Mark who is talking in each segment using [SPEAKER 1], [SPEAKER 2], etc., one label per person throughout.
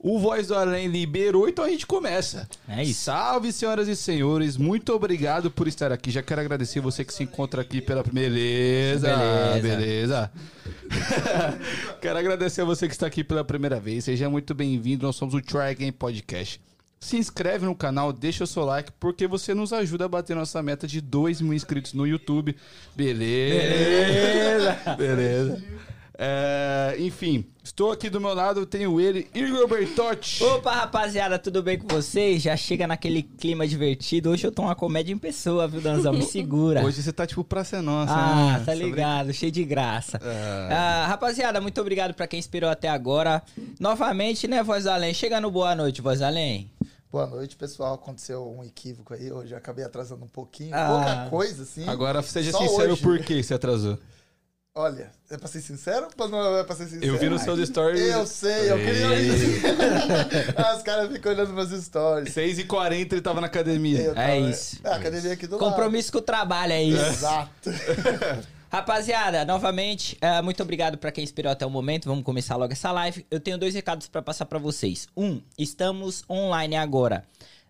[SPEAKER 1] o Voz do Além liberou, então a gente começa.
[SPEAKER 2] É isso.
[SPEAKER 1] Salve, senhoras e senhores. Muito obrigado por estar aqui. Já quero agradecer você que se encontra aqui pela primeira. Beleza,
[SPEAKER 2] Beleza.
[SPEAKER 1] beleza. quero agradecer a você que está aqui pela primeira vez. Seja muito bem-vindo. Nós somos o Try Again Podcast. Se inscreve no canal, deixa o seu like, porque você nos ajuda a bater nossa meta de 2 mil inscritos no YouTube. Beleza! Beleza! É, enfim, estou aqui do meu lado, tenho ele, Igor Bertotti.
[SPEAKER 2] Opa, rapaziada, tudo bem com vocês? Já chega naquele clima divertido. Hoje eu tô uma comédia em pessoa, viu, Danzão? Me segura.
[SPEAKER 1] Hoje você tá tipo praça é nossa.
[SPEAKER 2] Ah,
[SPEAKER 1] né?
[SPEAKER 2] tá
[SPEAKER 1] Sobre- É.
[SPEAKER 2] ligado, cheio de graça. Ah, rapaziada, muito obrigado pra quem esperou até agora. Novamente, né, Voz do Além? Chega no Boa Noite, Voz do Além.
[SPEAKER 3] Boa noite, pessoal. Aconteceu um equívoco aí. Hoje eu acabei atrasando um pouquinho.
[SPEAKER 2] Ah.
[SPEAKER 3] Pouca coisa, assim.
[SPEAKER 1] Agora seja
[SPEAKER 3] Só
[SPEAKER 1] sincero
[SPEAKER 3] hoje.
[SPEAKER 1] por que você atrasou.
[SPEAKER 3] Olha, é pra ser sincero ou pra não é pra ser sincero?
[SPEAKER 1] Eu vi nos seus stories.
[SPEAKER 3] Eu sei, eu queria
[SPEAKER 1] Ei.
[SPEAKER 3] Ah, Os caras ficam olhando meus stories.
[SPEAKER 1] 6h40 ele tava na
[SPEAKER 3] Eu
[SPEAKER 1] academia.
[SPEAKER 3] tava-
[SPEAKER 2] isso.
[SPEAKER 3] É, a academia aqui do
[SPEAKER 2] Compromisso com o trabalho, é
[SPEAKER 3] lado.
[SPEAKER 2] isso.
[SPEAKER 3] Exato.
[SPEAKER 2] Rapaziada, novamente, eh, muito obrigado pra quem esperou até o momento. Vamos começar logo essa live. Eu tenho dois recados pra passar pra vocês. Um, estamos online agora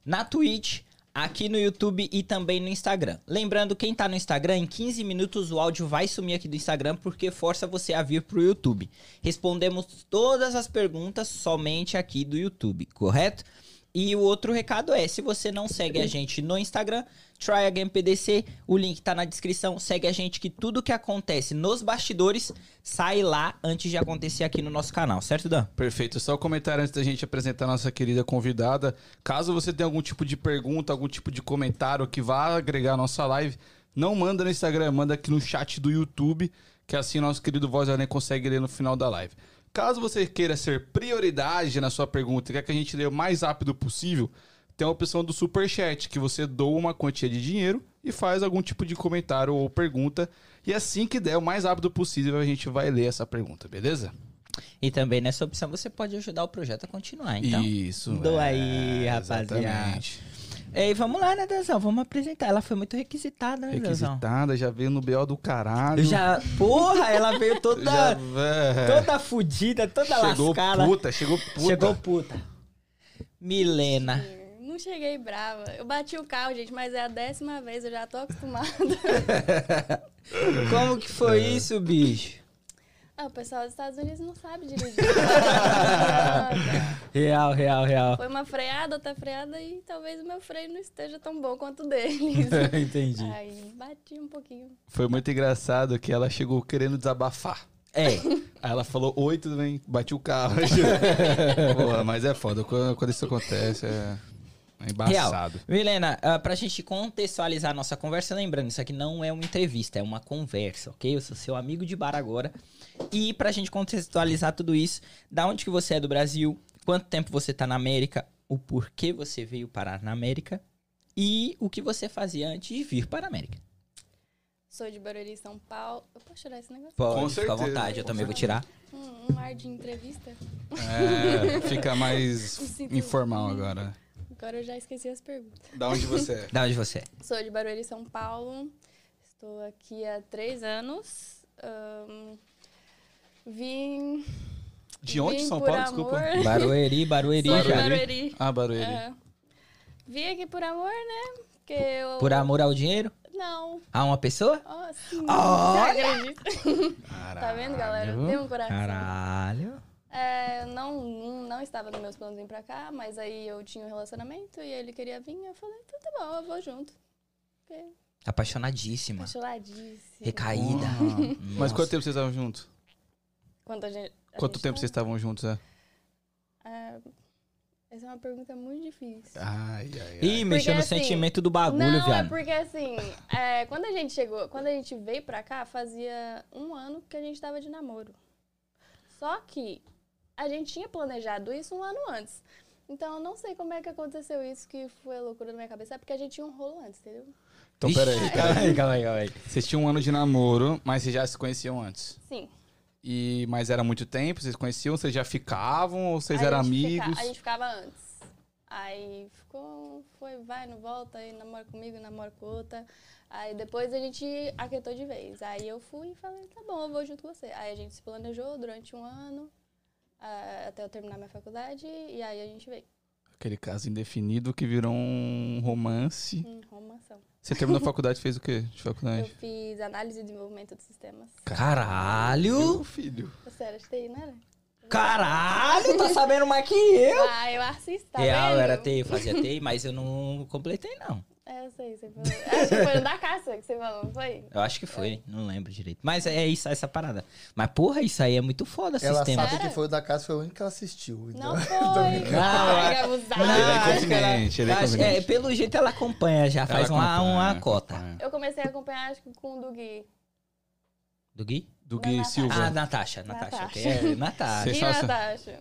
[SPEAKER 2] na Twitch, aqui no YouTube e também no Instagram. Lembrando, quem tá no Instagram, em 15 minutos o áudio vai sumir aqui do Instagram porque força você a vir pro YouTube. Respondemos todas as perguntas somente aqui do YouTube, correto? E o outro recado é, se você não segue a gente no Instagram, Try Again PDC, o link tá na descrição, segue a gente que tudo que acontece nos bastidores sai lá antes de acontecer aqui no nosso canal, certo Dan?
[SPEAKER 1] Perfeito. Só um comentário antes da gente apresentar a nossa querida convidada. Caso você tenha algum tipo de pergunta, algum tipo de comentário que vá agregar a nossa live, não manda no Instagram, manda aqui no chat do YouTube, que assim nosso querido Voz Além consegue ler no final da live. Caso você queira ser prioridade na sua pergunta e quer que a gente leia o mais rápido possível, tem a opção do Superchat, que você doa uma quantia de dinheiro e faz algum tipo de comentário ou pergunta. E assim que der, o mais rápido possível, a gente vai ler essa pergunta, beleza?
[SPEAKER 2] E também nessa opção você pode ajudar o projeto a continuar, então. E,
[SPEAKER 1] Isso. é,
[SPEAKER 2] doa aí, rapaziada.
[SPEAKER 1] exatamente.
[SPEAKER 2] Ei, vamos lá, né, Danzão? Vamos apresentar. Ela foi muito requisitada, né, Danzão?
[SPEAKER 1] Requisitada, já veio no BO do caralho.
[SPEAKER 2] Eu já. Porra, ela veio
[SPEAKER 1] Já,
[SPEAKER 2] toda.
[SPEAKER 1] véi.
[SPEAKER 2] toda fudida, toda
[SPEAKER 1] Chegou
[SPEAKER 2] lascada.
[SPEAKER 1] puta, chegou puta.
[SPEAKER 2] Chegou puta. Milena.
[SPEAKER 4] Não cheguei brava. Eu bati o carro, gente, mas é a décima vez, eu já tô acostumada.
[SPEAKER 2] Como que foi
[SPEAKER 1] É.
[SPEAKER 2] isso, bicho?
[SPEAKER 4] ah, o pessoal dos Estados Unidos não sabe dirigir. Ah, tá.
[SPEAKER 2] Real, real, real.
[SPEAKER 4] Foi uma freada, outra freada e talvez o meu freio não esteja tão bom quanto o deles.
[SPEAKER 2] Entendi.
[SPEAKER 4] Aí bati um pouquinho.
[SPEAKER 1] Foi muito engraçado que ela chegou querendo desabafar.
[SPEAKER 2] É.
[SPEAKER 1] Aí ela falou, oi, tudo bem? Bati o carro. Porra, mas é foda. Quando, quando isso acontece, é, é embaçado.
[SPEAKER 2] Real. Milena, ah, pra gente contextualizar a nossa conversa, lembrando, isso aqui não é uma entrevista, é uma conversa, ok? Eu sou seu amigo de bar agora. E pra gente contextualizar tudo isso, da onde que você é do Brasil, quanto tempo você tá na América, o porquê você veio parar na América e o que você fazia antes de vir para a América.
[SPEAKER 4] Sou de Barueri, São Paulo. Eu posso tirar esse negócio?
[SPEAKER 2] Pode,
[SPEAKER 1] Com
[SPEAKER 2] fica à
[SPEAKER 1] certeza,
[SPEAKER 2] vontade, eu
[SPEAKER 1] com
[SPEAKER 2] também vou tirar.
[SPEAKER 4] Um, um ar de entrevista.
[SPEAKER 1] É, fica mais
[SPEAKER 4] Me sinto-
[SPEAKER 1] informal agora.
[SPEAKER 4] Agora eu já esqueci as perguntas.
[SPEAKER 1] Da onde você é?
[SPEAKER 2] Da onde você é?
[SPEAKER 4] Sou de Barueri, São Paulo. Estou aqui há três anos. Ahn, vim
[SPEAKER 1] De onde,
[SPEAKER 4] Vim
[SPEAKER 1] São
[SPEAKER 4] por
[SPEAKER 1] Paulo?
[SPEAKER 4] amor.
[SPEAKER 1] Desculpa.
[SPEAKER 2] Barueri, Barueri.
[SPEAKER 4] Sou de
[SPEAKER 2] cara.
[SPEAKER 4] Barueri. É.
[SPEAKER 1] Ah, Barueri.
[SPEAKER 4] Aham. Vim aqui por amor, né? Porque eu.
[SPEAKER 2] Por amor ao dinheiro?
[SPEAKER 4] Não.
[SPEAKER 2] A uma pessoa?
[SPEAKER 4] Oh, sim.
[SPEAKER 2] Olha!
[SPEAKER 4] Você acredita? Tá vendo, galera?
[SPEAKER 1] Caralho.
[SPEAKER 4] Tem um coração.
[SPEAKER 2] Caralho.
[SPEAKER 4] É, eu não, não, não estava nos meus planos de vir pra cá, mas aí eu tinha um relacionamento e ele queria vir. Eu falei, então tá bom, eu vou junto. Fiquei
[SPEAKER 2] Apaixonadíssima.
[SPEAKER 4] apaixonadíssima.
[SPEAKER 2] Recaída.
[SPEAKER 1] Porra. Mas
[SPEAKER 2] Nossa.
[SPEAKER 1] quanto tempo vocês estavam juntos?
[SPEAKER 4] Quanto, a gente, a
[SPEAKER 1] Quanto
[SPEAKER 4] gente
[SPEAKER 1] tempo
[SPEAKER 4] tá-
[SPEAKER 1] vocês estavam juntos, é?
[SPEAKER 4] Ah, essa é uma pergunta muito difícil.
[SPEAKER 1] Ai, ai,
[SPEAKER 2] Ih, mexeu no
[SPEAKER 4] assim,
[SPEAKER 2] sentimento do bagulho,
[SPEAKER 4] não, é
[SPEAKER 2] viado.
[SPEAKER 4] porque assim, é, quando a gente chegou, quando a gente veio pra cá, fazia um ano que a gente tava de namoro. Só que a gente tinha planejado isso um ano antes. Então eu não sei como é que aconteceu isso, que foi a loucura na minha cabeça. É porque a gente tinha um rolo antes, entendeu?
[SPEAKER 1] Então,
[SPEAKER 2] Ixi,
[SPEAKER 1] peraí.
[SPEAKER 2] Calma aí, calma aí, calma aí.
[SPEAKER 1] Vocês tinham um ano de namoro, mas vocês já se conheciam antes.
[SPEAKER 4] Sim.
[SPEAKER 1] E, mas era muito tempo, vocês conheciam, vocês já ficavam, ou vocês
[SPEAKER 4] A
[SPEAKER 1] eram
[SPEAKER 4] gente fica-
[SPEAKER 1] amigos?
[SPEAKER 4] a gente ficava antes. Aí ficou, foi, vai, não volta, aí namora comigo, namora com outra. Aí depois a gente aquietou de vez. Aí eu fui e falei, tá bom, eu vou junto com você. Aí a gente se planejou durante um ano. ah, até eu terminar minha faculdade e aí a gente veio.
[SPEAKER 1] Aquele caso indefinido que virou um romance.
[SPEAKER 4] Hum, romação.
[SPEAKER 1] Você terminou a faculdade fez o quê de
[SPEAKER 4] Eu
[SPEAKER 1] faculdade?
[SPEAKER 4] fiz análise e desenvolvimento de sistemas.
[SPEAKER 2] Caralho!
[SPEAKER 1] Meu filho.
[SPEAKER 4] Você era de TI, não era?
[SPEAKER 2] Caralho, tá sabendo mais que eu!
[SPEAKER 4] Ah, eu assisto, tá
[SPEAKER 2] Real,
[SPEAKER 4] vendo?
[SPEAKER 2] era TI, eu fazia TI, mas eu não completei, não.
[SPEAKER 4] É, eu sei, você falou. Acho que foi no da caça que você falou, não foi?
[SPEAKER 2] Eu acho que foi, não lembro direito. Mas é isso, essa parada. Mas, porra, isso aí é muito foda,
[SPEAKER 3] Ela
[SPEAKER 2] sistema.
[SPEAKER 3] sabe
[SPEAKER 4] Cara.
[SPEAKER 3] que foi o da casa, foi o único que ela assistiu. Então,
[SPEAKER 4] Não foi. Ai, abusado.
[SPEAKER 1] Ele é
[SPEAKER 2] acho que ela-
[SPEAKER 1] inconveniente, ele é
[SPEAKER 2] acho-
[SPEAKER 1] inconveniente.
[SPEAKER 2] pelo jeito ela acompanha já, faz
[SPEAKER 1] Ela É,
[SPEAKER 2] uma,
[SPEAKER 1] acompanha,
[SPEAKER 2] uma
[SPEAKER 1] ela
[SPEAKER 2] cota.
[SPEAKER 1] acompanha.
[SPEAKER 4] Eu comecei a acompanhar, acho que com o do Gui.
[SPEAKER 2] Do Gui?
[SPEAKER 1] Do
[SPEAKER 4] Não,
[SPEAKER 1] Gui
[SPEAKER 4] Natasha.
[SPEAKER 1] Silva.
[SPEAKER 2] Ah, Natasha, Natasha.
[SPEAKER 4] Natasha.
[SPEAKER 2] ok, é, Natasha.
[SPEAKER 1] Você
[SPEAKER 4] Gui e
[SPEAKER 1] sabe essa-
[SPEAKER 4] Natasha.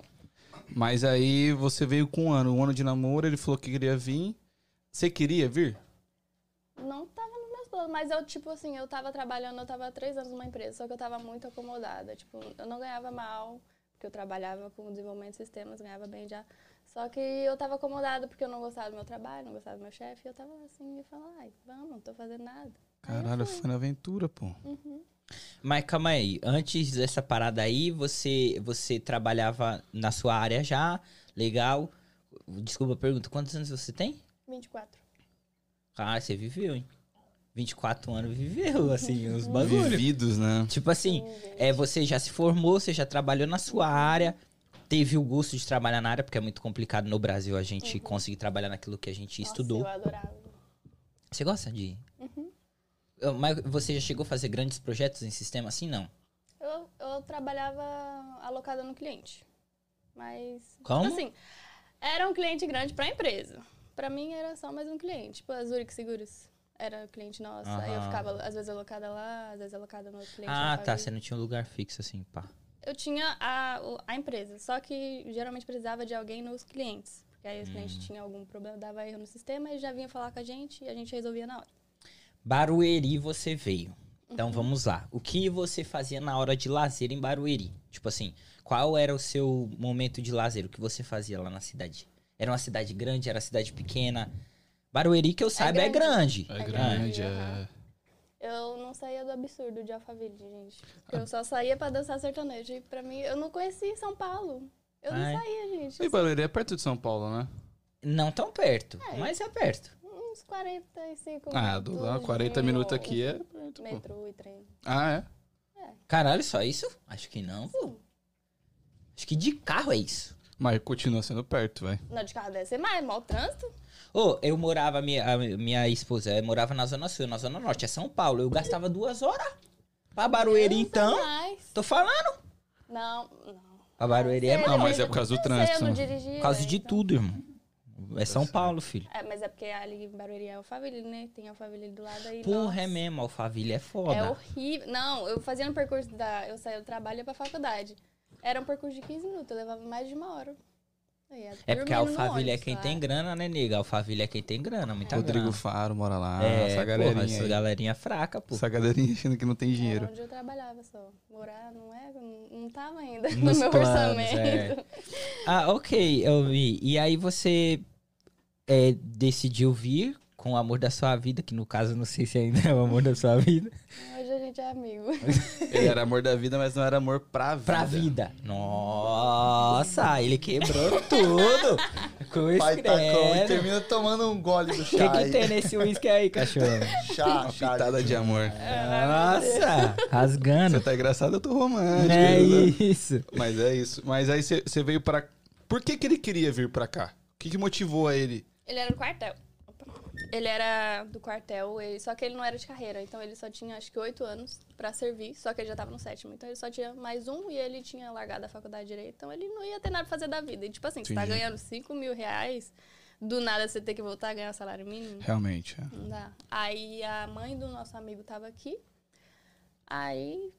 [SPEAKER 1] Mas aí você veio com um ano, um ano de namoro, ele falou que queria vir. Você queria vir?
[SPEAKER 4] Não tava nos meus planos, mas eu, tipo assim, eu tava trabalhando, eu tava há três anos numa empresa, só que eu tava muito acomodada. Tipo, eu não ganhava mal, porque eu trabalhava com desenvolvimento de sistemas, ganhava bem já. Só que eu tava acomodada porque eu não gostava do meu trabalho, não gostava do meu chefe, e eu tava assim, e falando, ai, vamos, não tô fazendo nada. Aí eu
[SPEAKER 1] Caralho,
[SPEAKER 4] fui.
[SPEAKER 1] foi na aventura, pô.
[SPEAKER 2] Mas calma aí, antes dessa parada aí, você, você trabalhava na sua área já, legal. Desculpa a pergunta, quantos anos você tem?
[SPEAKER 4] 24.
[SPEAKER 2] Ah, você viveu, hein? 24 anos viveu, assim, uns bagulho.
[SPEAKER 1] Vividos, né?
[SPEAKER 2] Tipo assim,
[SPEAKER 4] Então,
[SPEAKER 2] é, você já se formou, você já trabalhou na sua área, teve o gosto de trabalhar na área, porque é muito complicado no Brasil a gente conseguir trabalhar naquilo que a gente
[SPEAKER 4] Uhum. Nossa,
[SPEAKER 2] estudou.
[SPEAKER 4] eu Uhum. adorava.
[SPEAKER 2] Você gosta de. Eu- Mas você já chegou a fazer grandes projetos em sistema assim? Não.
[SPEAKER 4] Eu, eu trabalhava alocada no cliente. Mas.
[SPEAKER 2] Como?
[SPEAKER 4] Tipo assim, era um cliente grande pra empresa. Pra mim era só mais um cliente. Tipo, a Zurich Seguros era o cliente nosso. Aí eu
[SPEAKER 2] Aham.
[SPEAKER 4] ficava, às vezes, alocada lá, às vezes alocada no outro cliente.
[SPEAKER 2] Ah,
[SPEAKER 4] na
[SPEAKER 2] tá.
[SPEAKER 4] Pavi.
[SPEAKER 2] Você não tinha um lugar fixo assim, pá.
[SPEAKER 4] Eu tinha a, o- a empresa, só que geralmente precisava de alguém nos clientes. Porque aí os
[SPEAKER 2] Hum.
[SPEAKER 4] clientes tinham algum problema, dava erro no sistema, eles já vinham falar com a gente e a gente resolvia na hora.
[SPEAKER 2] Barueri você veio. Então vamos lá. O que você fazia na hora de lazer em Barueri? Tipo assim, qual era o seu momento de lazer? O que você fazia lá na cidade? Era uma cidade grande? Era uma cidade pequena? Barueri, que eu saiba, é grande.
[SPEAKER 1] É
[SPEAKER 4] grande,
[SPEAKER 1] grande, é.
[SPEAKER 4] Eu não saía do absurdo de Alphaville, gente. Eu só saía pra dançar sertanejo. E pra mim, eu não conhecia São Paulo. Eu
[SPEAKER 2] Ai.
[SPEAKER 4] não saía, gente.
[SPEAKER 1] E
[SPEAKER 4] Eu
[SPEAKER 1] Barueri é perto de São Paulo, né?
[SPEAKER 2] Não tão perto,
[SPEAKER 4] É.
[SPEAKER 2] mas é perto.
[SPEAKER 4] saía Uns 45
[SPEAKER 1] Ah, do lá,
[SPEAKER 4] minutos
[SPEAKER 1] 40
[SPEAKER 4] de
[SPEAKER 1] minutos aqui é perto, pô.
[SPEAKER 4] Metrô e trem.
[SPEAKER 1] Ah, é?
[SPEAKER 2] Caralho, só isso? Acho que não, pô. Acho que de carro é isso.
[SPEAKER 1] Mas continua sendo perto, vai.
[SPEAKER 4] Não, de carro deve ser mais, mal trânsito.
[SPEAKER 2] Ô, eu morava, minha, a minha esposa eh, morava na Zona Sul, na Zona Norte, é São Paulo. Eu gastava duas horas. Pra Barueri,
[SPEAKER 4] Eu não sei
[SPEAKER 2] então.
[SPEAKER 4] mais.
[SPEAKER 2] Tô falando.
[SPEAKER 4] Não, não.
[SPEAKER 2] Pra Barueri é
[SPEAKER 4] Sei,
[SPEAKER 2] mais.
[SPEAKER 1] Não, mas é por causa do
[SPEAKER 4] eu
[SPEAKER 1] trânsito,
[SPEAKER 4] Sei, eu não
[SPEAKER 1] né?
[SPEAKER 4] dirigia,
[SPEAKER 2] Por causa de
[SPEAKER 4] então.
[SPEAKER 2] tudo, irmão. É São Paulo, filho.
[SPEAKER 4] É, mas é porque ali em Barueri é Alphaville, né? Tem Alphaville do lado aí.
[SPEAKER 2] Porra,
[SPEAKER 4] nossa.
[SPEAKER 2] é mesmo, Alphaville é
[SPEAKER 4] É
[SPEAKER 2] foda.
[SPEAKER 4] horrível. Não, eu fazia um percurso da. Eu saía do trabalho e ia pra faculdade. Era um percurso de 15 minutos, eu levava mais de uma hora. Eu ia
[SPEAKER 2] É, porque
[SPEAKER 4] dormindo
[SPEAKER 2] a
[SPEAKER 4] no
[SPEAKER 2] Alphaville é
[SPEAKER 4] ônibus
[SPEAKER 2] quem
[SPEAKER 4] lá.
[SPEAKER 2] tem grana, né, nega? Alphaville é quem tem grana, muita
[SPEAKER 1] Rodrigo
[SPEAKER 2] grana.
[SPEAKER 1] Faro mora lá,
[SPEAKER 2] É,
[SPEAKER 1] essa
[SPEAKER 2] porra,
[SPEAKER 1] galerinha
[SPEAKER 2] essa
[SPEAKER 1] aí.
[SPEAKER 2] galerinha fraca, pô.
[SPEAKER 1] Essa galerinha achando que não tem dinheiro.
[SPEAKER 4] Era onde eu trabalhava só. Morar não é. Não, não tava ainda
[SPEAKER 2] Nos
[SPEAKER 4] no meu
[SPEAKER 2] planos,
[SPEAKER 4] orçamento.
[SPEAKER 2] Ah, ok, eu vi. E aí você é, decidiu vir com o amor da sua vida, que no caso eu não sei se ainda é o amor da sua vida.
[SPEAKER 4] Hoje a gente é amigo.
[SPEAKER 1] Ele era amor da vida, mas não era amor pra vida.
[SPEAKER 2] Pra vida. Nossa, ele quebrou tudo. Com esse
[SPEAKER 1] tá
[SPEAKER 3] pai tacão e
[SPEAKER 2] credo.
[SPEAKER 3] termina tomando um gole do
[SPEAKER 2] O que,
[SPEAKER 3] chá.
[SPEAKER 2] que
[SPEAKER 3] aí.
[SPEAKER 2] tem nesse uísque aí, cachorro?
[SPEAKER 3] Chá,
[SPEAKER 1] Uma
[SPEAKER 3] chá.
[SPEAKER 1] pitada de amor.
[SPEAKER 2] Nossa,
[SPEAKER 1] Você
[SPEAKER 2] rasgando.
[SPEAKER 1] tá engraçado, eu tô romântico. né?
[SPEAKER 2] É isso.
[SPEAKER 1] Mas é isso. Mas aí você você veio pra. Por que, que ele queria vir pra cá? O que, que motivou a ele?
[SPEAKER 4] Ele era do quartel. Opa. Ele era do quartel, ele- só que ele não era de carreira. Então ele só tinha acho que oito anos pra servir, só que ele já tava no sétimo. Então ele só tinha mais um e ele tinha largado a faculdade de direito. Então ele não ia ter nada pra fazer da vida. E tipo assim, você tá
[SPEAKER 1] Entendi.
[SPEAKER 4] ganhando cinco mil reais, do nada você ter que voltar a ganhar salário mínimo.
[SPEAKER 1] Realmente. é.
[SPEAKER 4] Não dá. Aí a mãe do nosso amigo tava aqui. Aí,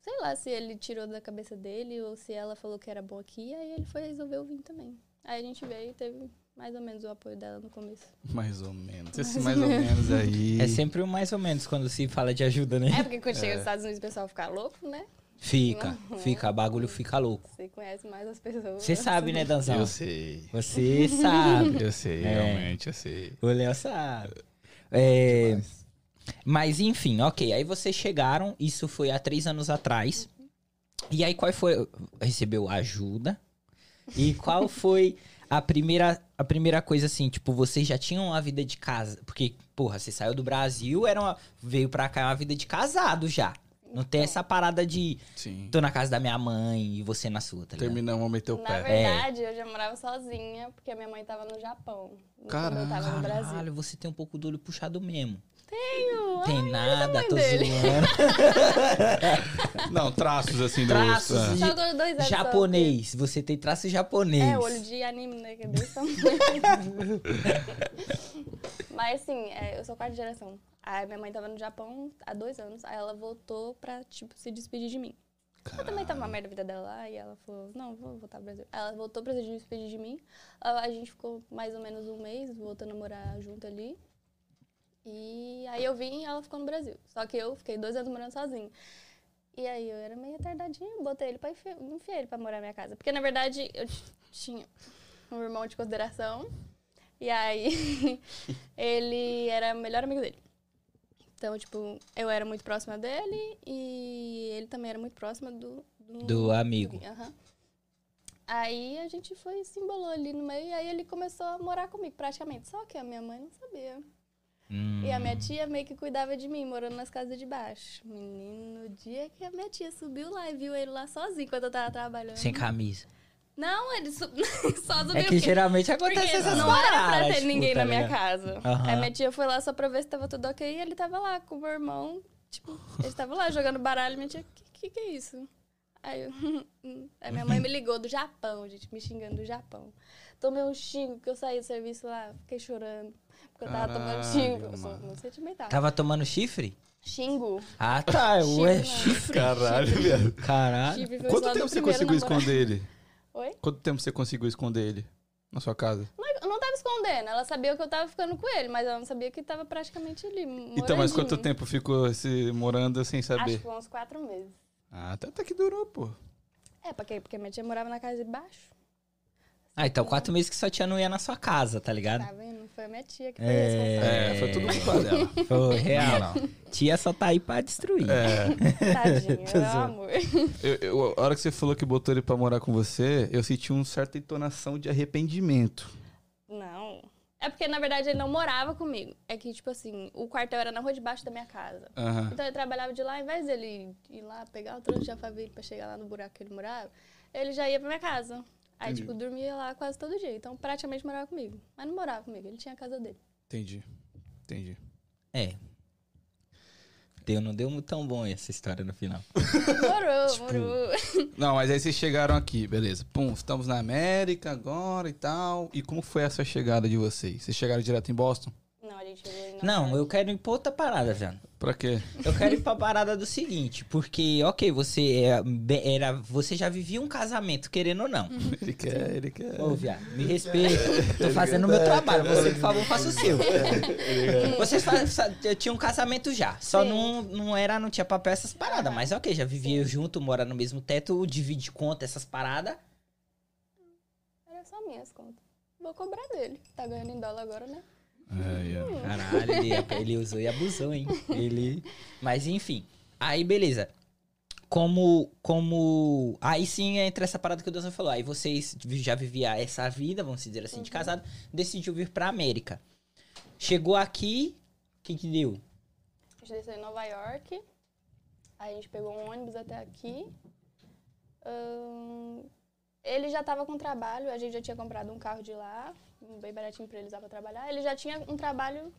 [SPEAKER 4] sei lá se ele tirou da cabeça dele ou se ela falou que era boa aqui. Aí ele foi e resolveu vir também. Aí a gente veio e teve mais ou menos o apoio dela no começo.
[SPEAKER 1] Mais ou menos. Esse mais ou menos aí.
[SPEAKER 2] É sempre o mais ou menos quando se fala de ajuda, né?
[SPEAKER 4] É porque quando chega nos Estados Unidos o pessoal fica louco, né?
[SPEAKER 2] Fica, fica, bagulho fica louco.
[SPEAKER 4] Você conhece mais as pessoas.
[SPEAKER 2] Você sabe, né, Danzão?
[SPEAKER 1] Eu sei.
[SPEAKER 2] Você sabe.
[SPEAKER 1] Eu sei,
[SPEAKER 2] É.
[SPEAKER 1] realmente, eu sei.
[SPEAKER 2] O Léo sabe. É, mas enfim, ok. Aí vocês chegaram, isso foi há três anos atrás. E aí, qual foi. Recebeu ajuda? E qual foi a primeira, a primeira coisa assim? Tipo, vocês já tinham uma vida de casa? Porque, porra, você saiu do Brasil, era uma- veio pra cá é uma vida de casado já. Não tem essa parada de
[SPEAKER 1] Sim.
[SPEAKER 2] tô na casa da minha mãe e você na sua, tá ligado?
[SPEAKER 1] Então, Terminamos, meteu o
[SPEAKER 4] Na
[SPEAKER 1] pé.
[SPEAKER 4] verdade, eu já morava sozinha, porque minha mãe tava no Japão. Quando eu tava no Brasil.
[SPEAKER 2] Caralho, você tem um pouco do olho puxado mesmo.
[SPEAKER 4] Tenho,
[SPEAKER 2] tem nada,
[SPEAKER 4] mãe
[SPEAKER 2] tô
[SPEAKER 4] dele.
[SPEAKER 2] zoando.
[SPEAKER 1] Não, traços assim
[SPEAKER 2] Traços
[SPEAKER 1] do.
[SPEAKER 4] Só dois anos. é só.
[SPEAKER 2] japonês, você tem traço japonês.
[SPEAKER 4] É, olho de anime, né? Que é desse tamanho. Mas assim, é, eu sou quarta geração. Aí minha mãe tava no Japão há dois anos, aí ela voltou pra, tipo, se despedir de mim. Eu também tava uma merda a vida dela lá, e ela falou, não, vou voltar pro Brasil. Aí Ela voltou pra se despedir de mim. A a gente ficou mais ou menos um mês, voltando a morar junto ali. E aí eu vim e ela ficou no Brasil. Só que eu fiquei dois anos morando sozinha. E aí eu era meio retardadinha, botei ele pra enfiar, enfiei ele pra morar na minha casa. Porque na verdade eu t- tinha um irmão de consideração. E aí ele era o melhor amigo dele. Então, tipo, eu era muito próxima dele e ele também era muito próxima do...
[SPEAKER 2] Do amigo.
[SPEAKER 4] Gui, aham. Aí a gente foi, se embolou ali no meio e aí ele começou a morar comigo praticamente. Só que a minha mãe não sabia.
[SPEAKER 2] Hum.
[SPEAKER 4] E a minha tia meio que cuidava de mim, morando nas casas de baixo. Menino, o dia que a minha tia subiu lá e viu ele lá sozinho quando eu tava trabalhando.
[SPEAKER 2] Sem camisa.
[SPEAKER 4] Não, ele sub... só subiu
[SPEAKER 2] É que
[SPEAKER 4] porque-
[SPEAKER 2] geralmente
[SPEAKER 4] porque
[SPEAKER 2] acontece essas
[SPEAKER 4] não era pra
[SPEAKER 2] paradas,
[SPEAKER 4] ter
[SPEAKER 2] tipo,
[SPEAKER 4] ninguém
[SPEAKER 2] tá
[SPEAKER 4] na minha
[SPEAKER 2] ligado?
[SPEAKER 4] casa.
[SPEAKER 2] Aham.
[SPEAKER 4] Aí minha tia foi lá só pra ver se tava tudo ok e ele tava lá com o meu irmão. Tipo, ele tava lá jogando baralho e minha tia, que, que que é isso? Aí, eu, "Hum, aí minha mãe me ligou do Japão, gente, me xingando do Japão. Tomei um xingo que eu saí do serviço lá, fiquei chorando. Porque eu tava tomando
[SPEAKER 1] Caralho,
[SPEAKER 4] xingo. Eu sou
[SPEAKER 1] mano.
[SPEAKER 4] muito sentimental.
[SPEAKER 2] Tava tomando chifre?
[SPEAKER 4] Xingo.
[SPEAKER 2] Ah, tá. Ué, chifre.
[SPEAKER 1] Caralho, velho.
[SPEAKER 2] Caralho.
[SPEAKER 4] né? Chifre foi o
[SPEAKER 1] Quanto
[SPEAKER 4] zoado
[SPEAKER 1] tempo você
[SPEAKER 4] primeiro
[SPEAKER 1] conseguiu
[SPEAKER 4] namorado.
[SPEAKER 1] esconder ele?
[SPEAKER 4] Oi?
[SPEAKER 1] Quanto tempo você conseguiu esconder ele na sua casa?
[SPEAKER 4] Mas eu não tava escondendo. Ela sabia que eu tava ficando com ele, mas ela não sabia que tava praticamente ali.
[SPEAKER 1] Então, mas quanto
[SPEAKER 4] morandinho.
[SPEAKER 1] tempo ficou esse morando sem
[SPEAKER 4] Acho
[SPEAKER 1] saber?
[SPEAKER 4] que foi uns quatro meses.
[SPEAKER 1] Ah, até, até que durou, pô.
[SPEAKER 4] É, porque, porque minha tia morava na casa de baixo.
[SPEAKER 2] Ah, então quatro meses que sua tia não ia na sua casa, tá ligado?
[SPEAKER 4] Tá vendo? Foi a minha tia que foi responsável.
[SPEAKER 2] É.
[SPEAKER 1] É, foi tudo culpa dela.
[SPEAKER 2] Foi real.
[SPEAKER 1] Não, não.
[SPEAKER 2] Tia só tá aí pra destruir.
[SPEAKER 1] É,
[SPEAKER 4] Tadinha,
[SPEAKER 2] Tô
[SPEAKER 4] meu
[SPEAKER 2] zoando.
[SPEAKER 4] amor.
[SPEAKER 1] eu- eu- a hora que você falou que botou ele pra morar com você, eu senti uma certa entonação de arrependimento.
[SPEAKER 4] Não. É porque, na verdade, ele não morava comigo. É que, tipo assim, o quartel era na rua de baixo da minha casa.
[SPEAKER 1] Aham.
[SPEAKER 4] Então eu trabalhava de lá, ao invés dele ir lá pegar o trânsito de alfabeto pra chegar lá no buraco que ele morava, ele já ia pra minha casa. Aí,
[SPEAKER 1] Entendi.
[SPEAKER 4] tipo, dormia lá quase todo dia. Então, praticamente morava comigo. Mas não morava comigo, ele tinha a casa dele.
[SPEAKER 1] Entendi. Entendi.
[SPEAKER 2] É. Deu, não deu muito tão bom essa história no final.
[SPEAKER 4] Morou,
[SPEAKER 1] Tipo,
[SPEAKER 4] morou.
[SPEAKER 1] Não, mas aí vocês chegaram aqui, beleza. Pum, estamos na América agora e tal. E como foi essa chegada de vocês? Vocês chegaram direto em Boston?
[SPEAKER 4] Não, a gente chegou em Nova
[SPEAKER 2] Não,
[SPEAKER 4] York.
[SPEAKER 2] eu quero ir pra outra parada, velho.
[SPEAKER 1] Pra quê?
[SPEAKER 2] Eu quero ir pra parada do seguinte, porque, ok, você é- be- era. Você já vivia um casamento, querendo ou não.
[SPEAKER 1] Ele quer, ele quer.
[SPEAKER 2] Ô, viado, me respeita. Tô fazendo o meu trabalho. Você, por favor, faça o seu. Vocês fa- eu tinha um casamento já. Só
[SPEAKER 4] Sim.
[SPEAKER 2] não, não era, não tinha papel essas paradas. Mas ok, já vivia junto, mora no mesmo teto, divide conta, essas paradas.
[SPEAKER 4] Era só minhas contas. Vou cobrar dele. Tá ganhando em dólar agora, né?
[SPEAKER 1] Ai, ai.
[SPEAKER 2] Caralho, ele, é- ele usou e abusou, hein? Ele. Mas enfim. Aí, beleza. Como. Como. Aí sim entra essa parada que o Dozan falou. Aí vocês vi- já viviam essa vida, vamos dizer assim, de
[SPEAKER 3] Uhum.
[SPEAKER 2] casado, decidiu vir pra América. Chegou aqui. O que, que deu?
[SPEAKER 4] A gente desceu em Nova York. Aí a gente pegou um ônibus até aqui. Ahn, ele já tava com trabalho, a gente já tinha comprado um carro de lá, um bem baratinho pra ele usar pra trabalhar. Ele já tinha um trabalho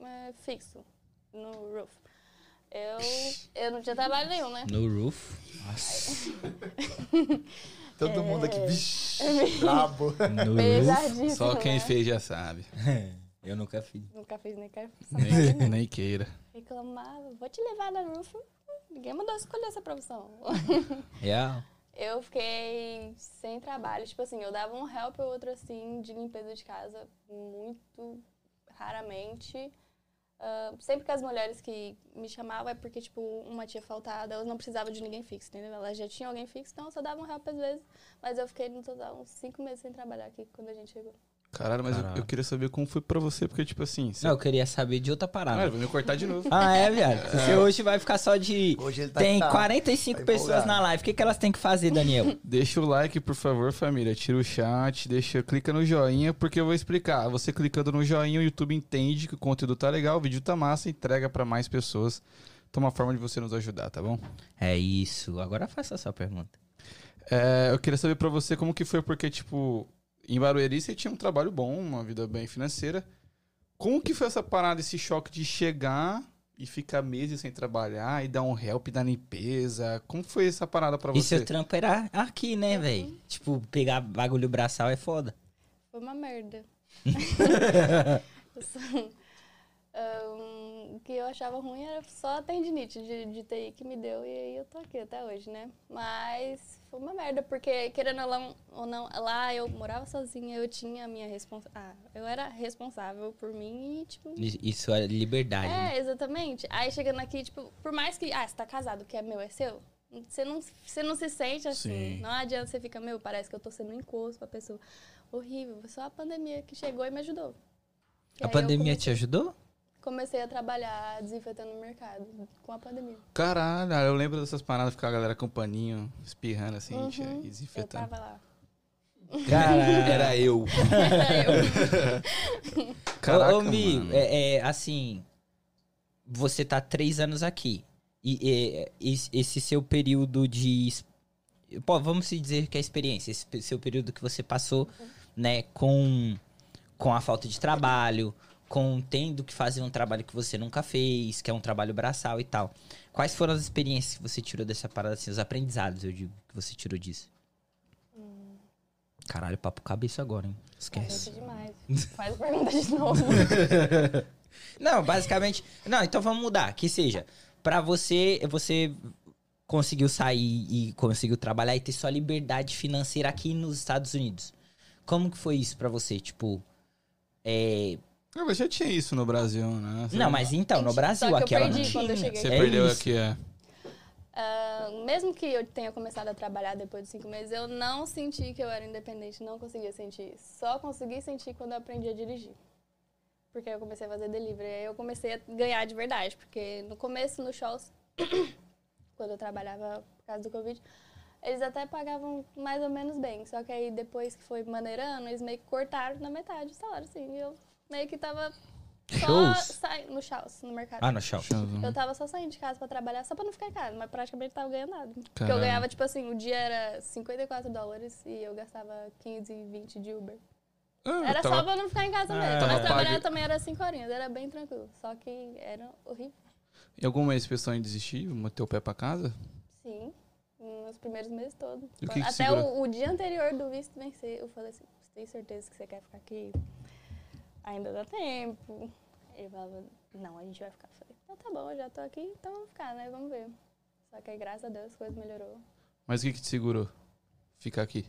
[SPEAKER 4] é, fixo no roof. Eu, eu não tinha trabalho nenhum, né?
[SPEAKER 2] No roof.
[SPEAKER 3] Todo mundo aqui, vixi, brabo.
[SPEAKER 2] No
[SPEAKER 4] Pesadíssimo,
[SPEAKER 1] Só quem
[SPEAKER 4] né?
[SPEAKER 1] fez já sabe.
[SPEAKER 2] Eu nunca fiz.
[SPEAKER 4] Nunca fez nem quero
[SPEAKER 1] Nem, nem queira.
[SPEAKER 4] reclamava. Vou te levar na roof. Ninguém mandou escolher essa profissão.
[SPEAKER 2] Real.
[SPEAKER 4] Eu fiquei sem trabalho. Tipo assim, eu dava um help ou outro assim de limpeza de casa, muito raramente. Ah, sempre que as mulheres que me chamavam é porque, tipo, uma tinha faltado, elas não precisavam de ninguém fixo, entendeu? Elas já tinham alguém fixo, então eu só dava um help às vezes. Mas eu fiquei no total uns cinco meses sem trabalhar aqui quando a gente chegou.
[SPEAKER 1] Caralho, mas eu- Eu,
[SPEAKER 2] Caralho.
[SPEAKER 1] queria saber como foi pra você, porque, tipo assim. Você...
[SPEAKER 2] Não, eu queria saber de outra
[SPEAKER 1] Caralho,
[SPEAKER 2] parada.
[SPEAKER 1] vai me cortar de novo.
[SPEAKER 2] Ah, é, viado? Você hoje vai ficar só de...
[SPEAKER 3] Hoje ele tá
[SPEAKER 2] Tem
[SPEAKER 3] tá-
[SPEAKER 2] 45
[SPEAKER 3] tá
[SPEAKER 2] pessoas
[SPEAKER 3] empolgado.
[SPEAKER 2] na live. O que, que elas têm que fazer, Daniel?
[SPEAKER 1] Deixa o like, por favor, família. Tira o chat, deixa, clica no joinha, porque eu vou explicar. Você clicando no joinha, o YouTube entende que o conteúdo tá legal, o vídeo tá massa, entrega pra mais pessoas. Então, uma forma de você nos ajudar, tá bom?
[SPEAKER 2] é isso. Agora faça a sua pergunta.
[SPEAKER 1] É, eu queria saber pra você como que foi, porque, tipo, em Barueri você tinha um trabalho bom, uma vida bem financeira. Como que foi essa parada, esse choque de chegar e ficar meses sem trabalhar e dar um help na limpeza? Como foi essa parada pra
[SPEAKER 2] E
[SPEAKER 1] você?
[SPEAKER 2] seu trampo era aqui,
[SPEAKER 4] Uhum.
[SPEAKER 2] né, velho? Tipo, pegar bagulho braçal é foda.
[SPEAKER 4] Foi uma merda. Ahn, o que eu achava ruim era só a tendinite de, de TI que me deu e aí eu tô aqui até hoje, né? Mas foi uma merda, porque querendo ou não, ou não, lá eu morava sozinha, eu tinha a minha responsabilidade. Ah, eu era responsável por mim e, tipo,
[SPEAKER 2] I- Isso é liberdade, né?
[SPEAKER 4] é, exatamente. Aí chegando aqui, tipo, por mais que, ah, você tá casado, o que é meu é seu. Você não, você não se sente assim.
[SPEAKER 1] Sim.
[SPEAKER 4] Não adianta você fica, meu, parece que eu tô sendo um encosto pra pessoa. Horrível. Foi só a pandemia que chegou e me ajudou. E
[SPEAKER 2] A
[SPEAKER 4] aí eu
[SPEAKER 2] pandemia
[SPEAKER 4] come-
[SPEAKER 2] te ajudou?
[SPEAKER 4] comecei a trabalhar desinfetando o mercado com a pandemia.
[SPEAKER 1] Caralho, eu lembro dessas paradas, ficar a galera com paninho, espirrando assim,
[SPEAKER 4] Uhum.
[SPEAKER 1] tia, e
[SPEAKER 4] Eu
[SPEAKER 1] desinfetando.
[SPEAKER 4] tava lá.
[SPEAKER 2] Caralho.
[SPEAKER 5] Era eu.
[SPEAKER 4] Eu-
[SPEAKER 1] Caraca,
[SPEAKER 2] ô, ô, Mi,
[SPEAKER 1] mano.
[SPEAKER 2] é, é, assim, você tá três anos aqui. E, é, es- esse seu período de. es- Pô, vamos se dizer que é experiência. Esse pe- seu período que você passou, né, com, com a falta de trabalho, com tendo que fazer um trabalho que você nunca fez, que é um trabalho braçal e tal. Quais foram as experiências que você tirou dessa parada, assim, os aprendizados, eu digo, que você tirou disso? Caralho, papo cabeça agora, hein? Esquece.
[SPEAKER 4] Gente, demais. Faz pergunta de novo.
[SPEAKER 2] Não, basicamente. Não, então vamos mudar. Que seja. Pra você, você conseguiu sair e conseguiu trabalhar e ter sua liberdade financeira aqui nos Estados Unidos. Como que foi isso pra você? Tipo. É...
[SPEAKER 1] Ah, mas já tinha isso no Brasil, né? Você-
[SPEAKER 2] Não, mas então, no
[SPEAKER 4] Só
[SPEAKER 2] Brasil,
[SPEAKER 4] que eu
[SPEAKER 2] aquela
[SPEAKER 4] perdi
[SPEAKER 2] não
[SPEAKER 4] quando eu
[SPEAKER 2] tinha.
[SPEAKER 4] cheguei.
[SPEAKER 1] Você
[SPEAKER 2] É
[SPEAKER 1] perdeu
[SPEAKER 2] isso.
[SPEAKER 1] aqui, é.
[SPEAKER 4] Ah, mesmo que eu tenha começado a trabalhar depois de cinco meses, eu não senti que eu era independente, não conseguia sentir. Só consegui sentir quando eu aprendi a dirigir. Porque aí eu comecei a fazer delivery, aí eu comecei a ganhar de verdade. Porque no começo, nos shows, quando eu trabalhava por causa do Covid, eles até pagavam mais ou menos bem. Só que aí depois que foi maneirando, eles meio que cortaram na metade o salário, assim. E eu meio que tava só
[SPEAKER 2] Shows?
[SPEAKER 4] saindo no shows, no mercado.
[SPEAKER 2] Ah, no chão.
[SPEAKER 1] Uhum.
[SPEAKER 4] Eu tava só saindo de casa pra trabalhar, só pra não ficar em casa, mas praticamente tava ganhando nada. Porque eu
[SPEAKER 1] Caralho.
[SPEAKER 4] ganhava, tipo assim, o dia era 54 dólares e eu gastava 15, 20 de Uber.
[SPEAKER 1] Ah,
[SPEAKER 4] Era
[SPEAKER 1] eu tava- Ah,
[SPEAKER 4] só pra não ficar em casa mesmo.
[SPEAKER 1] tava
[SPEAKER 4] mas trabalhar
[SPEAKER 1] pago.
[SPEAKER 4] também era 5 horinhas, era bem tranquilo. Só que era horrível.
[SPEAKER 1] Em algum mês pensou em desistir, manter o pé pra casa?
[SPEAKER 4] Sim, nos primeiros meses todos.
[SPEAKER 1] E o que que
[SPEAKER 4] Até
[SPEAKER 1] segura?
[SPEAKER 4] o, o dia anterior do visto vencer, eu falei assim, você tem certeza que você quer ficar aqui? Ainda dá tempo. Ele falava, não, a gente vai ficar. Eu falei, então tá bom, eu já tô aqui, então vamos ficar, né? Vamos ver. Só que aí, graças a Deus, as coisas melhorou.
[SPEAKER 1] Mas o que, que te segurou? Ficar aqui.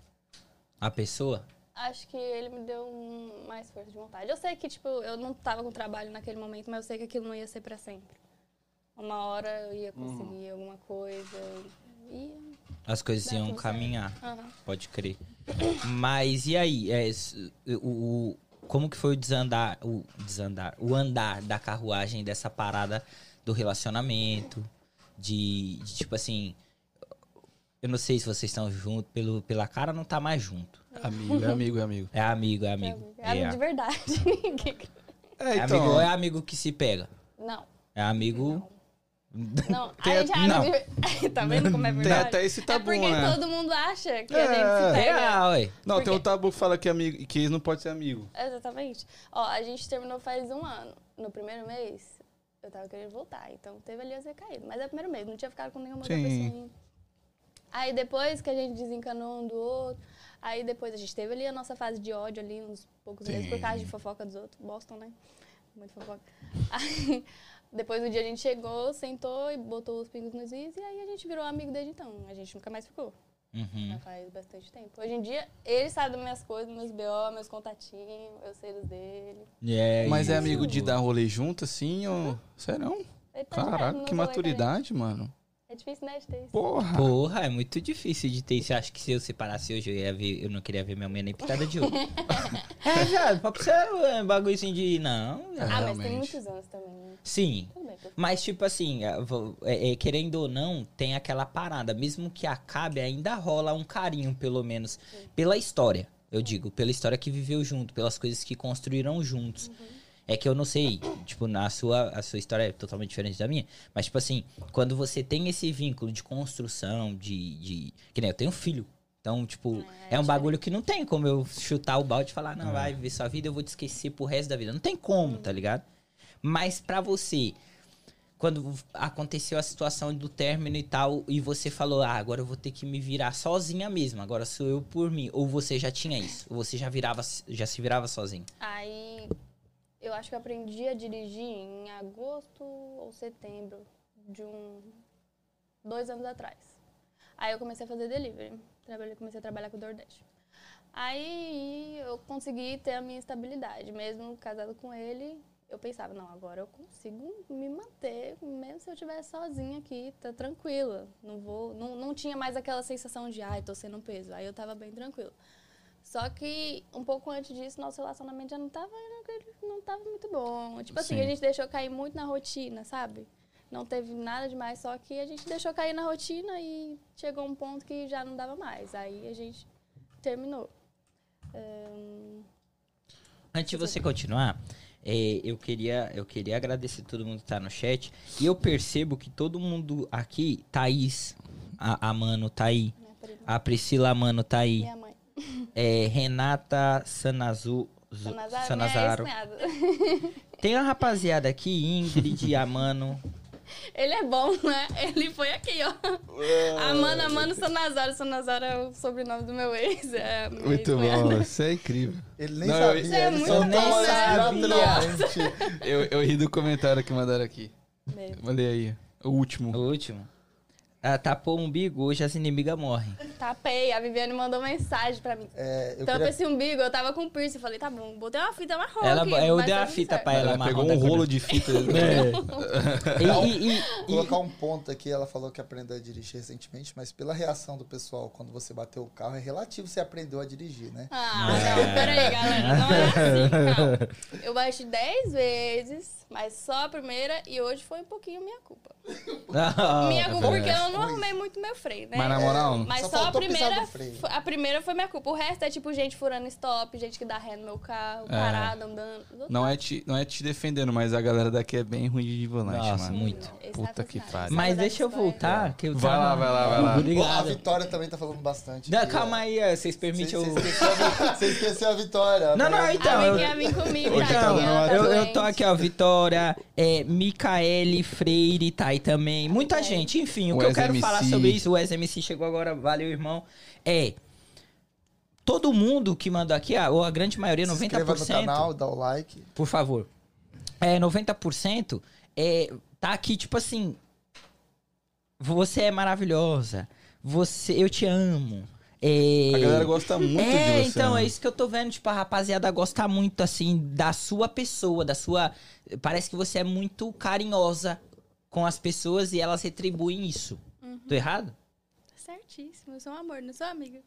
[SPEAKER 2] A pessoa?
[SPEAKER 4] Acho que ele me deu um- mais força de vontade. Eu sei que, tipo, eu não tava com trabalho naquele momento, mas eu sei que aquilo não ia ser pra sempre. Uma hora eu ia
[SPEAKER 1] Uhum.
[SPEAKER 4] conseguir alguma coisa. E...
[SPEAKER 2] As coisas
[SPEAKER 4] Dá
[SPEAKER 2] iam
[SPEAKER 4] tudo certo.
[SPEAKER 2] caminhar.
[SPEAKER 4] Aham.
[SPEAKER 2] Pode crer. Mas e aí? É, s- o, o- como que foi o desandar, o desandar, o andar da carruagem dessa parada do relacionamento? De, de, tipo assim. Eu não sei se vocês estão juntos, pelo, pela cara não tá mais junto.
[SPEAKER 1] Amigo, é amigo, é amigo.
[SPEAKER 2] É amigo, é amigo.
[SPEAKER 4] É amigo de verdade. Ninguém-
[SPEAKER 1] É,
[SPEAKER 2] É amigo ou é amigo que se pega?
[SPEAKER 4] não,
[SPEAKER 2] É amigo.
[SPEAKER 4] não.
[SPEAKER 1] Tem
[SPEAKER 4] a gente é
[SPEAKER 2] não.
[SPEAKER 4] amigo de ver- Tá vendo como é
[SPEAKER 1] Tem
[SPEAKER 4] verdade?
[SPEAKER 1] até esse
[SPEAKER 4] é
[SPEAKER 1] tabu,
[SPEAKER 4] porque
[SPEAKER 1] né?
[SPEAKER 4] todo mundo acha que a
[SPEAKER 1] É,
[SPEAKER 4] gente se pega.
[SPEAKER 2] Real, ué.
[SPEAKER 1] Não,
[SPEAKER 4] Por
[SPEAKER 1] tem
[SPEAKER 4] quê?
[SPEAKER 1] um tabu que fala que, amigo, que eles não podem ser amigo.
[SPEAKER 4] Exatamente. Ó, a gente terminou faz um ano. No primeiro mês, eu tava querendo voltar. Então teve ali as recaídas. Mas é o primeiro mês, não tinha ficado com nenhuma outra
[SPEAKER 1] Sim.
[SPEAKER 4] pessoa ainda. Aí depois que a gente desencanou um do outro, aí depois a gente teve ali a nossa fase de ódio ali, uns poucos meses, por causa de fofoca dos outros. Boston, né? Muito fofoca. Aí, depois do dia a gente chegou, sentou e botou os pingos nos is, e aí a gente virou amigo desde então. A gente nunca mais ficou. Já
[SPEAKER 2] Uhum.
[SPEAKER 4] faz bastante tempo. Hoje em dia, ele sabe das minhas coisas, meus BO, meus contatinhos, eu sei dos dele.
[SPEAKER 2] É
[SPEAKER 1] Mas é
[SPEAKER 2] isso.
[SPEAKER 1] amigo de dar rolê junto, assim, ou... Sério, não?
[SPEAKER 4] Ele tá direto
[SPEAKER 1] Caraca,
[SPEAKER 4] nos
[SPEAKER 1] que
[SPEAKER 4] rolê com a gente.
[SPEAKER 1] maturidade, mano.
[SPEAKER 4] Ele É difícil, né, de ter isso.
[SPEAKER 1] Porra!
[SPEAKER 2] Porra, é muito difícil de ter isso. Eu acho que se eu separasse hoje, eu, ia ver, eu não queria ver minha mãe nem pintada de ouro. é, viado, papo sério, é um bagulho assim de... Não,
[SPEAKER 1] É.
[SPEAKER 2] viado.
[SPEAKER 4] Ah, mas
[SPEAKER 1] Realmente.
[SPEAKER 4] tem muitos anos também. né?
[SPEAKER 2] Sim,
[SPEAKER 4] Tudo bem. tô-
[SPEAKER 2] Mas, tipo assim, é, vo- é, é, querendo ou não, tem aquela parada. Mesmo que acabe, ainda rola um carinho, pelo menos, pela história. Eu digo, pela história que viveu junto, pelas coisas que construíram juntos. É que eu não sei, tipo, na sua, a sua história é totalmente diferente da minha. Mas, tipo assim, quando você tem esse vínculo de construção, de. de que nem eu tenho um filho. Então, tipo, é, um bagulho que não tem como eu chutar o balde e falar, não, vai viver sua vida, eu vou te esquecer pro resto da vida. Não tem como, tá ligado? Mas pra você, quando aconteceu a situação do término e tal, e você falou, ah, agora eu vou ter que me virar sozinha mesmo, agora sou eu por mim. Ou você já tinha isso, ou você já virava, já se virava sozinho.
[SPEAKER 4] Aí eu acho que eu aprendi a dirigir em agosto ou setembro de um dois anos atrás. Aí eu comecei a fazer delivery, trabalhei, comecei a trabalhar com o DoorDash. Aí eu consegui ter a minha estabilidade, mesmo casado com ele, eu pensava, não, agora eu consigo me manter, mesmo se eu estiver sozinha aqui, tá tranquila. Não vou, não, não tinha mais aquela sensação de, ai, tô sendo um peso. Aí eu tava bem tranquila. Só que um pouco antes disso, nosso relacionamento já não tava, não tava muito bom. Tipo assim,
[SPEAKER 2] Sim.
[SPEAKER 4] a gente deixou cair muito na rotina, sabe? Não teve nada demais, só que a gente deixou cair na rotina e chegou um ponto que já não dava mais. Aí a gente terminou. Ahn,
[SPEAKER 2] Antes de você continuar, é, eu, queria, eu queria agradecer todo mundo que tá no chat. E eu percebo que todo mundo aqui, Thaís, a, a Mano tá aí,
[SPEAKER 4] minha prima,
[SPEAKER 2] a Priscila Mano tá aí,
[SPEAKER 4] minha mãe.
[SPEAKER 2] é, Renata Sanazu, Zu-
[SPEAKER 4] Sanazaro,
[SPEAKER 2] Sanazaro.
[SPEAKER 4] minha ex-cunhada.
[SPEAKER 2] Tem uma rapaziada aqui, Ingrid, a Mano.
[SPEAKER 4] Ele é bom, né? Ele foi aqui, ó. Amano, Amano Sanazaro. Sanazaro é o sobrenome do meu ex. É a minha
[SPEAKER 5] Muito
[SPEAKER 4] ex-cunhada.
[SPEAKER 5] bom, isso é incrível.
[SPEAKER 3] Ele nem
[SPEAKER 1] Não, eu-
[SPEAKER 3] sabia.
[SPEAKER 4] Você é
[SPEAKER 3] ele
[SPEAKER 4] muito
[SPEAKER 3] só
[SPEAKER 4] bom,
[SPEAKER 3] tava
[SPEAKER 2] né?
[SPEAKER 3] naturalmente.
[SPEAKER 1] Eu, eu ri do comentário que mandaram aqui.
[SPEAKER 4] Mesmo.
[SPEAKER 1] Mandei aí. O
[SPEAKER 2] O
[SPEAKER 1] último.
[SPEAKER 2] último. Ah, tapou o umbigo, hoje as inimigas morrem.
[SPEAKER 4] Tapei. A Viviane mandou mensagem pra mim.
[SPEAKER 3] É, eu
[SPEAKER 4] Tampa
[SPEAKER 3] queria-
[SPEAKER 4] esse umbigo. Eu tava com piercing. Eu falei, tá bom, botei uma fita marrom
[SPEAKER 2] Ela-
[SPEAKER 4] aqui.
[SPEAKER 2] eu
[SPEAKER 4] mas
[SPEAKER 2] dei
[SPEAKER 4] tá
[SPEAKER 2] uma
[SPEAKER 4] tudo
[SPEAKER 2] fita
[SPEAKER 4] certo.
[SPEAKER 2] pra ela. amarrar
[SPEAKER 1] pegou
[SPEAKER 2] da
[SPEAKER 1] um
[SPEAKER 2] cor-
[SPEAKER 1] rolo de fita.
[SPEAKER 2] E, e- e-
[SPEAKER 3] colocar um ponto aqui, ela falou que aprendeu a dirigir recentemente, mas pela reação do pessoal quando você bateu o carro, é relativo você aprendeu a dirigir, né?
[SPEAKER 4] Ah, não, peraí, galera. Não é assim, não. Eu bati 10 vezes, mas só a primeira. E hoje foi um pouquinho minha culpa.
[SPEAKER 2] Ah,
[SPEAKER 4] minha culpa porque eu não
[SPEAKER 3] Pois.
[SPEAKER 4] arrumei muito meu freio, né?
[SPEAKER 1] Mas na moral,
[SPEAKER 4] Mas
[SPEAKER 3] Só
[SPEAKER 4] só, a
[SPEAKER 3] faltou pisar
[SPEAKER 4] primeira.
[SPEAKER 3] no freio.
[SPEAKER 4] A primeira foi minha culpa. O resto é tipo gente furando stop, gente que dá ré no meu
[SPEAKER 2] É.
[SPEAKER 4] carro, parada, andando.
[SPEAKER 1] não é, te, não é te defendendo, mas a galera daqui é bem ruim de volante,
[SPEAKER 2] Nossa,
[SPEAKER 1] mano.
[SPEAKER 2] muito.
[SPEAKER 4] Esse
[SPEAKER 1] Puta
[SPEAKER 4] tá
[SPEAKER 1] que
[SPEAKER 4] fascinado.
[SPEAKER 1] pariu.
[SPEAKER 2] Mas deixa eu voltar, que eu
[SPEAKER 1] Vai lá, vai lá, vai lá.
[SPEAKER 3] A
[SPEAKER 2] Obrigado.
[SPEAKER 3] Vitória também tá falando bastante.
[SPEAKER 2] Não,
[SPEAKER 3] aqui, ó.
[SPEAKER 2] calma aí, ó, vocês
[SPEAKER 3] Você
[SPEAKER 2] permitem
[SPEAKER 3] você
[SPEAKER 2] eu...
[SPEAKER 3] esqueceu, a- você esqueceu a Vitória.
[SPEAKER 2] Não, não,
[SPEAKER 3] Tá
[SPEAKER 2] então...
[SPEAKER 4] a
[SPEAKER 2] eu-
[SPEAKER 4] amiguinha vem comigo,
[SPEAKER 2] Então,
[SPEAKER 4] tadinha, ela tá
[SPEAKER 2] eu, eu tô
[SPEAKER 4] doente.
[SPEAKER 2] aqui, ó, Vitória, é, Micaele Freire tá aí também, muita gente, enfim, o,
[SPEAKER 1] O
[SPEAKER 2] que eu quero
[SPEAKER 1] SMC.
[SPEAKER 2] falar sobre isso, o SMC chegou agora, valeu, irmão, é, todo mundo que mandou aqui, ah, ou a grande maioria,
[SPEAKER 3] Se inscreva no
[SPEAKER 2] 90%,
[SPEAKER 3] canal, dá o like.
[SPEAKER 2] por favor, é, 90% é, tá aqui, tipo assim, você é maravilhosa, você, eu te amo, é...
[SPEAKER 1] A galera gosta muito de
[SPEAKER 2] É,
[SPEAKER 1] você.
[SPEAKER 2] então,
[SPEAKER 1] né?
[SPEAKER 2] é isso que eu tô vendo. Tipo, a rapaziada gosta muito, assim, da sua pessoa, da sua. Parece que você é muito carinhosa com as pessoas e elas retribuem isso. Tô errado?
[SPEAKER 4] Certíssimo, eu sou um amor, não sou amiga.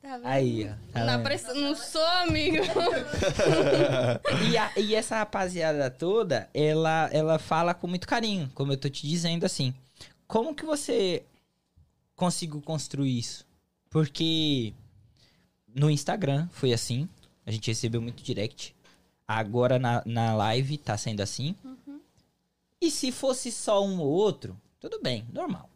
[SPEAKER 4] Tá vendo?
[SPEAKER 2] Aí, ó. tá
[SPEAKER 4] não,
[SPEAKER 2] vendo?
[SPEAKER 4] preci- não sou amiga.
[SPEAKER 2] E, a- e essa rapaziada toda, ela, ela fala com muito carinho, como eu tô te dizendo assim. Como que você conseguiu construir isso? Porque no Instagram foi assim, a gente recebeu muito direct. Agora na, na live tá sendo assim. E se fosse só um ou outro, tudo bem, normal.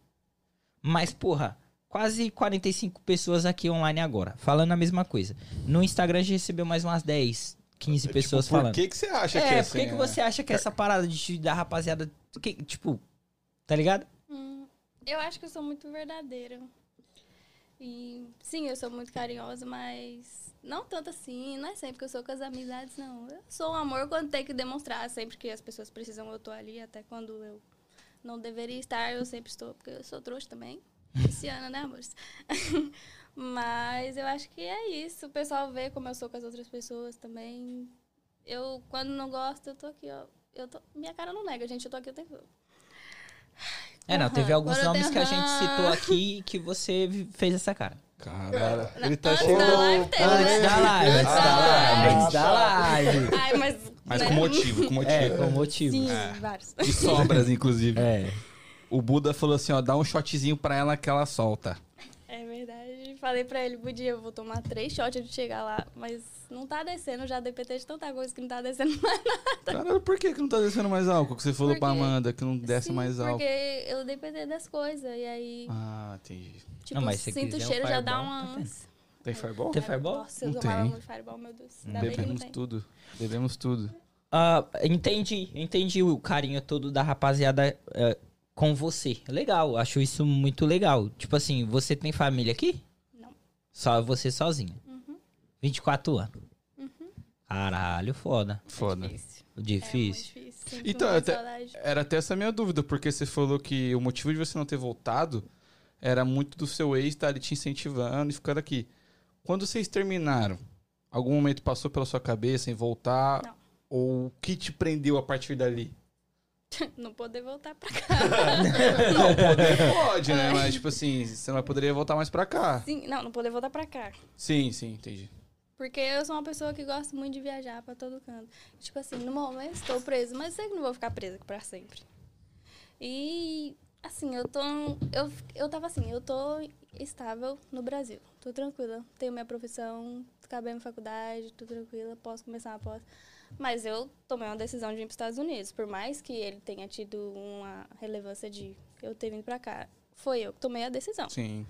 [SPEAKER 2] Mas, porra, quase 45 pessoas aqui online agora, falando a mesma coisa. No Instagram a gente recebeu mais umas 10, 15
[SPEAKER 1] Tipo,
[SPEAKER 2] pessoas
[SPEAKER 1] por
[SPEAKER 2] falando.
[SPEAKER 1] que, que você acha que
[SPEAKER 2] É,
[SPEAKER 1] é
[SPEAKER 2] por que,
[SPEAKER 1] assim,
[SPEAKER 2] que
[SPEAKER 1] né?
[SPEAKER 2] você acha que essa parada de te dar rapaziada. que- tipo, tá ligado?
[SPEAKER 4] Hum, eu acho que eu sou muito verdadeira. E sim, eu sou muito carinhosa, mas não tanto assim, não é sempre que eu sou com as amizades, não. Eu sou um amor quando tem que demonstrar, sempre que as pessoas precisam, eu tô ali, até quando eu não deveria estar, eu sempre estou, porque eu sou trouxa também. Luciana, né, amores? mas eu acho que é isso. O pessoal vê como eu sou com as outras pessoas também. Eu, quando não gosto, eu tô aqui, ó. Eu tô... Minha cara não nega, gente, eu tô aqui o tempo todo.
[SPEAKER 2] É, não,
[SPEAKER 4] Aham.
[SPEAKER 2] teve alguns
[SPEAKER 4] Agora eu
[SPEAKER 2] nomes que a
[SPEAKER 4] tenho-
[SPEAKER 2] gente citou aqui que você vi- fez essa cara.
[SPEAKER 1] Cara,
[SPEAKER 2] Ah,
[SPEAKER 1] ele tá
[SPEAKER 4] Antes
[SPEAKER 1] cheio.
[SPEAKER 4] da live teve,
[SPEAKER 2] Antes da
[SPEAKER 4] né?
[SPEAKER 2] live, antes da live, antes da live.
[SPEAKER 4] Ai, mas.
[SPEAKER 1] Mas
[SPEAKER 4] né?
[SPEAKER 1] com motivo, né? com motivo.
[SPEAKER 2] É, com motivo.
[SPEAKER 4] Sim, vários.
[SPEAKER 1] E sobras, inclusive.
[SPEAKER 2] É.
[SPEAKER 1] O Buda falou assim, ó, dá um shotzinho pra ela que ela solta.
[SPEAKER 4] É verdade. Falei pra ele, Budia, eu vou tomar três shots antes de chegar lá. Mas não tá descendo, eu já dei PT de tanta coisa que não tá descendo mais.
[SPEAKER 1] Cara, por que que não tá descendo mais álcool? Que você falou pra
[SPEAKER 4] Porque-
[SPEAKER 1] Amanda que não desce
[SPEAKER 4] Sim,
[SPEAKER 1] mais álcool.
[SPEAKER 4] Porque eu dei PT das coisas. E aí,
[SPEAKER 1] Ah, entendi.
[SPEAKER 4] tipo,
[SPEAKER 2] Não, mas se
[SPEAKER 4] sinto o
[SPEAKER 2] quiser um
[SPEAKER 4] cheiro, já dá
[SPEAKER 2] fireball,
[SPEAKER 4] uma
[SPEAKER 2] tá
[SPEAKER 4] ânsia.
[SPEAKER 1] Tem fireball?
[SPEAKER 2] Tem fireball?
[SPEAKER 4] Nossa, eu
[SPEAKER 1] Não
[SPEAKER 4] tomava
[SPEAKER 1] tem.
[SPEAKER 4] muito fireball, meu Deus. Ainda bem que não
[SPEAKER 1] Bebemos
[SPEAKER 4] tem.
[SPEAKER 1] tudo. Bebemos tudo.
[SPEAKER 2] Ah, entendi, entendi o carinho todo da rapaziada eh, com você. Legal, acho isso muito legal. Tipo assim, você tem família aqui?
[SPEAKER 4] Não.
[SPEAKER 2] Só você sozinha?
[SPEAKER 1] Uhum.
[SPEAKER 4] Uhum. É
[SPEAKER 2] 24 anos. Caralho, foda.
[SPEAKER 1] Foda.
[SPEAKER 4] Difícil. É muito
[SPEAKER 2] Difícil.
[SPEAKER 4] difícil. Sinto
[SPEAKER 1] Então,
[SPEAKER 4] então,
[SPEAKER 1] eu
[SPEAKER 4] muita
[SPEAKER 1] te-
[SPEAKER 4] saudade.
[SPEAKER 1] Era até essa a minha dúvida, porque você falou que o motivo de você não ter voltado era muito do seu ex estar ali te incentivando e ficando aqui. Quando vocês terminaram, algum momento passou pela sua cabeça em voltar?
[SPEAKER 4] Não.
[SPEAKER 1] Ou o que te prendeu a partir dali?
[SPEAKER 4] Não poder voltar pra cá.
[SPEAKER 1] Não, poder pode, né? Mas, tipo assim, você não poderia voltar mais pra cá.
[SPEAKER 4] Sim, não, não poder voltar pra cá.
[SPEAKER 1] Sim, sim, entendi.
[SPEAKER 4] Porque eu sou uma pessoa que gosta muito de viajar pra todo canto. Tipo assim, no momento estou presa, mas sei que não vou ficar presa aqui pra sempre. E assim, eu tô. Eu, eu tava assim, eu tô estável no Brasil. Tô tranquila. Tenho minha profissão, acabei minha faculdade, tô tranquila, posso começar uma pós. Mas eu tomei uma decisão de ir pros Estados Unidos. Por mais que ele tenha tido uma relevância de eu ter vindo pra cá. Foi eu que tomei a decisão.
[SPEAKER 1] Sim.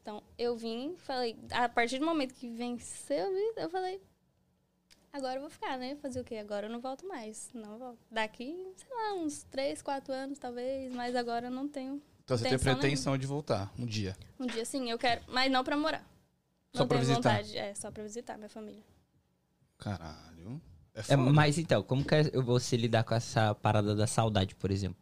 [SPEAKER 4] Então, eu vim, falei, a partir do momento que venceu, a vida, eu falei, agora eu vou ficar, né? Fazer o quê? Agora eu não volto mais, não volto. Daqui, sei lá, uns 3, 4 anos talvez, mas agora eu não tenho.
[SPEAKER 1] Então você tem
[SPEAKER 4] Pretensão
[SPEAKER 1] pretensão de voltar um dia.
[SPEAKER 4] Um dia sim, eu quero, mas não pra morar.
[SPEAKER 1] Só
[SPEAKER 4] não
[SPEAKER 1] pra
[SPEAKER 4] tenho
[SPEAKER 1] visitar.
[SPEAKER 4] vontade, é, só pra visitar minha família.
[SPEAKER 1] Caralho. É
[SPEAKER 2] É,
[SPEAKER 1] foda.
[SPEAKER 2] mas então, como que eu vou se lidar com essa parada da saudade, por exemplo?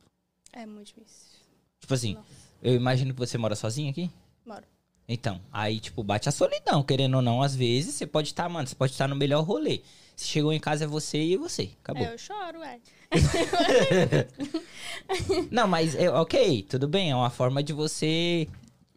[SPEAKER 4] É muito difícil.
[SPEAKER 2] Tipo assim,
[SPEAKER 4] Nossa.
[SPEAKER 2] eu imagino que você mora sozinho aqui?
[SPEAKER 4] Moro.
[SPEAKER 2] Então, aí, tipo, bate a solidão, querendo ou não, às vezes você pode estar, mano, você pode estar no melhor rolê. Se chegou em casa é você e você. Acabou.
[SPEAKER 4] É, eu choro, ué.
[SPEAKER 2] Não, mas é, ok, tudo bem, é uma forma de você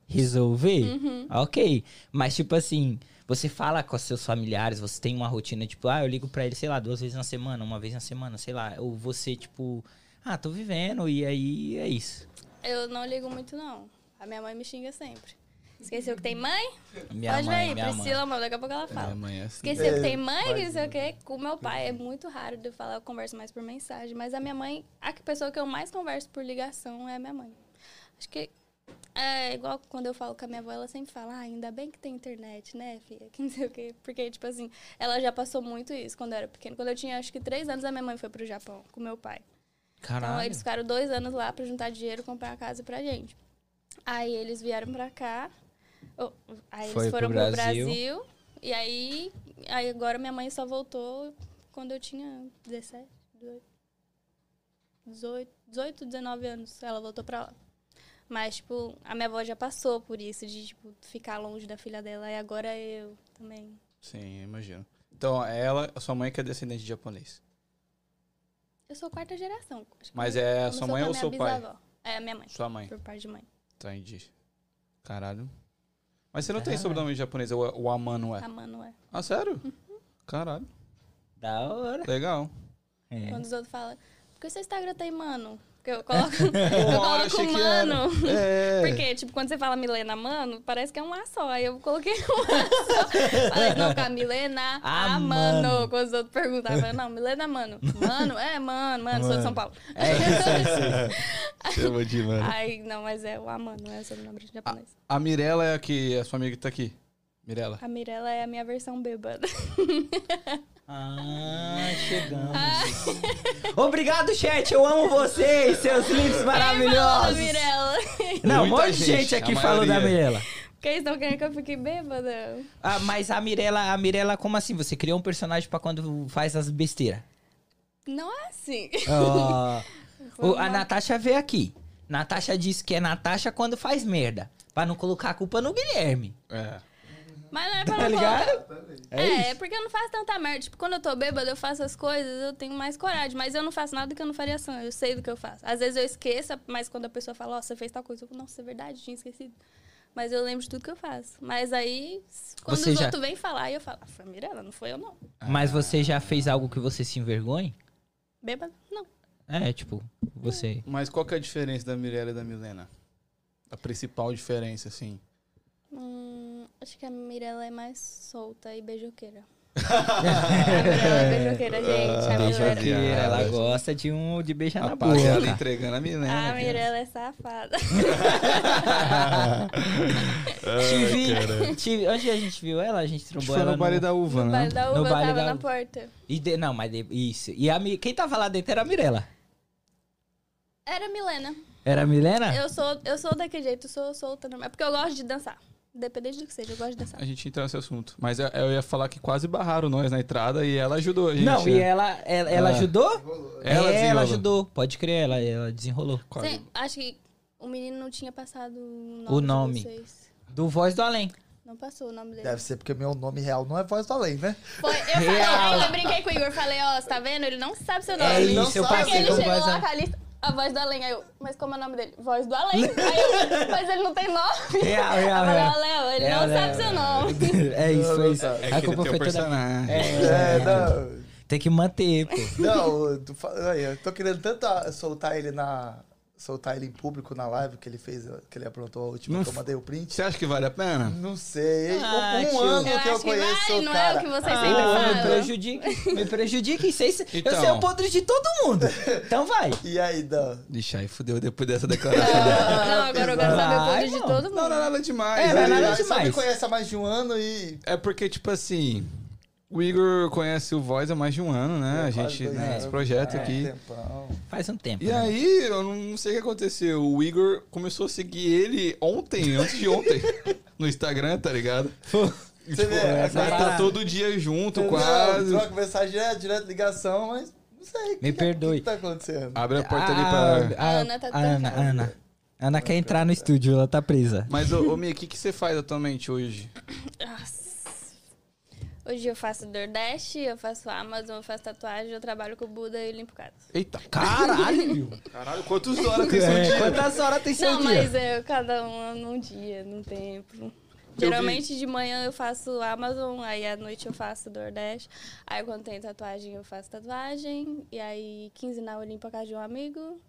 [SPEAKER 2] resolver.
[SPEAKER 4] Uhum.
[SPEAKER 2] Ok. Mas, tipo assim, você fala com os seus familiares, você tem uma rotina, tipo, ah, eu ligo pra ele, sei lá, duas vezes na semana, uma vez na semana, sei lá. Ou você, tipo, ah, tô vivendo, e aí é isso.
[SPEAKER 4] Eu não ligo muito, não. A minha mãe me xinga sempre. Esqueceu que tem mãe?
[SPEAKER 2] Minha
[SPEAKER 4] Pode
[SPEAKER 2] mãe,
[SPEAKER 4] ver aí,
[SPEAKER 2] minha
[SPEAKER 4] Priscila,
[SPEAKER 2] mãe.
[SPEAKER 4] mãe. daqui a pouco ela fala.
[SPEAKER 1] É, mãe, é assim.
[SPEAKER 4] Esqueceu que
[SPEAKER 3] É,
[SPEAKER 4] tem mãe, que
[SPEAKER 3] pode
[SPEAKER 4] não sei o quê. Com meu pai é muito raro de eu falar, eu converso mais por mensagem. Mas a minha mãe, a que- pessoa que eu mais converso por ligação é a minha mãe. Acho que é igual quando eu falo com a minha avó, ela sempre fala, ah, ainda bem que tem internet, né, filha? Que não sei o quê. Porque, tipo assim, ela já passou muito isso quando eu era pequena. Quando eu tinha acho que três anos, a minha mãe foi pro Japão com meu pai. Então
[SPEAKER 2] Caralho.
[SPEAKER 4] eles ficaram dois anos lá pra juntar dinheiro e comprar a casa pra gente. Aí eles vieram pra cá. oh, aí
[SPEAKER 2] Foi
[SPEAKER 4] eles foram
[SPEAKER 2] pro
[SPEAKER 4] pro
[SPEAKER 2] Brasil.
[SPEAKER 4] Brasil. E aí, aí agora minha mãe só voltou quando eu tinha 17, 18, 18, 18, 19 anos. Ela voltou pra lá. Mas, tipo, a minha avó já passou por isso, de, tipo, ficar longe da filha dela. E agora eu também.
[SPEAKER 1] Sim, eu imagino. Então, ela, a sua mãe que é descendente de japonês.
[SPEAKER 4] Eu sou quarta geração. Acho que
[SPEAKER 1] Mas é a
[SPEAKER 4] começou
[SPEAKER 1] sua mãe
[SPEAKER 4] com a
[SPEAKER 1] ou
[SPEAKER 4] minha
[SPEAKER 1] seu pai?
[SPEAKER 4] bisavó. É a minha mãe,
[SPEAKER 1] Sua mãe.
[SPEAKER 4] por parte de mãe.
[SPEAKER 1] Entendi. Caralho. Mas você não tem
[SPEAKER 2] Caralho.
[SPEAKER 1] sobrenome japonês, é o o Amano
[SPEAKER 4] A
[SPEAKER 1] é.
[SPEAKER 4] Manu é.
[SPEAKER 1] Ah, sério? Caralho.
[SPEAKER 2] Da hora.
[SPEAKER 1] Legal.
[SPEAKER 2] É.
[SPEAKER 4] Quando os outros falam, por que seu Instagram tem mano? Porque eu coloco, eu
[SPEAKER 1] Uma hora eu
[SPEAKER 4] coloco
[SPEAKER 1] achei que era.
[SPEAKER 4] mano.
[SPEAKER 1] É.
[SPEAKER 4] Porque, tipo, quando você fala Milena Mano, parece que é um A só. Aí eu coloquei um A só. Falei, não, com a Milena,
[SPEAKER 2] Ah,
[SPEAKER 4] a mano.
[SPEAKER 2] mano.
[SPEAKER 4] Quando os outros perguntavam, eu falei, não, Milena Mano. Mano, é mano, mano, sou de São Paulo.
[SPEAKER 2] É isso, é isso.
[SPEAKER 1] Chama de mano.
[SPEAKER 4] Aí, não, mas é o A Mano, é o sobrenome japonês.
[SPEAKER 1] A Mirella é a que a sua amiga que tá aqui. Mirella.
[SPEAKER 4] A Mirella é a minha versão bêbada.
[SPEAKER 2] Ah, chegamos. Obrigado, chat. Eu amo vocês, seus lindos
[SPEAKER 4] Fala,
[SPEAKER 2] maravilhosos.
[SPEAKER 4] Mirella.
[SPEAKER 2] Não, um
[SPEAKER 1] Muita
[SPEAKER 2] monte de gente,
[SPEAKER 1] gente,
[SPEAKER 2] aqui
[SPEAKER 1] a
[SPEAKER 2] falou da
[SPEAKER 1] maioria.
[SPEAKER 2] Mirella.
[SPEAKER 4] Por que eles estão querendo que eu fique bêbada?
[SPEAKER 2] Ah, mas a Mirella, a Mirella, como assim? Você criou um personagem pra quando faz as besteiras.
[SPEAKER 4] Não é assim.
[SPEAKER 2] Ah, o- a
[SPEAKER 4] Vamos lá.
[SPEAKER 2] Natasha veio aqui. Natasha disse que é Natasha quando faz merda. Pra não colocar a culpa no Guilherme.
[SPEAKER 1] É.
[SPEAKER 4] Mas não é pra
[SPEAKER 2] Tá
[SPEAKER 4] não colocar.
[SPEAKER 2] ligado?
[SPEAKER 4] É, é porque eu não faço tanta merda. Tipo, quando eu tô bêbada, eu faço as coisas, eu tenho mais coragem. Mas eu não faço nada que eu não faria ação. Eu sei do que eu faço. Às vezes eu esqueço, mas quando a pessoa fala, ó, você fez tal coisa, eu falo, nossa, é verdade, tinha esquecido. Mas eu lembro de tudo que eu faço. Mas aí, quando
[SPEAKER 2] Você
[SPEAKER 4] os
[SPEAKER 2] já-
[SPEAKER 4] outros vêm falar, aí eu falo, ah, foi a Mirella, não foi eu, não.
[SPEAKER 2] Mas você já fez algo que você se envergonhe?
[SPEAKER 4] Bêbada, não.
[SPEAKER 2] É, tipo, você.
[SPEAKER 1] Mas qual que é a diferença da Mirella e da Milena? A principal diferença, assim.
[SPEAKER 4] Hum, acho que a Mirella é mais solta e beijoqueira. a Mirella é beijoqueira, gente. A Mirella,
[SPEAKER 2] Ah, Beijoqueira, ela
[SPEAKER 1] Rapaziada.
[SPEAKER 2] gosta de um de beijar na
[SPEAKER 1] Rapaziada,
[SPEAKER 2] boca.
[SPEAKER 1] entregando a Milena.
[SPEAKER 4] a
[SPEAKER 1] cara.
[SPEAKER 4] Mirella é safada.
[SPEAKER 2] Te vi, te vi- Onde a gente viu ela? A gente
[SPEAKER 1] A gente
[SPEAKER 2] trombou
[SPEAKER 1] foi
[SPEAKER 2] ela.
[SPEAKER 1] no
[SPEAKER 2] no-
[SPEAKER 1] baile da uva,
[SPEAKER 4] No
[SPEAKER 1] né?
[SPEAKER 4] baile da
[SPEAKER 2] No
[SPEAKER 4] uva, eu
[SPEAKER 2] baile
[SPEAKER 4] tava
[SPEAKER 2] da
[SPEAKER 4] na
[SPEAKER 2] uva.
[SPEAKER 4] porta.
[SPEAKER 2] E de- Não, mas de- isso. E a Mi- quem tava lá dentro era a Mirella.
[SPEAKER 4] Era a Milena.
[SPEAKER 2] Era a Milena?
[SPEAKER 4] Eu sou, eu sou daquele jeito, eu sou solta normal. É porque eu gosto de dançar. Independente do que seja, eu gosto de dançar.
[SPEAKER 1] A gente entrou nesse assunto. Mas eu- eu ia falar que quase barraram nós na entrada e ela ajudou a gente.
[SPEAKER 2] Não, e
[SPEAKER 1] né?
[SPEAKER 2] ela, ela, ela
[SPEAKER 1] Ah.
[SPEAKER 2] ajudou?
[SPEAKER 1] Ela
[SPEAKER 2] é, ela
[SPEAKER 1] desenrolou.
[SPEAKER 2] ajudou. Pode crer, ela, ela desenrolou.
[SPEAKER 1] Quase.
[SPEAKER 4] Sim, acho que o menino não tinha passado o nome.
[SPEAKER 2] O
[SPEAKER 4] de
[SPEAKER 2] nome.
[SPEAKER 4] vocês.
[SPEAKER 2] Do Voz do Além.
[SPEAKER 4] Não passou o nome dele.
[SPEAKER 3] Deve ser porque meu nome real não é Voz do Além, né?
[SPEAKER 4] Foi, eu falei,
[SPEAKER 2] Real.
[SPEAKER 4] ainda brinquei com o Igor, falei, ó, você tá vendo? Ele não sabe seu nome.
[SPEAKER 2] É
[SPEAKER 3] não
[SPEAKER 2] isso, eu
[SPEAKER 3] sabe.
[SPEAKER 4] Porque
[SPEAKER 2] passei
[SPEAKER 4] ele
[SPEAKER 2] do
[SPEAKER 4] chegou
[SPEAKER 2] Voz do
[SPEAKER 4] lá
[SPEAKER 2] Além.
[SPEAKER 4] com a lista, a voz do além. Aí eu, mas como é o nome dele? Voz do além. Aí eu, mas ele não tem nome.
[SPEAKER 2] Real, real,
[SPEAKER 4] eu falei, ó,
[SPEAKER 2] real.
[SPEAKER 4] Léo, ele
[SPEAKER 2] Real,
[SPEAKER 4] não
[SPEAKER 2] real,
[SPEAKER 4] sabe seu
[SPEAKER 2] real.
[SPEAKER 4] nome.
[SPEAKER 2] É isso, é isso.
[SPEAKER 1] É
[SPEAKER 2] a
[SPEAKER 1] que ele
[SPEAKER 2] culpa
[SPEAKER 1] tem o
[SPEAKER 2] foi toda.
[SPEAKER 1] personagem.
[SPEAKER 3] É, não.
[SPEAKER 2] Tem que manter, pô.
[SPEAKER 3] Não, eu tô, fa- olha, eu tô querendo tanto a- soltar ele na. soltar ele em público na live que ele fez, que ele aprontou a última
[SPEAKER 1] Não
[SPEAKER 3] que eu
[SPEAKER 1] f-
[SPEAKER 3] mandei o print.
[SPEAKER 1] Você acha que vale a pena?
[SPEAKER 3] Não sei.
[SPEAKER 2] Ah,
[SPEAKER 3] um
[SPEAKER 2] tio.
[SPEAKER 3] ano
[SPEAKER 4] Eu
[SPEAKER 3] que eu
[SPEAKER 4] acho que
[SPEAKER 3] conheço
[SPEAKER 4] vale,
[SPEAKER 3] o
[SPEAKER 4] não é
[SPEAKER 3] cara.
[SPEAKER 4] o que vocês
[SPEAKER 2] Ah,
[SPEAKER 4] sempre
[SPEAKER 2] me
[SPEAKER 4] falam.
[SPEAKER 2] prejudique, me prejudique. Sei, se- eu
[SPEAKER 1] Então.
[SPEAKER 2] sei o podre de todo mundo. Então vai.
[SPEAKER 3] E aí, Dan?
[SPEAKER 1] Deixa aí, fudeu depois dessa declaração.
[SPEAKER 4] Não, agora eu quero saber o
[SPEAKER 2] Vai,
[SPEAKER 4] ponto de
[SPEAKER 2] não.
[SPEAKER 4] todo mundo.
[SPEAKER 1] É. não, não é nada demais.
[SPEAKER 2] É, não é
[SPEAKER 1] né?
[SPEAKER 2] nada
[SPEAKER 3] Ele só me
[SPEAKER 2] demais.
[SPEAKER 3] conhece há mais de um ano e.
[SPEAKER 1] É porque, tipo assim, o Igor conhece o Voz há mais de um ano, né? a
[SPEAKER 3] É, Quase
[SPEAKER 1] gente,
[SPEAKER 3] dois
[SPEAKER 1] né,
[SPEAKER 3] anos.
[SPEAKER 1] esse projeto
[SPEAKER 3] É,
[SPEAKER 1] aqui.
[SPEAKER 3] tempão.
[SPEAKER 2] Faz um tempo.
[SPEAKER 1] E
[SPEAKER 2] né?
[SPEAKER 1] aí, eu não sei o que aconteceu. O Igor começou a seguir ele ontem, antes de ontem, no Instagram, tá ligado? E,
[SPEAKER 3] Você
[SPEAKER 1] tipo,
[SPEAKER 3] vê,
[SPEAKER 1] é,
[SPEAKER 3] essa
[SPEAKER 1] tá
[SPEAKER 2] parada.
[SPEAKER 1] todo dia junto,
[SPEAKER 3] Entendeu?
[SPEAKER 1] quase.
[SPEAKER 3] Troca mensagem direto, direto, ligação, mas não sei. o
[SPEAKER 2] Me
[SPEAKER 3] que-
[SPEAKER 2] perdoe.
[SPEAKER 3] O que tá acontecendo?
[SPEAKER 1] Abre a porta
[SPEAKER 2] Ah,
[SPEAKER 1] ali pra.
[SPEAKER 2] a-
[SPEAKER 4] Ana tá
[SPEAKER 2] a Ana,
[SPEAKER 4] trancada.
[SPEAKER 2] Ana. Ana quer entrar no estúdio, ela tá presa.
[SPEAKER 1] Mas, ô, ô Mi, o que, que você faz atualmente hoje?
[SPEAKER 4] Nossa. Hoje eu faço Nordeste, eu faço Amazon, eu faço tatuagem, eu trabalho com o Buda e limpo casa.
[SPEAKER 1] Eita,
[SPEAKER 2] Caralho!
[SPEAKER 1] caralho, quantas horas tem seu
[SPEAKER 2] É,
[SPEAKER 1] dia?
[SPEAKER 2] quantas horas tem seu
[SPEAKER 4] não,
[SPEAKER 2] dia?
[SPEAKER 4] mas eu, cada um num dia, num tempo. Geralmente de manhã eu faço Amazon, aí à noite eu faço Nordeste. Aí quando tem tatuagem eu faço tatuagem. E aí quinzenal eu limpo a casa de um amigo.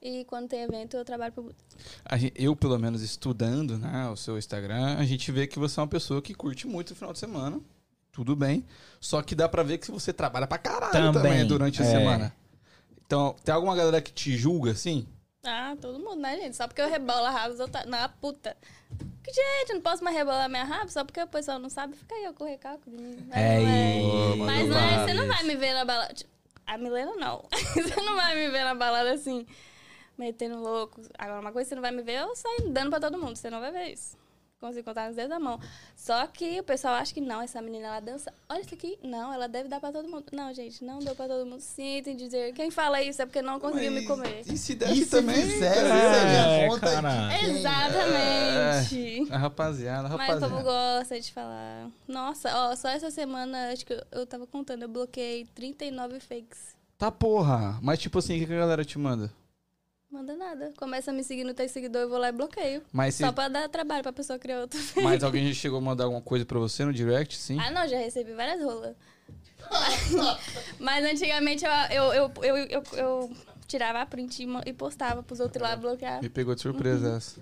[SPEAKER 4] E quando tem evento eu trabalho pro Buda.
[SPEAKER 1] A gen- eu, pelo menos, estudando né, o seu Instagram, a gente vê que você é uma pessoa que curte muito o final de semana. Tudo bem. Só que dá pra ver que você trabalha pra caralho também,
[SPEAKER 2] Também,
[SPEAKER 1] durante a
[SPEAKER 2] é.
[SPEAKER 1] semana. Então, tem alguma galera que te julga, assim?
[SPEAKER 4] Ah, todo mundo, né, gente? Só porque eu rebolo a rabo, eu tá na puta. Que, Gente, eu não posso mais rebolar minha rabo só porque o pessoal não sabe. Fica aí eu com o recalque de mim. Mas
[SPEAKER 2] É
[SPEAKER 4] não é-
[SPEAKER 2] isso.
[SPEAKER 4] Mas não
[SPEAKER 1] Vale.
[SPEAKER 4] é, você não vai me ver na balada. tipo, A Milena não. você não vai me ver na balada assim, metendo louco. Agora, uma coisa que você não vai me ver é eu saindo dando pra todo mundo. Você não vai ver isso. Consigo contar nos dedos da mão. Só que o pessoal acha que não, essa menina ela dança. Olha isso aqui. Não, ela deve dar pra todo mundo. Não, gente, não deu pra todo mundo. Sinto em dizer. Quem fala isso é porque não conseguiu me
[SPEAKER 1] Mas
[SPEAKER 4] comer.
[SPEAKER 1] E se
[SPEAKER 3] E
[SPEAKER 1] desse
[SPEAKER 3] se
[SPEAKER 1] também? né?
[SPEAKER 3] fizer,
[SPEAKER 1] cara?
[SPEAKER 3] você
[SPEAKER 2] É,
[SPEAKER 3] vê a conta
[SPEAKER 2] cara.
[SPEAKER 3] de quem?
[SPEAKER 4] Exatamente.
[SPEAKER 1] A rapaziada, a
[SPEAKER 4] Mas o
[SPEAKER 1] É. rapaziada.
[SPEAKER 4] povo gosta de falar. Nossa, ó, só essa semana, acho que eu, eu tava contando, eu bloqueei 39 fakes.
[SPEAKER 1] Tá porra. Mas, tipo assim, o que que a galera te manda?
[SPEAKER 4] Manda nada. Começa a me seguir, não tem seguidor, eu vou lá e bloqueio.
[SPEAKER 1] Mas, se-
[SPEAKER 4] Só pra dar trabalho pra pessoa criar outro.
[SPEAKER 1] mas alguém já chegou a mandar alguma coisa pra você no direct, sim?
[SPEAKER 4] Ah, não, já recebi várias rolas. Mas antigamente eu, eu, eu, eu, eu, eu tirava a print e ma- e postava pros outros lá bloquear.
[SPEAKER 1] Me pegou de surpresa
[SPEAKER 4] uhum.
[SPEAKER 1] essa.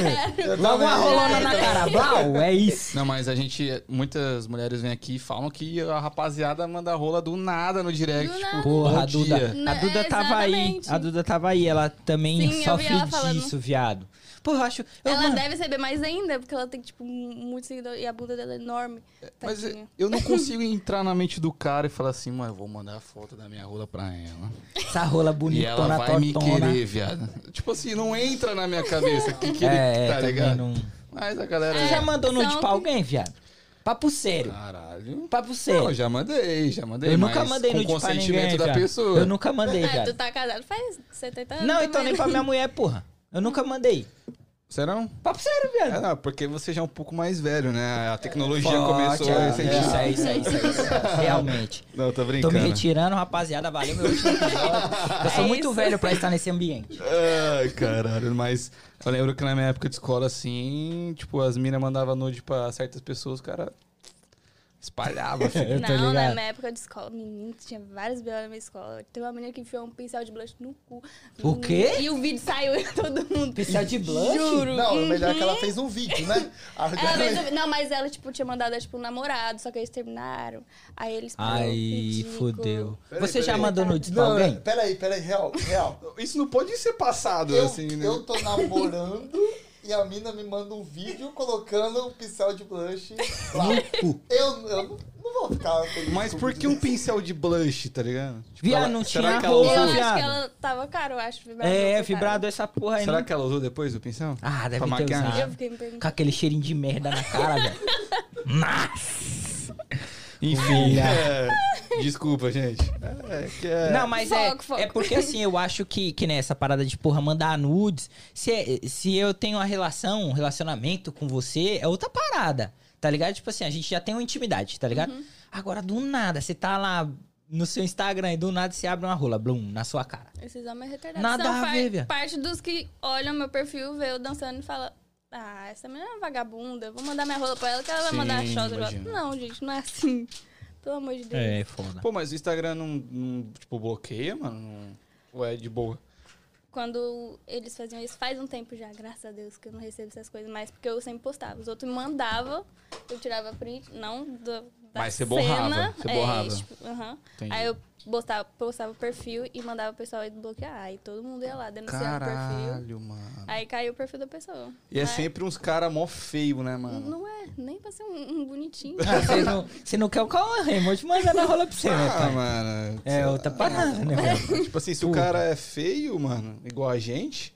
[SPEAKER 3] Eu
[SPEAKER 2] Logo uma
[SPEAKER 3] também-
[SPEAKER 2] rolona na cara. Blau, é isso.
[SPEAKER 1] Não, mas a gente. Muitas mulheres vêm aqui e falam que a rapaziada manda rola do nada no direct.
[SPEAKER 4] Do
[SPEAKER 1] tipo,
[SPEAKER 4] nada.
[SPEAKER 2] Porra,
[SPEAKER 1] bom
[SPEAKER 2] a
[SPEAKER 1] dia.
[SPEAKER 2] Duda. A
[SPEAKER 4] Né,
[SPEAKER 2] Duda tava aí.
[SPEAKER 4] exatamente.
[SPEAKER 2] A Duda tava aí. Ela também
[SPEAKER 4] Sim, eu
[SPEAKER 2] sofre
[SPEAKER 4] vi ela falando.
[SPEAKER 2] disso, viado. Porra, eu acho. Eu,
[SPEAKER 4] Ela
[SPEAKER 2] mano,
[SPEAKER 4] deve receber mais ainda, porque ela tem, tipo, mu- muito seguidor e a bunda dela é enorme.
[SPEAKER 2] é-
[SPEAKER 1] Mas
[SPEAKER 4] Tadinha.
[SPEAKER 1] eu não consigo entrar na mente do cara e falar assim, mano, eu vou mandar a foto da minha rola pra ela.
[SPEAKER 2] Essa rola
[SPEAKER 1] E ela
[SPEAKER 2] bonitona,
[SPEAKER 1] vai me
[SPEAKER 2] tortona.
[SPEAKER 1] querer, viado. Tipo assim, não entra na minha cabeça que, que ele
[SPEAKER 2] É,
[SPEAKER 1] tá
[SPEAKER 2] também
[SPEAKER 1] ligado.
[SPEAKER 2] não.
[SPEAKER 1] Mas a galera.
[SPEAKER 4] É.
[SPEAKER 2] Você já mandou nude
[SPEAKER 4] são-
[SPEAKER 2] pra alguém, viado? Papo sério.
[SPEAKER 1] Caralho.
[SPEAKER 2] Papo sério.
[SPEAKER 1] Não, já mandei, já mandei.
[SPEAKER 2] eu nunca
[SPEAKER 1] Né, mas
[SPEAKER 2] mandei
[SPEAKER 1] com
[SPEAKER 2] nude pra
[SPEAKER 1] consentimento
[SPEAKER 2] ninguém,
[SPEAKER 1] da
[SPEAKER 2] viado.
[SPEAKER 1] pessoa.
[SPEAKER 2] Eu nunca mandei,
[SPEAKER 4] É, tu
[SPEAKER 2] viado.
[SPEAKER 4] tá casado faz 70 anos.
[SPEAKER 2] Não, então
[SPEAKER 4] também,
[SPEAKER 2] nem
[SPEAKER 4] né?
[SPEAKER 2] pra minha mulher, porra. Eu nunca mandei.
[SPEAKER 1] Você não?
[SPEAKER 2] Papo sério, viado.
[SPEAKER 1] É, não, porque você já é um pouco mais velho, né? A tecnologia
[SPEAKER 2] Forte,
[SPEAKER 1] começou
[SPEAKER 2] é,
[SPEAKER 1] recentemente.
[SPEAKER 2] Isso aí, isso aí, isso aí, isso aí. Realmente.
[SPEAKER 1] Não, tô
[SPEAKER 2] Tô
[SPEAKER 1] brincando.
[SPEAKER 2] me retirando, rapaziada. Valeu, meu último episódio. Eu sou
[SPEAKER 4] É
[SPEAKER 2] muito
[SPEAKER 4] isso.
[SPEAKER 2] velho pra estar nesse ambiente.
[SPEAKER 1] Ai, caralho, mas eu lembro que na minha época de escola, assim, tipo, as minas mandavam nude pra certas pessoas, o cara espalhava, assim. filho.
[SPEAKER 2] Eu tô
[SPEAKER 4] não, é na
[SPEAKER 2] ligado.
[SPEAKER 4] minha época de escola, menino, tinha vários B.O. na minha escola. Teve uma menina que enfiou um pincel de blush no cu.
[SPEAKER 2] O quê?
[SPEAKER 4] E o vídeo saiu e todo mundo.
[SPEAKER 2] Pincel é de blush?
[SPEAKER 4] Juro.
[SPEAKER 3] Não, o melhor é que ela
[SPEAKER 4] Uhum.
[SPEAKER 3] fez um vídeo, né? A
[SPEAKER 4] Ela
[SPEAKER 3] galera-
[SPEAKER 4] fez- um Não, mas ela, tipo, tinha mandado, tipo, um namorado, só que eles terminaram. Aí eles
[SPEAKER 2] Ai,
[SPEAKER 4] ridículo.
[SPEAKER 2] fodeu.
[SPEAKER 1] Peraí,
[SPEAKER 2] Você já
[SPEAKER 1] peraí.
[SPEAKER 2] mandou nudes pra
[SPEAKER 3] Não,
[SPEAKER 2] alguém?
[SPEAKER 3] peraí, peraí, real, real.
[SPEAKER 1] Isso não pode ser passado,
[SPEAKER 3] Eu,
[SPEAKER 1] assim, né?
[SPEAKER 3] eu tô namorando e a mina me manda um vídeo colocando um pincel de blush lá.
[SPEAKER 2] Hum.
[SPEAKER 3] Eu, eu não, não vou ficar feliz
[SPEAKER 1] Tipo, Mas
[SPEAKER 3] com
[SPEAKER 1] por
[SPEAKER 3] isso.
[SPEAKER 1] que um pincel de blush, tá ligado? Tipo,
[SPEAKER 2] Viado,
[SPEAKER 1] ela-
[SPEAKER 2] não
[SPEAKER 1] será
[SPEAKER 2] tinha
[SPEAKER 1] que
[SPEAKER 4] Eu
[SPEAKER 1] ela,
[SPEAKER 2] roupa.
[SPEAKER 1] usou-
[SPEAKER 4] acho
[SPEAKER 2] viado.
[SPEAKER 4] que ela tava caro, eu acho, vibrador.
[SPEAKER 2] É,
[SPEAKER 4] foi
[SPEAKER 2] vibrador essa porra aí.
[SPEAKER 1] será
[SPEAKER 2] não-
[SPEAKER 1] que ela usou depois o pincel?
[SPEAKER 2] Ah, deve
[SPEAKER 1] Pra
[SPEAKER 2] ter
[SPEAKER 1] maquiagem.
[SPEAKER 4] caro. Eu
[SPEAKER 2] usado.
[SPEAKER 4] fiquei me
[SPEAKER 2] Com
[SPEAKER 4] perguntando.
[SPEAKER 2] aquele cheirinho de merda na cara, velho.
[SPEAKER 1] Enfim, é, desculpa, gente. É, que é-
[SPEAKER 2] Não, mas é,
[SPEAKER 4] Foco, foco.
[SPEAKER 2] é porque assim, eu acho que, que nessa parada de porra, mandar nudes, se, é- se eu tenho uma relação, um relacionamento com você, é outra parada, tá ligado? Tipo assim, a gente já tem uma intimidade, tá ligado? Agora, do nada, você tá lá no seu Instagram e do nada você abre uma rola, blum, na sua cara.
[SPEAKER 4] Esses homens retardados.
[SPEAKER 2] Nada
[SPEAKER 4] São
[SPEAKER 2] a
[SPEAKER 4] par-
[SPEAKER 2] ver, viado.
[SPEAKER 4] Parte dos que olham meu perfil, vê eu dançando e fala Ah, essa menina é uma vagabunda, vou mandar minha rola pra ela que ela vai
[SPEAKER 1] Sim,
[SPEAKER 4] mandar a shot.
[SPEAKER 1] imagino.
[SPEAKER 4] Não, gente, não é assim. Pelo amor de Deus.
[SPEAKER 2] É, foda.
[SPEAKER 1] Pô, mas o Instagram não, não, tipo, bloqueia, mano? Não- Ou é de boa?
[SPEAKER 4] Quando eles faziam isso, faz um tempo já, graças a Deus, que eu não recebo essas coisas mais, porque eu sempre postava. Os outros me mandavam, eu tirava print, não do, da
[SPEAKER 1] Mas você
[SPEAKER 4] cena.
[SPEAKER 1] borrava, você borrava.
[SPEAKER 4] tipo, aham.
[SPEAKER 1] Entendi.
[SPEAKER 4] Aí eu postava, postava o perfil e mandava o pessoal ir bloquear. Aí todo mundo ia lá, denunciava o perfil.
[SPEAKER 1] Caralho, mano.
[SPEAKER 4] Aí caiu o perfil da pessoa.
[SPEAKER 1] E é
[SPEAKER 4] Aí-
[SPEAKER 1] sempre uns caras mó feio, né, mano?
[SPEAKER 4] Não é, nem pra ser um, um bonitinho.
[SPEAKER 2] Ah, você não, você não quer o calma, vou te mandar na rola pra você, né,
[SPEAKER 1] Ah,
[SPEAKER 2] pai?
[SPEAKER 1] mano. sei
[SPEAKER 2] É
[SPEAKER 1] lá.
[SPEAKER 2] outra parada, né, velho?
[SPEAKER 1] Tipo assim, se o
[SPEAKER 2] Porra.
[SPEAKER 1] cara é feio, mano, igual a gente,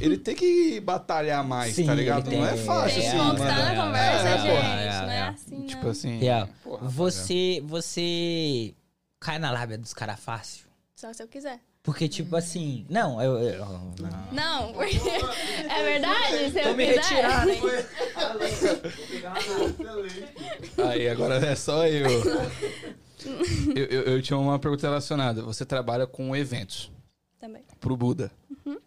[SPEAKER 1] ele tem que batalhar mais,
[SPEAKER 2] Sim,
[SPEAKER 1] tá
[SPEAKER 2] ele
[SPEAKER 1] ligado?
[SPEAKER 2] tem-
[SPEAKER 1] Não é fácil,
[SPEAKER 4] Tem
[SPEAKER 1] assim,
[SPEAKER 4] que conquistar
[SPEAKER 1] mano.
[SPEAKER 4] na conversa,
[SPEAKER 1] É,
[SPEAKER 4] gente.
[SPEAKER 1] porra.
[SPEAKER 4] não
[SPEAKER 2] é,
[SPEAKER 4] é
[SPEAKER 2] é.
[SPEAKER 4] assim, não.
[SPEAKER 1] Tipo assim.
[SPEAKER 2] Real.
[SPEAKER 1] porra,
[SPEAKER 2] Você, você cai na lábia dos caras fácil.
[SPEAKER 4] Só se eu quiser.
[SPEAKER 2] Porque, tipo assim. Não, eu. eu- eu- não.
[SPEAKER 4] Não, porque... é verdade? Se eu
[SPEAKER 2] Vou me
[SPEAKER 4] quiser.
[SPEAKER 2] retirar, né? hein?
[SPEAKER 3] Ah,
[SPEAKER 1] rapaziada. Aí, agora é só eu. eu, eu. eu tinha uma pergunta relacionada. Você trabalha com eventos
[SPEAKER 4] Também.
[SPEAKER 1] pro Buda.
[SPEAKER 4] Uhum.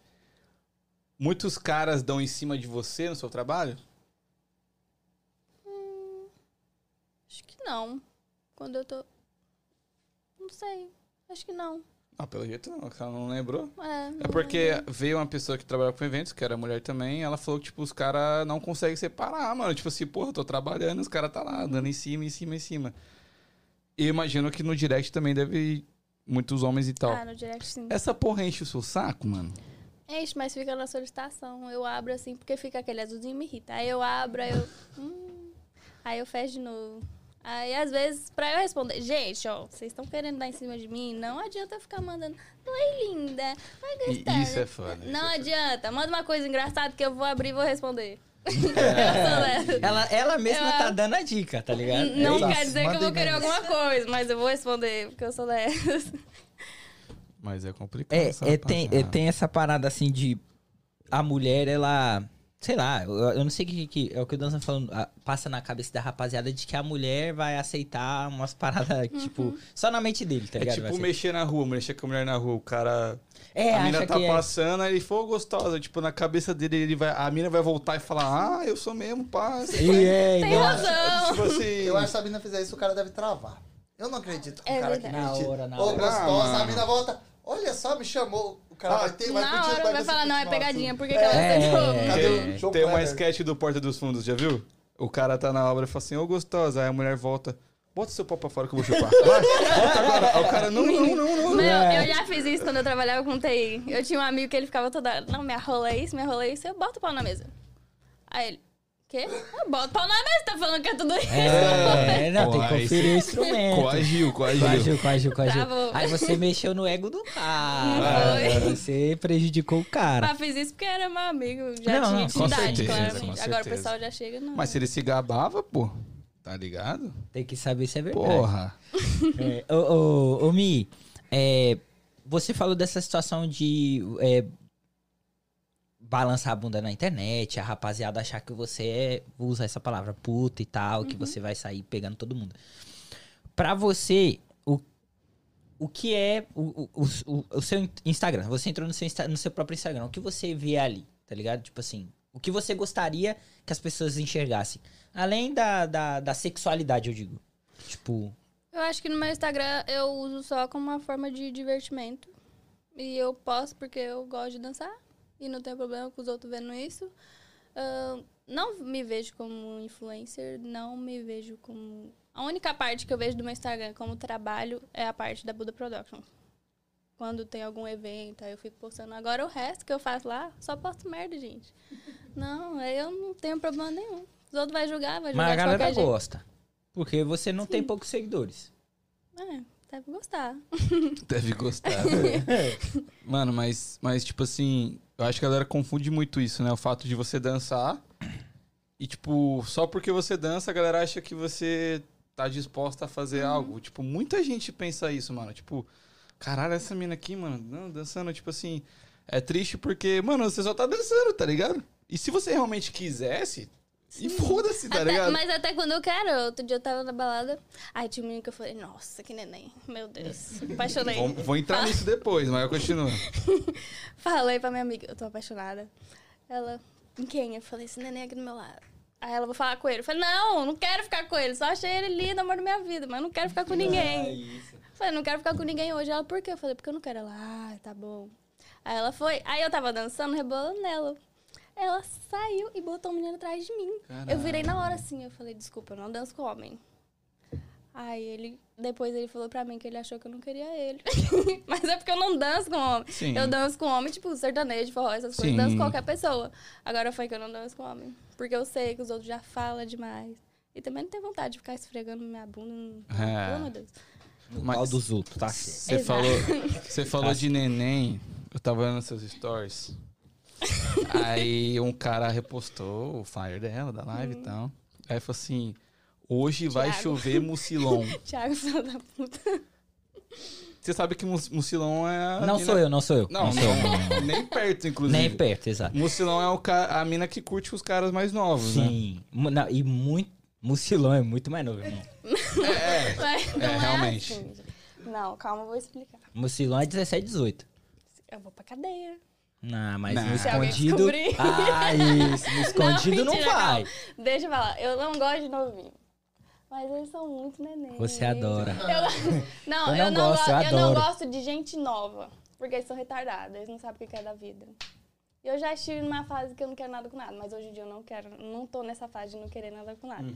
[SPEAKER 1] Muitos caras dão em cima de você no seu trabalho?
[SPEAKER 4] Hum, Acho que não. Quando eu tô... Não sei. Acho que não.
[SPEAKER 1] Ah, pelo jeito não, o cara não lembrou.
[SPEAKER 4] É,
[SPEAKER 1] É porque veio uma pessoa que trabalhava com eventos, que era mulher também, ela falou que, tipo, os caras não conseguem separar, mano. Tipo assim, porra, eu tô trabalhando, os caras tá lá, dando em cima, em cima, em cima. E eu imagino que no direct também deve ir muitos homens e tal.
[SPEAKER 4] Ah, no direct sim.
[SPEAKER 1] Essa porra enche o seu saco, mano?
[SPEAKER 4] Enche, mas fica na solicitação. Eu abro assim, porque fica aquele azulzinho e me irrita. Aí eu abro, aí eu. hum, aí eu fecho de novo. Aí às vezes, pra eu responder, gente, ó, vocês estão querendo dar em cima de mim? Não adianta ficar mandando. Oi, linda. Vai
[SPEAKER 1] E
[SPEAKER 4] gostar.
[SPEAKER 1] isso
[SPEAKER 4] né?"
[SPEAKER 1] é foda, isso
[SPEAKER 4] Não
[SPEAKER 1] é
[SPEAKER 4] adianta. Manda uma coisa engraçada que eu vou abrir e vou responder. eu sou dessa.
[SPEAKER 2] Ela, ela mesma
[SPEAKER 4] Eu-
[SPEAKER 2] tá dando a dica, tá ligado?
[SPEAKER 4] N- Não
[SPEAKER 2] É
[SPEAKER 4] quer
[SPEAKER 2] isso.
[SPEAKER 4] dizer que eu
[SPEAKER 2] Manda
[SPEAKER 4] vou
[SPEAKER 2] e
[SPEAKER 4] querer
[SPEAKER 2] manda.
[SPEAKER 4] alguma coisa, mas eu vou responder, porque eu sou dessa.
[SPEAKER 1] Mas é complicado. essa
[SPEAKER 2] É, é, tem, é,
[SPEAKER 1] rapaziada.
[SPEAKER 2] tem essa parada assim de. A mulher, ela. Sei lá, eu, eu não sei o que, que- É o que o Dan tá falando. ah, passa na cabeça da rapaziada de que a mulher vai aceitar umas paradas,
[SPEAKER 4] Uhum.
[SPEAKER 2] tipo. Só na mente dele,
[SPEAKER 1] É
[SPEAKER 2] tá ligado? Vai
[SPEAKER 1] tipo
[SPEAKER 2] aceitar.
[SPEAKER 1] mexer na rua, mexer com a mulher na rua, o cara.
[SPEAKER 2] É,
[SPEAKER 1] a mina
[SPEAKER 2] acha
[SPEAKER 1] tá
[SPEAKER 2] que é.
[SPEAKER 1] passando, aí ele for gostosa. Tipo, na cabeça dele, ele vai. A mina vai voltar e falar, ah, eu sou mesmo, pá. você
[SPEAKER 2] E é,
[SPEAKER 4] Tem
[SPEAKER 2] igual-
[SPEAKER 4] razão.
[SPEAKER 1] Tipo assim.
[SPEAKER 3] Eu acho que se a mina fizer isso, o cara deve travar. Eu não acredito que um
[SPEAKER 4] É
[SPEAKER 3] cara
[SPEAKER 4] verdade.
[SPEAKER 3] que
[SPEAKER 2] Na
[SPEAKER 3] acredita.
[SPEAKER 2] hora, na
[SPEAKER 3] Ô,
[SPEAKER 2] hora.
[SPEAKER 1] Ah,
[SPEAKER 3] gostosa,
[SPEAKER 1] mano.
[SPEAKER 3] a mina volta. Olha só, me chamou. O cara
[SPEAKER 1] Ah,
[SPEAKER 3] vai ter, assim, vai
[SPEAKER 4] Na
[SPEAKER 3] curtir,
[SPEAKER 4] hora vai
[SPEAKER 3] ver se
[SPEAKER 4] falar, não, é
[SPEAKER 3] continua
[SPEAKER 4] pegadinha,
[SPEAKER 3] tudo.
[SPEAKER 4] porque que ela aceitou.
[SPEAKER 2] É.
[SPEAKER 3] Cadê o João
[SPEAKER 1] Tem uma
[SPEAKER 3] Kleber?
[SPEAKER 1] sketch do Porta dos Fundos, já viu? O cara tá na obra e fala assim, ô gostosa, aí a mulher volta, bota seu pau pra fora que eu vou chupar. Vai, volta agora. Aí o cara, não, não, não, não.
[SPEAKER 4] Meu,
[SPEAKER 2] É.
[SPEAKER 4] eu já fiz isso quando eu trabalhava com TI. Eu tinha um amigo que ele ficava toda hora, não, minha rola é isso, minha rola é isso, eu boto o pau na mesa. Aí ele, quê? Eu boto o pau na mesa, tá falando que é tudo isso.
[SPEAKER 2] É, não, tem que
[SPEAKER 1] Coagiu.
[SPEAKER 2] conferir o instrumento.
[SPEAKER 1] Coagiu, coagiu.
[SPEAKER 2] É, Coagiu, coagiu, coagiu.
[SPEAKER 4] Travou.
[SPEAKER 2] Aí você mexeu no ego do cara.
[SPEAKER 4] Não foi.
[SPEAKER 2] Você prejudicou o cara.
[SPEAKER 4] Mas fiz isso porque era meu amigo, já
[SPEAKER 2] Não, não,
[SPEAKER 4] tinha
[SPEAKER 2] com
[SPEAKER 4] intimidade,
[SPEAKER 1] certeza,
[SPEAKER 4] claramente.
[SPEAKER 1] com
[SPEAKER 4] Agora o
[SPEAKER 1] certeza.
[SPEAKER 4] pessoal já chega, não.
[SPEAKER 1] Mas se ele se gabava, pô, tá ligado?
[SPEAKER 2] Tem que saber se é verdade.
[SPEAKER 1] Porra.
[SPEAKER 2] É, ô, ô, ô, Mi, é, você falou dessa situação de é, balançar a bunda na internet, a rapaziada achar que você é, vou usar essa palavra, puta e tal, que você vai sair pegando todo mundo. Pra você, o, o que é o, o, o, o seu Instagram? Você entrou no seu, Insta- no seu próprio Instagram, o que você vê ali, tá ligado? Tipo assim, o que você gostaria que as pessoas enxergassem? Além da, da, da sexualidade, eu digo. Tipo,
[SPEAKER 4] Eu acho que no meu Instagram eu uso só como uma forma de divertimento. E eu posto porque eu gosto de dançar. E não tenho problema com os outros vendo isso. Ahn, não me vejo como influencer, não me vejo como. A única parte que eu vejo do meu Instagram como trabalho é a parte da Buda Productions. Quando tem algum evento, aí eu fico postando. Agora o resto que eu faço lá, só posto merda, gente. Não, aí eu não tenho problema nenhum. Os outros vão julgar, vai
[SPEAKER 2] mas
[SPEAKER 4] julgar
[SPEAKER 2] a
[SPEAKER 4] de qualquer
[SPEAKER 2] galera é
[SPEAKER 4] jeito.
[SPEAKER 2] gosta. Porque você não tem poucos seguidores.
[SPEAKER 4] É, deve gostar.
[SPEAKER 1] Deve gostar. né? Mano, mas, mas, tipo assim, eu acho que a galera confunde muito isso, né? O fato de você dançar e, tipo, só porque você dança, a galera acha que você tá disposta a
[SPEAKER 4] Uhum.
[SPEAKER 1] fazer algo. Tipo, muita gente pensa isso, mano. Tipo, caralho, essa mina aqui, mano, não, dançando, tipo assim, é triste porque, mano, você só tá dançando, tá ligado? E se você realmente quisesse, e foda-se, tá
[SPEAKER 4] Até-
[SPEAKER 1] ligado?
[SPEAKER 4] mas até quando eu quero. Outro dia eu tava na balada. Aí tinha um menino que eu falei, nossa, que neném. Meu Deus, apaixonei.
[SPEAKER 1] Vou, vou entrar nisso depois, mas eu continuo.
[SPEAKER 4] Falei pra minha amiga, eu tô apaixonada. Ela, em quem? Eu falei, esse neném aqui do meu lado. Aí ela, vou falar com ele. Eu falei, não, não quero ficar com ele. Só achei ele lindo, amor da minha vida. Mas não quero ficar com
[SPEAKER 1] É
[SPEAKER 4] ninguém. Eu Falei, não quero ficar com ninguém hoje. Ela, por quê? Eu falei, porque eu não quero. Ela, ah, tá bom. Aí ela foi. Aí eu tava dançando, rebolando nela. Ela saiu e botou o menino atrás de mim. Eu virei na hora assim. Eu falei, desculpa, eu não danço com homem. Aí ele. Depois ele falou pra mim que ele achou que eu não queria ele. Mas é porque eu não danço com homem.
[SPEAKER 1] Sim.
[SPEAKER 4] Eu danço com homem, tipo, sertanejo, forró, essas
[SPEAKER 1] Sim.
[SPEAKER 4] coisas. Danço com qualquer pessoa. Agora foi que eu não danço com homem. Porque eu sei que os outros já falam demais. E também não tenho vontade de ficar esfregando minha bunda. no-
[SPEAKER 1] É.
[SPEAKER 4] Oh, meu Deus.
[SPEAKER 2] No
[SPEAKER 1] Mas-
[SPEAKER 2] pau dos outros, tá certo.
[SPEAKER 1] Você
[SPEAKER 4] Exato.
[SPEAKER 1] falou, você falou de neném. Eu tava olhando seus stories. Aí um cara repostou o fire dela, da live e tal. Aí falou assim: hoje vai
[SPEAKER 4] Thiago.
[SPEAKER 1] chover mucilon.
[SPEAKER 4] Thiago, filho da puta.
[SPEAKER 1] Você sabe que mus- mucilon é. a
[SPEAKER 2] Não
[SPEAKER 1] mina-
[SPEAKER 2] sou eu, não sou eu.
[SPEAKER 1] Não,
[SPEAKER 2] sou eu.
[SPEAKER 1] não, nem perto, inclusive.
[SPEAKER 2] Nem perto, exato.
[SPEAKER 1] Mucilon é o ca- a mina que curte os caras mais novos, né?
[SPEAKER 2] Sim. Mu- não, e muito. Mucilão é muito mais novo, irmão.
[SPEAKER 1] É,
[SPEAKER 4] Mas não é,
[SPEAKER 1] realmente.
[SPEAKER 4] assim, gente. Não, calma, eu vou explicar.
[SPEAKER 2] Mucilão é 17, 18.
[SPEAKER 4] Eu vou pra cadeia.
[SPEAKER 2] Não, mas
[SPEAKER 1] Não.
[SPEAKER 2] no
[SPEAKER 1] Se
[SPEAKER 4] alguém
[SPEAKER 2] escondido.
[SPEAKER 4] descobrir.
[SPEAKER 2] Ah, isso. No escondido não,
[SPEAKER 4] mentira,
[SPEAKER 2] vai.
[SPEAKER 4] Deixa eu falar, eu não gosto de novinho. Mas eles são muito neném.
[SPEAKER 2] Você adora.
[SPEAKER 4] Eu- não,
[SPEAKER 2] Eu não
[SPEAKER 4] eu não,
[SPEAKER 2] gosto,
[SPEAKER 4] go-
[SPEAKER 2] eu
[SPEAKER 4] eu não
[SPEAKER 2] adoro.
[SPEAKER 4] gosto de gente nova. Porque eles são retardados, eles não sabem o que é da vida. Eu já estive numa fase que eu não quero nada com nada, mas hoje em dia eu não quero, não tô nessa fase de não querer nada com nada.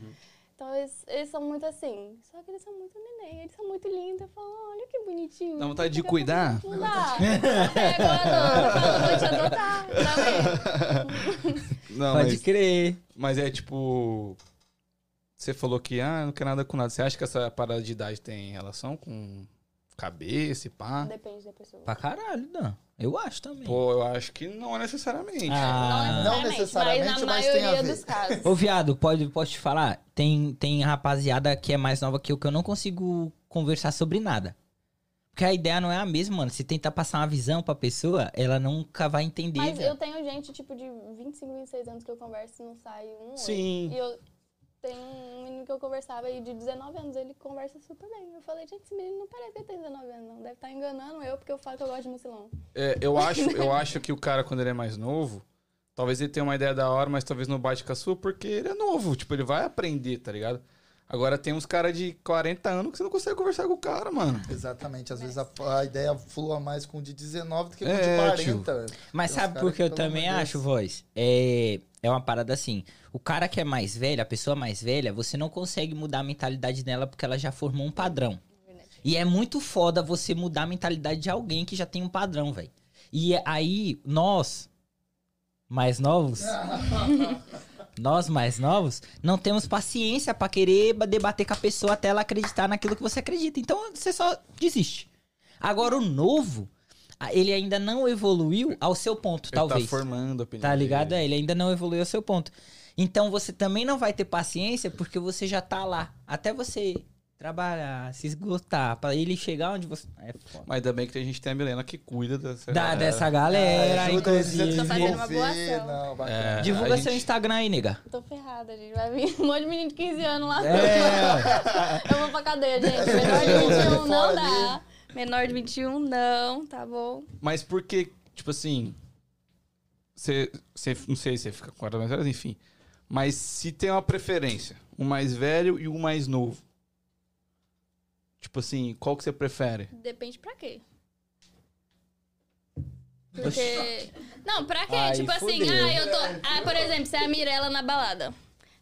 [SPEAKER 4] Então eles, eles são muito assim, só que eles são muito neném, eles são muito lindos. Eu falo, "Ah, olha que bonitinho.
[SPEAKER 1] é. Dá vontade de
[SPEAKER 4] Fica
[SPEAKER 1] cuidar?
[SPEAKER 4] Não dá. É, Pega o adoro, fala, vou te adotar. Tá
[SPEAKER 1] Não,
[SPEAKER 2] Pode
[SPEAKER 1] mas,
[SPEAKER 2] crer.
[SPEAKER 1] mas é tipo. Você falou que ah, não quer nada com nada. Você acha que essa parada de idade tem relação com cabeça e pá?
[SPEAKER 4] vendo? Depende da pessoa.
[SPEAKER 2] Pra caralho, Dan. Eu acho também.
[SPEAKER 1] Pô, eu acho que não necessariamente.
[SPEAKER 2] Ah.
[SPEAKER 4] Não
[SPEAKER 3] Não
[SPEAKER 4] necessariamente, mas
[SPEAKER 3] necessariamente,
[SPEAKER 4] na
[SPEAKER 3] mas tem a
[SPEAKER 4] maioria
[SPEAKER 3] ver.
[SPEAKER 4] dos casos.
[SPEAKER 2] Ô, viado, pode, posso te falar? Tem, tem rapaziada que é mais nova que eu que eu não consigo conversar sobre nada. Porque a ideia não é a mesma, mano. Se tentar passar uma visão pra pessoa, ela nunca vai entender.
[SPEAKER 4] Mas
[SPEAKER 2] velho.
[SPEAKER 4] eu tenho gente, tipo, de 25, 26 anos que eu converso e não sai um oi.
[SPEAKER 1] Sim.
[SPEAKER 4] E eu tenho um menino que eu conversava aí de 19 anos, ele conversa super bem. Eu falei, gente, esse menino não parece que ele tem 19 anos, não. Deve estar enganando eu, porque eu falo que eu gosto de mucilão.
[SPEAKER 1] É, eu, acho, eu acho que o cara, quando ele é mais novo, talvez ele tenha uma ideia da hora, mas talvez não bate com a sua, porque ele é novo. Tipo, ele vai aprender, tá ligado? Agora tem uns caras de 40 anos que você não consegue conversar com o cara, mano.
[SPEAKER 3] Exatamente, às vezes a, a ideia flua mais com o de 19 do que com o
[SPEAKER 1] É,
[SPEAKER 3] de
[SPEAKER 1] tio.
[SPEAKER 3] 40.
[SPEAKER 2] Mas
[SPEAKER 3] Tem uns
[SPEAKER 2] sabe
[SPEAKER 3] cara
[SPEAKER 2] por que eu
[SPEAKER 3] pelo amor de
[SPEAKER 2] também
[SPEAKER 3] Deus.
[SPEAKER 2] acho, voz? É, é uma parada assim. O cara que é mais velho, a pessoa mais velha, você não consegue mudar a mentalidade dela porque ela já formou um padrão. E é muito foda você mudar a mentalidade de alguém que já tem um padrão, velho. E aí, nós, mais novos, nós mais novos, não temos paciência pra querer ba- debater com a pessoa até ela acreditar naquilo que você acredita. Então você só desiste. Agora o novo, a- ele ainda não evoluiu ao seu ponto,
[SPEAKER 1] Ele
[SPEAKER 2] talvez.
[SPEAKER 1] tá formando a opinião.
[SPEAKER 2] Tá ligado?
[SPEAKER 1] dele.
[SPEAKER 2] É, ele ainda não evoluiu ao seu ponto. Então você também não vai ter paciência porque você já tá lá. Até você Trabalhar, se esgotar, pra ele chegar onde você. É foda.
[SPEAKER 1] Mas ainda bem que a gente tem a Milena que cuida dessa.
[SPEAKER 2] Da, dessa
[SPEAKER 1] É,
[SPEAKER 2] galera,
[SPEAKER 3] É, Ajuda eles a
[SPEAKER 2] inclusive.
[SPEAKER 4] Tá fazendo uma boa
[SPEAKER 3] desenvolver,
[SPEAKER 4] ação.
[SPEAKER 3] Não, bacana.
[SPEAKER 2] Divulga
[SPEAKER 1] A
[SPEAKER 2] seu
[SPEAKER 1] gente-
[SPEAKER 2] Instagram aí, nega.
[SPEAKER 4] Tô ferrada, gente. Vai vir um monte de menino de 15 anos lá.
[SPEAKER 2] É.
[SPEAKER 4] Eu vou pra cadeia, gente. Menor de 21 não dá. Menor de 21 não, tá bom?
[SPEAKER 1] Mas por que, tipo assim. Você. você- Não sei se você fica com a mais velha, enfim. Mas se tem uma preferência, um mais velho e um mais novo. Tipo assim, qual que você prefere?
[SPEAKER 4] Depende pra quê. Porque. Não, pra quê?
[SPEAKER 2] Aí,
[SPEAKER 4] tipo assim,
[SPEAKER 2] fudeu.
[SPEAKER 4] ah, eu tô. Ah, por exemplo, se é a Mirella na balada.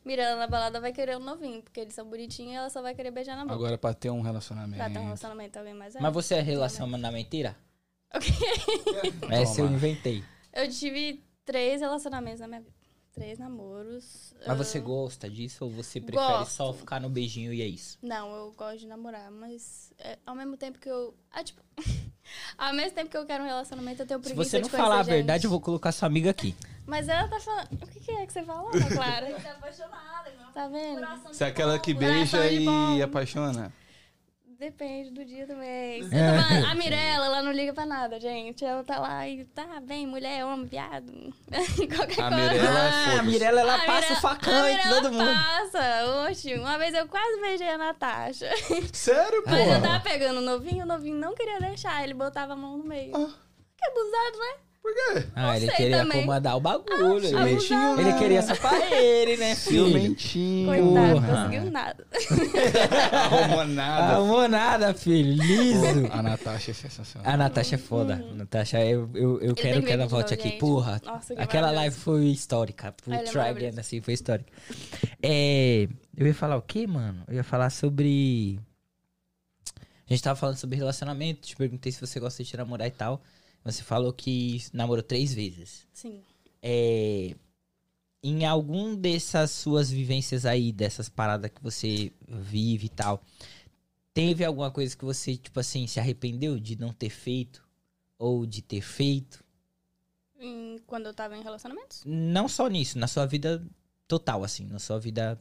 [SPEAKER 4] Mirella na balada vai querer um novinho, porque eles são bonitinhos e ela só vai querer beijar na boca.
[SPEAKER 1] Agora pra ter um relacionamento.
[SPEAKER 4] Pra ter um relacionamento alguém mais velho.
[SPEAKER 2] Mas você é relação na mentira?
[SPEAKER 4] Ok.
[SPEAKER 2] Essa eu
[SPEAKER 1] Toma.
[SPEAKER 2] inventei.
[SPEAKER 4] Eu tive três relacionamentos na minha vida. Três namoros.
[SPEAKER 2] Mas você
[SPEAKER 4] Ah,
[SPEAKER 2] gosta disso ou você prefere
[SPEAKER 4] Gosto.
[SPEAKER 2] só ficar no beijinho e é isso?
[SPEAKER 4] Não, eu gosto de namorar, mas é, ao mesmo tempo que eu. Ah, tipo. ao mesmo tempo que eu quero um relacionamento, eu tenho
[SPEAKER 2] Se
[SPEAKER 4] preguiça
[SPEAKER 2] você
[SPEAKER 4] de
[SPEAKER 2] não
[SPEAKER 4] conhecer
[SPEAKER 2] falar a
[SPEAKER 4] gente.
[SPEAKER 2] verdade, eu vou colocar sua amiga aqui.
[SPEAKER 4] Mas ela tá falando. O que, que é que você fala, Ana Clara?
[SPEAKER 5] Tá apaixonada, meu.
[SPEAKER 4] Tá vendo?
[SPEAKER 1] Você é aquela que beija
[SPEAKER 4] Coração de
[SPEAKER 1] e
[SPEAKER 4] bom.
[SPEAKER 1] apaixona?
[SPEAKER 4] Depende do dia
[SPEAKER 2] É.
[SPEAKER 4] também. Você tá falando- A Mirella, ela não liga pra nada, gente. Ela tá lá e tá bem, mulher, homem, viado. Qualquer
[SPEAKER 1] A Mirella
[SPEAKER 4] coisa.
[SPEAKER 1] é foda-se.
[SPEAKER 2] ela
[SPEAKER 4] Ah, A Mirella- a Mirella tá passa. Oxe, uma vez eu quase beijei a Natasha.
[SPEAKER 1] Sério, pô?
[SPEAKER 4] Mas eu tava pegando o novinho, o novinho não queria deixar. Ele botava a mão no meio. Que abusado, né?
[SPEAKER 1] Por quê?
[SPEAKER 2] Ah, ele
[SPEAKER 4] sei
[SPEAKER 2] queria
[SPEAKER 4] também.
[SPEAKER 2] comandar o bagulho.
[SPEAKER 4] Ah,
[SPEAKER 2] ele,
[SPEAKER 1] abusado.
[SPEAKER 2] ele queria só pra ele, né, filho?
[SPEAKER 1] Ciumentinho.
[SPEAKER 4] Coitado, não
[SPEAKER 2] Porra.
[SPEAKER 4] conseguiu um nada.
[SPEAKER 1] Arrumou nada.
[SPEAKER 2] Amor nada, filho. Liso.
[SPEAKER 4] Ah,
[SPEAKER 1] A Natasha é sensacional.
[SPEAKER 2] A Natasha é foda. Natasha, eu, eu, eu
[SPEAKER 4] Hum. tem
[SPEAKER 2] quero
[SPEAKER 4] que
[SPEAKER 2] que
[SPEAKER 4] ver
[SPEAKER 2] ela
[SPEAKER 4] de
[SPEAKER 2] volte
[SPEAKER 4] novo,
[SPEAKER 2] aqui.
[SPEAKER 4] gente.
[SPEAKER 2] Porra,
[SPEAKER 4] Nossa, que
[SPEAKER 2] aquela
[SPEAKER 4] maravilhoso.
[SPEAKER 2] live foi histórica. O
[SPEAKER 4] Ela é
[SPEAKER 2] Try Again,
[SPEAKER 4] maravilhosa.
[SPEAKER 2] assim, foi histórica. É, eu ia falar o quê, mano? Eu ia falar sobre... A gente tava falando sobre relacionamento. Te perguntei se você gosta de namorar e tal. Você falou que namorou três vezes.
[SPEAKER 4] Sim.
[SPEAKER 2] é, em algum dessas suas vivências aí, dessas paradas que você vive e tal, teve alguma coisa que você, tipo assim, se arrependeu de não ter feito? Ou de ter feito?
[SPEAKER 4] Em- quando eu tava em relacionamentos?
[SPEAKER 2] Não só nisso, na sua vida total, assim, na sua vida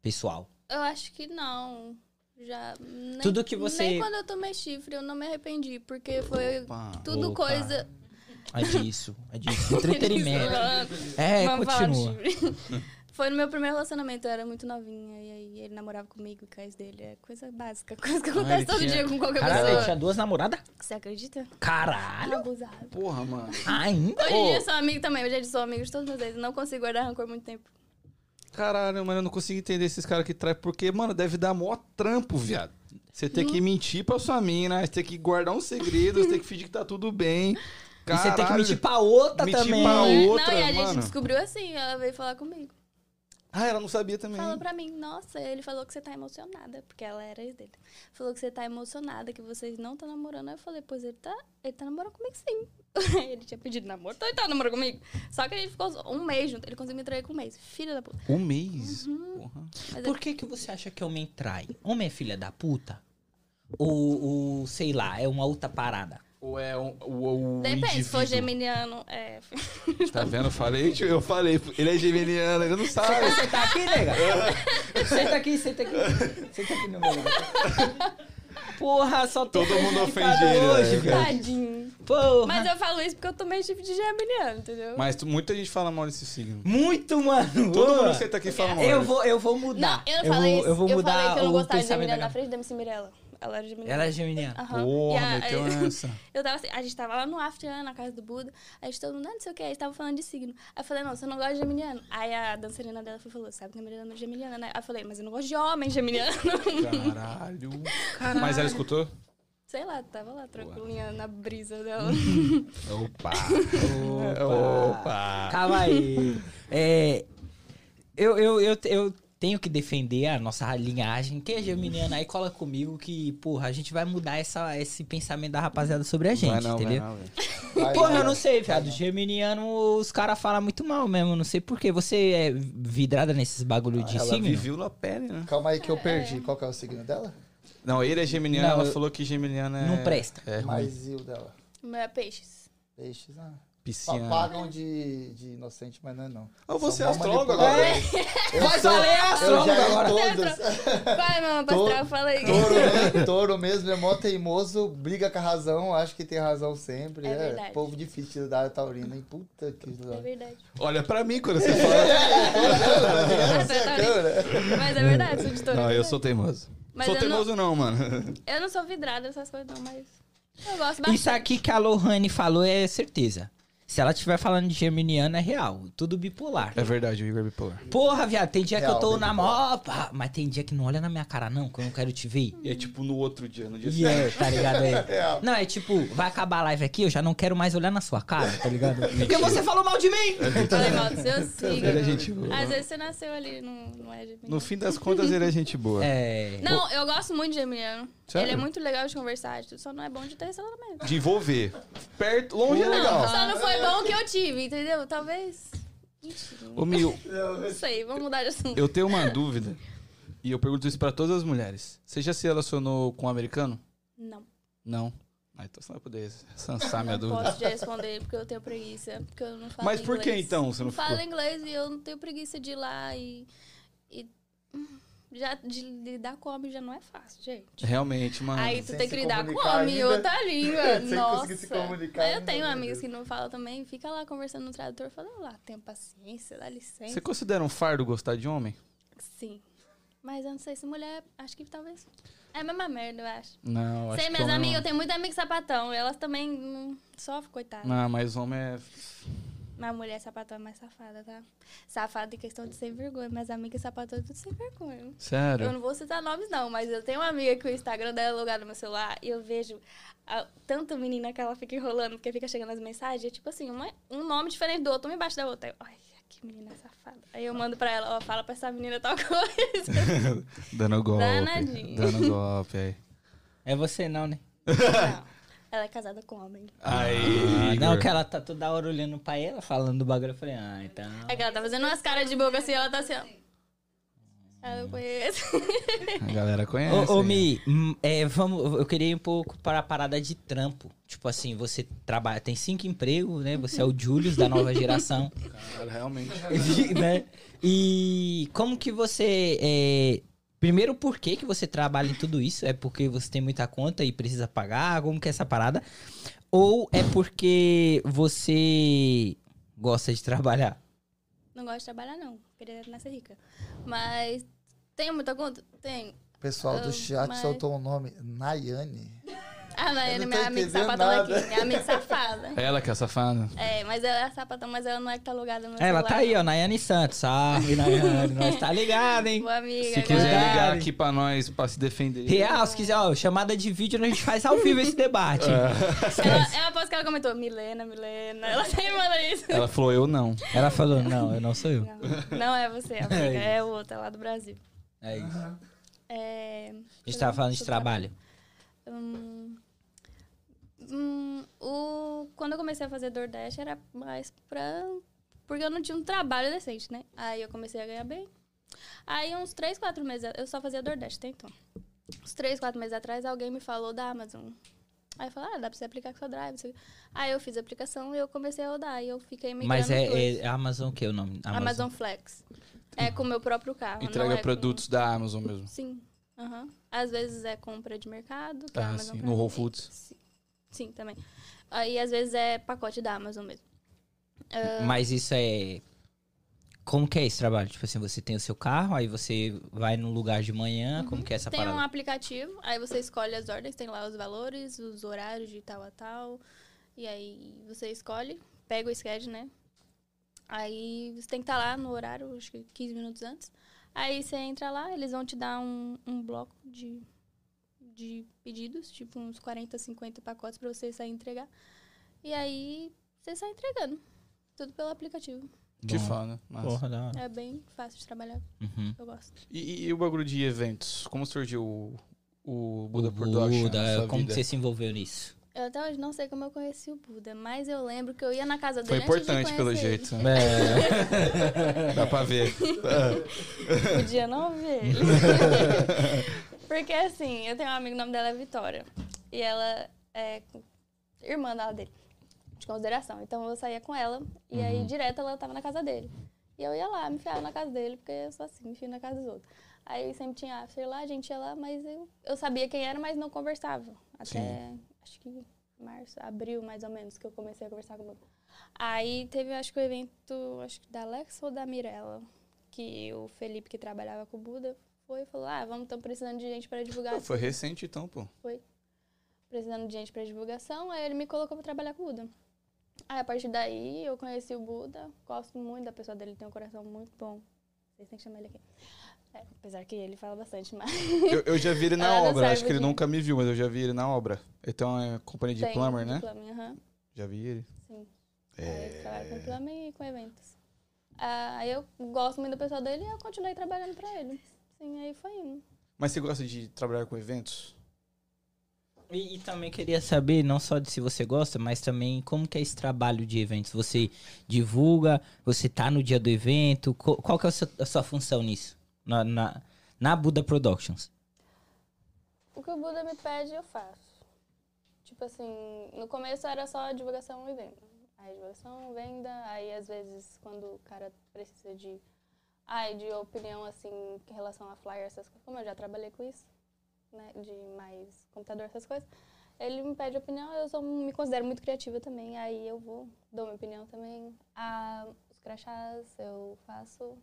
[SPEAKER 2] pessoal.
[SPEAKER 4] Eu acho que não. Já. nem-
[SPEAKER 2] Tudo que você-
[SPEAKER 4] Nem quando eu tomei chifre, eu não me arrependi, porque foi
[SPEAKER 1] Opa.
[SPEAKER 4] tudo
[SPEAKER 2] Opa.
[SPEAKER 4] coisa.
[SPEAKER 2] É disso, é disso. Entretenimento. É,
[SPEAKER 4] Vamos falar de
[SPEAKER 2] continua.
[SPEAKER 4] chifre. Foi no meu primeiro relacionamento, eu era muito novinha. E aí ele namorava comigo, o cais dele. É coisa básica, coisa que acontece
[SPEAKER 1] ele
[SPEAKER 4] todo
[SPEAKER 1] tinha-
[SPEAKER 4] dia com qualquer
[SPEAKER 2] Caralho, ele
[SPEAKER 4] pessoa.
[SPEAKER 2] tinha duas namoradas?
[SPEAKER 4] Você acredita?
[SPEAKER 2] Caralho!
[SPEAKER 4] Abusado.
[SPEAKER 1] Porra, mano.
[SPEAKER 2] Ainda?
[SPEAKER 4] Hoje em
[SPEAKER 1] Ô.
[SPEAKER 4] dia sou amigo também, hoje em dia sou amigo de todos meus ex. Não consigo guardar rancor muito tempo.
[SPEAKER 1] Caralho, mano, eu não consigo entender esses caras que traem, porque, mano, deve dar mó trampo, viado. Você tem que mentir pra sua mina, você tem que guardar um segredo, você tem que fingir que tá tudo bem.
[SPEAKER 2] E
[SPEAKER 1] Caralho.
[SPEAKER 2] você tem que mentir pra outra
[SPEAKER 1] Mentir
[SPEAKER 2] também.
[SPEAKER 1] pra A
[SPEAKER 4] Não é?
[SPEAKER 1] outra,
[SPEAKER 4] não, e a gente
[SPEAKER 1] mano.
[SPEAKER 4] descobriu assim, ela veio falar comigo.
[SPEAKER 1] Ah, ela não sabia
[SPEAKER 2] Né?
[SPEAKER 1] também.
[SPEAKER 4] Falou pra mim, nossa, ele falou que você tá emocionada, porque ela era ex dele. Falou que você tá emocionada, que vocês não estão namorando. Aí eu falei, pois ele tá, ele tá namorando comigo sim. ele tinha pedido namoro, então ele tá namorando comigo. Só que a gente ficou um mês junto, ele conseguiu me trair com um mês. Filha da puta.
[SPEAKER 1] Um mês?
[SPEAKER 2] Uhum.
[SPEAKER 1] Porra.
[SPEAKER 4] Mas é
[SPEAKER 2] Por que, que você acha que homem trai? Homem é filha da puta? Ou, ou, sei lá, é uma outra parada?
[SPEAKER 1] Ou é um, o, o
[SPEAKER 4] Depende, se for
[SPEAKER 1] indivíduo?
[SPEAKER 4] geminiano, é.
[SPEAKER 1] Tá vendo? Eu falei, tio, eu falei. Ele é geminiano, ele não sabe.
[SPEAKER 2] Você tá aqui, nega? Senta aqui, senta aqui. Senta aqui no meu lugar. Porra, só tô
[SPEAKER 1] Todo mundo
[SPEAKER 2] prejudicado
[SPEAKER 1] ofendido, né?
[SPEAKER 2] hoje, velho.
[SPEAKER 4] Tadinho.
[SPEAKER 2] Porra.
[SPEAKER 4] Mas eu falo isso porque eu tomei chifre de geminiano, entendeu?
[SPEAKER 1] Mas tu- muita gente fala mal desse signo.
[SPEAKER 2] Muito, mano.
[SPEAKER 1] Todo
[SPEAKER 2] Boa.
[SPEAKER 1] mundo que você tá aqui fala mal.
[SPEAKER 2] eu, vou, eu vou
[SPEAKER 4] Não,
[SPEAKER 2] mudar.
[SPEAKER 4] eu não falei
[SPEAKER 2] vou,
[SPEAKER 4] isso.
[SPEAKER 2] Eu vou mudar
[SPEAKER 4] falei que eu não
[SPEAKER 2] o
[SPEAKER 4] gostava de
[SPEAKER 2] pensamento da
[SPEAKER 4] geminiano na
[SPEAKER 2] galera.
[SPEAKER 4] frente da Miss Mirella. Ela era geminiana.
[SPEAKER 2] Ela é geminiana.
[SPEAKER 4] Aham.
[SPEAKER 1] Porra,
[SPEAKER 4] E a-
[SPEAKER 1] meteu nessa.
[SPEAKER 4] Eu tava assim, a gente tava lá no after, né, na casa do Buda. A gente todo mundo, ah, não sei o que, aí tava falando de signo. Aí eu falei, não, você não gosta de geminiano. Aí a dançarina dela foi e falou, sabe que a Mirella não é geminiana, né? Aí eu falei, mas eu não gosto de homem geminiano.
[SPEAKER 1] Caralho. Mas ela escutou?
[SPEAKER 4] Sei lá, tava lá tranquilinha na brisa dela.
[SPEAKER 1] Hum. Opa. é
[SPEAKER 2] Opa. Calma aí. É, eu, eu, eu, eu tenho que defender a nossa linhagem. Quem é geminiano aí, cola comigo que, porra, a gente vai mudar essa, esse pensamento da rapaziada sobre a gente,
[SPEAKER 1] Vai não, vai
[SPEAKER 2] entendeu?
[SPEAKER 1] não, velho.
[SPEAKER 3] Vai,
[SPEAKER 2] Porra,
[SPEAKER 3] vai.
[SPEAKER 2] eu não sei, viado. Geminiano, os caras falam muito mal mesmo. Não sei porquê. Você é vidrada nesses bagulho de
[SPEAKER 1] ela
[SPEAKER 2] signo?
[SPEAKER 1] viveu na pele, né?
[SPEAKER 3] Calma aí que eu perdi. Qual que é o signo dela?
[SPEAKER 1] Não, ele é geminiano,
[SPEAKER 2] Não,
[SPEAKER 1] ela
[SPEAKER 2] eu-
[SPEAKER 1] falou que geminiano é...
[SPEAKER 2] Não presta.
[SPEAKER 1] É ruim.
[SPEAKER 3] Mais e o dela.
[SPEAKER 4] O meu é peixes.
[SPEAKER 3] Peixes, ah.
[SPEAKER 1] Piscina.
[SPEAKER 3] Pagam de, de inocente, mas não é não.
[SPEAKER 1] é. Ah, você é
[SPEAKER 3] São mal
[SPEAKER 1] astrólogo
[SPEAKER 3] manipulador.
[SPEAKER 1] agora?
[SPEAKER 3] Eu
[SPEAKER 2] Vai
[SPEAKER 3] sou-
[SPEAKER 2] valer
[SPEAKER 4] "Ah,
[SPEAKER 2] a
[SPEAKER 3] Eu já
[SPEAKER 2] astróloga
[SPEAKER 3] era
[SPEAKER 2] agora.
[SPEAKER 3] todas.
[SPEAKER 4] Vai,
[SPEAKER 3] Tô-
[SPEAKER 4] mamãe pastoral, fala aí.
[SPEAKER 3] Touro, né? Touro mesmo é mó teimoso, briga com a razão, acho que tem razão sempre.
[SPEAKER 4] É
[SPEAKER 3] É,
[SPEAKER 4] verdade.
[SPEAKER 3] povo difícil da área taurina. E puta que.
[SPEAKER 4] É verdade.
[SPEAKER 1] Olha pra mim quando você fala.
[SPEAKER 3] Você é câmera?
[SPEAKER 4] Mas é verdade, sou de touro.
[SPEAKER 1] não,
[SPEAKER 4] é
[SPEAKER 1] eu
[SPEAKER 4] verdade.
[SPEAKER 1] sou teimoso.
[SPEAKER 4] Mas
[SPEAKER 1] sou
[SPEAKER 4] eu
[SPEAKER 1] teimoso não, mano.
[SPEAKER 4] Eu não sou vidrada nessas coisas, não, mas. Eu gosto bastante.
[SPEAKER 2] Isso aqui que a Lohane falou é certeza. Se ela estiver falando de geminiano, é real. Tudo bipolar.
[SPEAKER 1] É verdade, o Igor é bipolar.
[SPEAKER 2] Porra, viado, tem dia que eu
[SPEAKER 3] Real,
[SPEAKER 2] tô
[SPEAKER 3] bem
[SPEAKER 2] na
[SPEAKER 3] bipolar.
[SPEAKER 2] mó... pá, Mas tem dia que não olha na minha cara, não, que eu não quero te ver.
[SPEAKER 1] E é tipo no outro dia, no dia
[SPEAKER 2] E é, tá ligado? É. Não, é tipo, vai acabar a live aqui, eu já não quero mais olhar na sua cara, tá ligado? Porque você falou mal de mim!
[SPEAKER 4] Falei mal do seu signo.
[SPEAKER 1] Ele é gente boa.
[SPEAKER 4] Às vezes você nasceu ali, não, não é geminiano.
[SPEAKER 1] No fim das contas, ele é gente boa.
[SPEAKER 2] É.
[SPEAKER 4] Não, eu gosto muito de geminiano.
[SPEAKER 1] Sério?
[SPEAKER 4] Ele é muito legal de conversar, de tudo, só não é bom de ter relacionamento.
[SPEAKER 1] De envolver. Perto, longe é legal.
[SPEAKER 4] Só não foi bom que eu tive, entendeu? Talvez. Mentira.
[SPEAKER 1] Ô, Mil,
[SPEAKER 4] Não sei, vamos mudar de assunto.
[SPEAKER 1] eu tenho uma dúvida. E eu pergunto isso pra todas as mulheres. Você já se relacionou com um americano?
[SPEAKER 4] Não,
[SPEAKER 1] Não. Ah, então você não vai poder sansar minha
[SPEAKER 4] não
[SPEAKER 1] dúvida.
[SPEAKER 4] posso te responder porque eu tenho preguiça. Porque eu não falo
[SPEAKER 1] Mas por que
[SPEAKER 4] inglês.
[SPEAKER 1] então você não
[SPEAKER 4] Não falo
[SPEAKER 1] ficou?
[SPEAKER 4] inglês e eu não tenho preguiça de ir lá e. e hum, já de lidar com homem já não é fácil, gente.
[SPEAKER 1] Realmente, mano.
[SPEAKER 4] Aí tu
[SPEAKER 3] sem
[SPEAKER 4] tem
[SPEAKER 3] se
[SPEAKER 4] que lidar com
[SPEAKER 3] comunicar
[SPEAKER 4] homem em
[SPEAKER 3] ainda.
[SPEAKER 4] outra língua.
[SPEAKER 3] Sem
[SPEAKER 4] Nossa.
[SPEAKER 3] conseguir se comunicar
[SPEAKER 4] Mas eu
[SPEAKER 3] ainda,
[SPEAKER 4] tenho
[SPEAKER 3] meu
[SPEAKER 4] amigas
[SPEAKER 3] Deus.
[SPEAKER 4] que não falam também, fica lá conversando no tradutor, fala lá, tenha paciência, dá licença.
[SPEAKER 1] Você considera um fardo gostar de homem?
[SPEAKER 4] Sim. Mas eu não sei se mulher, acho que talvez. É a mesma merda, eu acho.
[SPEAKER 1] Não, acho
[SPEAKER 4] sei,
[SPEAKER 1] que
[SPEAKER 4] minhas
[SPEAKER 1] homem
[SPEAKER 4] amigas, eu tenho muita amiga sapatão, elas também hum, sofrem, coitadas.
[SPEAKER 1] não. Não, mas homem é.
[SPEAKER 4] Mas a mulher sapatão é mais safada, tá? Safada em questão de sem vergonha, mas amiga sapatão é tudo sem vergonha. Eu
[SPEAKER 1] Sério.
[SPEAKER 4] não vou citar nomes, não, mas eu tenho uma amiga que o Instagram dela é logado no meu celular e eu vejo a, tanta menina que ela fica enrolando, porque fica chegando as mensagens, é tipo assim, uma- um nome diferente do outro, uma embaixo da outra. Eu, Ai, que menina safada. Aí eu mando pra ela, ó, fala pra essa menina tal coisa.
[SPEAKER 1] Dando golpe.
[SPEAKER 4] Danadinho.
[SPEAKER 1] Dando golpe aí.
[SPEAKER 2] É você não, né?
[SPEAKER 4] não, ela é casada com homem.
[SPEAKER 1] Aí.
[SPEAKER 2] Ah, não,
[SPEAKER 1] Igor.
[SPEAKER 2] que ela tá toda hora olhando pra ela, falando do bagulho. Eu falei, ah, então.
[SPEAKER 4] É que ela tá fazendo umas caras de boca assim, ela tá assim, ó. Ah, eu conheço.
[SPEAKER 1] A galera
[SPEAKER 3] É,
[SPEAKER 1] conhece.
[SPEAKER 2] Ô, ô
[SPEAKER 1] hein?
[SPEAKER 2] Mi, hum, é, vamos, eu queria ir um pouco para a parada de trampo. Tipo assim, você trabalha, tem cinco empregos, né? Você é o Julius da nova geração,
[SPEAKER 1] Caralho, realmente.
[SPEAKER 2] né? E como que você. é, primeiro, por que, que você trabalha em tudo isso? É porque você tem muita conta e precisa pagar? Como que é essa parada? Ou é porque você gosta de trabalhar?
[SPEAKER 4] Não gosto de trabalhar, não. Queria nascer rica. Mas tenho muita conta? Tenho.
[SPEAKER 3] Pessoal do
[SPEAKER 4] Ah,
[SPEAKER 3] chat
[SPEAKER 4] mas-
[SPEAKER 3] soltou o nome. Nayane.
[SPEAKER 4] Ah, mas
[SPEAKER 3] Eu não tô
[SPEAKER 4] minha amiga
[SPEAKER 3] entendendo
[SPEAKER 4] sapatão
[SPEAKER 3] nada.
[SPEAKER 4] aqui. Minha amiga safada.
[SPEAKER 1] Ela que é safada.
[SPEAKER 4] É, mas ela é sapatão, mas ela não é que tá alugada no meu
[SPEAKER 2] Ela
[SPEAKER 4] celular,
[SPEAKER 2] tá aí,
[SPEAKER 4] não.
[SPEAKER 2] ó, Nayane Santos. Salve, Nayane. Nós tá ligado, hein?
[SPEAKER 4] Boa amiga. é
[SPEAKER 1] Se
[SPEAKER 4] galera.
[SPEAKER 1] quiser ligar
[SPEAKER 2] Verdade.
[SPEAKER 1] aqui pra nós pra se defender.
[SPEAKER 2] Real, se quiser, ó, chamada de vídeo, a gente faz ao vivo esse debate. hein?
[SPEAKER 4] Ela, eu aposto é que ela comentou, Milena, Milena. Ela sempre manda isso.
[SPEAKER 1] Ela falou, eu não.
[SPEAKER 2] Ela falou, não, eu não sou eu.
[SPEAKER 4] Não, não é você, amiga.
[SPEAKER 2] É
[SPEAKER 4] É outra lá do Brasil.
[SPEAKER 2] É isso. A
[SPEAKER 4] É.
[SPEAKER 2] gente tava falando de trabalho.
[SPEAKER 4] Hum, hum, o, quando eu comecei a fazer DoorDash era mais pra. Porque eu não tinha um trabalho decente, né? Aí eu comecei a ganhar bem. Aí uns 3, 4 meses. Eu só fazia DoorDash, até então. Uns 3, 4 meses atrás alguém me falou da Amazon. Aí eu falei, ah, dá pra você aplicar com sua Drive. não sei o quê. Aí eu fiz a aplicação e eu comecei a rodar. E eu fiquei migrando
[SPEAKER 2] Mas
[SPEAKER 4] os
[SPEAKER 2] é,
[SPEAKER 4] dois.
[SPEAKER 2] é Amazon o que o nome?
[SPEAKER 4] Amazon. Flex. É com o meu próprio carro. não
[SPEAKER 1] Entrega
[SPEAKER 4] é com-
[SPEAKER 1] produtos da Amazon mesmo.
[SPEAKER 4] Sim. aham. Às vezes é compra de mercado. que é a
[SPEAKER 1] Ah,
[SPEAKER 4] Amazon
[SPEAKER 1] sim,
[SPEAKER 4] faz.
[SPEAKER 1] no Whole Foods.
[SPEAKER 4] Sim, sim também. Aí às vezes é pacote da Amazon mesmo.
[SPEAKER 2] Mas isso é... Como que é esse trabalho? Tipo assim, você tem o seu carro, aí você vai num lugar de manhã, como que é essa
[SPEAKER 4] tem um
[SPEAKER 2] parada?
[SPEAKER 4] aplicativo, aí você escolhe as ordens, tem lá os valores, os horários de tal a tal. E aí você escolhe, pega o schedule, né? Aí você tem que estar lá no horário, acho que 15 minutos antes. Aí você entra lá, eles vão te dar um, um bloco de, de pedidos, tipo uns 40, 50 pacotes pra você sair entregar. E aí você sai entregando. Tudo pelo aplicativo.
[SPEAKER 1] Que
[SPEAKER 2] Bom.
[SPEAKER 1] foda. Massa.
[SPEAKER 2] Porra, da hora.
[SPEAKER 4] É bem fácil de trabalhar,
[SPEAKER 2] Uhum.
[SPEAKER 4] eu gosto.
[SPEAKER 1] E, e o bagulho de eventos? Como surgiu o, o Buda
[SPEAKER 2] O
[SPEAKER 1] Production? na
[SPEAKER 2] Buda,
[SPEAKER 1] sua
[SPEAKER 2] como
[SPEAKER 1] vida?
[SPEAKER 2] que você se envolveu nisso?
[SPEAKER 4] Eu até hoje não sei como eu conheci o Buda, mas eu lembro que eu ia na casa
[SPEAKER 1] Foi
[SPEAKER 4] dele. antes de
[SPEAKER 1] importante, pelo
[SPEAKER 4] conhecer ele.
[SPEAKER 1] jeito. É. né? Dá pra ver.
[SPEAKER 4] Podia não ver ele. Porque assim, eu tenho um amigo, o nome dela é Vitória. E ela é irmã da dele. de consideração. Então eu saía com ela e
[SPEAKER 1] Uhum.
[SPEAKER 4] aí direto ela tava na casa dele. E eu ia lá, me enfiava na casa dele, porque eu sou assim, me enfio na casa dos outros. Aí sempre tinha after lá, a gente ia lá, mas eu, eu sabia quem era, mas não conversava. Até acho que março, abril mais ou menos, que eu comecei a conversar com o Bruno. Aí teve, acho que o evento, acho que da Alex ou da Mirella, que o Felipe que trabalhava com o Buda foi e falou: "Ah, vamos estamos precisando de gente para divulgar".
[SPEAKER 1] Pô, foi recente então, pô.
[SPEAKER 4] precisando de gente para divulgação, aí ele me colocou para trabalhar com o Buda. Aí a partir daí eu conheci o Buda, gosto muito da pessoa dele, tem um coração muito bom. Vocês têm que chamar ele aqui. É, apesar que ele fala bastante, mas
[SPEAKER 1] Eu, eu já vi ele na
[SPEAKER 4] Ela não
[SPEAKER 1] obra,
[SPEAKER 4] sabe
[SPEAKER 1] acho que ele
[SPEAKER 4] porque-
[SPEAKER 1] nunca me viu, mas eu já vi ele na obra. Então é companhia de
[SPEAKER 4] tem
[SPEAKER 1] plumber, né? É.
[SPEAKER 4] Plumber, aham.
[SPEAKER 1] Já vi ele.
[SPEAKER 4] Sim. Aí eu trabalho com plano e com eventos. Ah, Aí eu gosto muito da pessoa dele e eu continuei trabalhando pra ele. Sim, aí foi indo.
[SPEAKER 1] Mas você gosta de trabalhar com eventos?
[SPEAKER 2] E, e também queria saber, não só de se você gosta, mas também como que é esse trabalho de eventos? Você divulga, você tá no dia do evento, co- qual que é a sua, a sua função nisso? Na, na, na Buda Productions.
[SPEAKER 4] O que o Buda me pede, eu faço. Tipo assim, no começo era só divulgação e venda. Aí divulgação, venda, aí às vezes quando o cara precisa de... Ai, de opinião, assim, em relação a flyer, essas coisas. Como eu já trabalhei com isso, né? De mais computador, essas coisas. Ele me pede opinião, eu sou, me considero muito criativa também, aí eu vou, dou minha opinião também. Ah, os crachás eu faço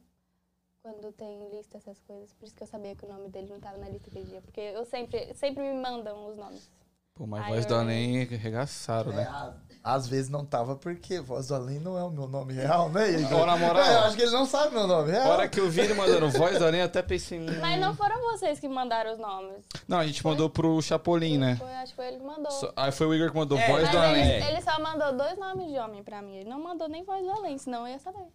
[SPEAKER 4] quando tem lista, essas coisas. Por isso que eu sabia que o nome dele não estava na lista aquele dia, porque eu sempre, sempre me mandam os nomes.
[SPEAKER 1] Pô, mas
[SPEAKER 4] Ai,
[SPEAKER 1] voz
[SPEAKER 4] eu-
[SPEAKER 1] do além arregaçaram,
[SPEAKER 3] É,
[SPEAKER 1] né?
[SPEAKER 3] a- às vezes não tava porque Voz do Além não é o meu nome real, né? Ele,
[SPEAKER 1] Ó, na moral.
[SPEAKER 3] É, eu acho que ele não sabe meu nome
[SPEAKER 1] A
[SPEAKER 3] real.
[SPEAKER 1] hora que eu vi ele mandando voz do além, eu até pensei. "Hum".
[SPEAKER 4] Mas não foram vocês que mandaram os nomes.
[SPEAKER 1] Não, a gente mandou pro Chapolin, né?
[SPEAKER 4] Foi, acho que foi ele que mandou.
[SPEAKER 1] Só- Aí foi o Igor que mandou
[SPEAKER 2] É,
[SPEAKER 1] voz do
[SPEAKER 4] Mas
[SPEAKER 2] Dona
[SPEAKER 4] ele,
[SPEAKER 1] além.
[SPEAKER 2] Lene.
[SPEAKER 4] ele só mandou dois nomes de homem pra mim. Ele não mandou nem voz do além, senão eu ia saber.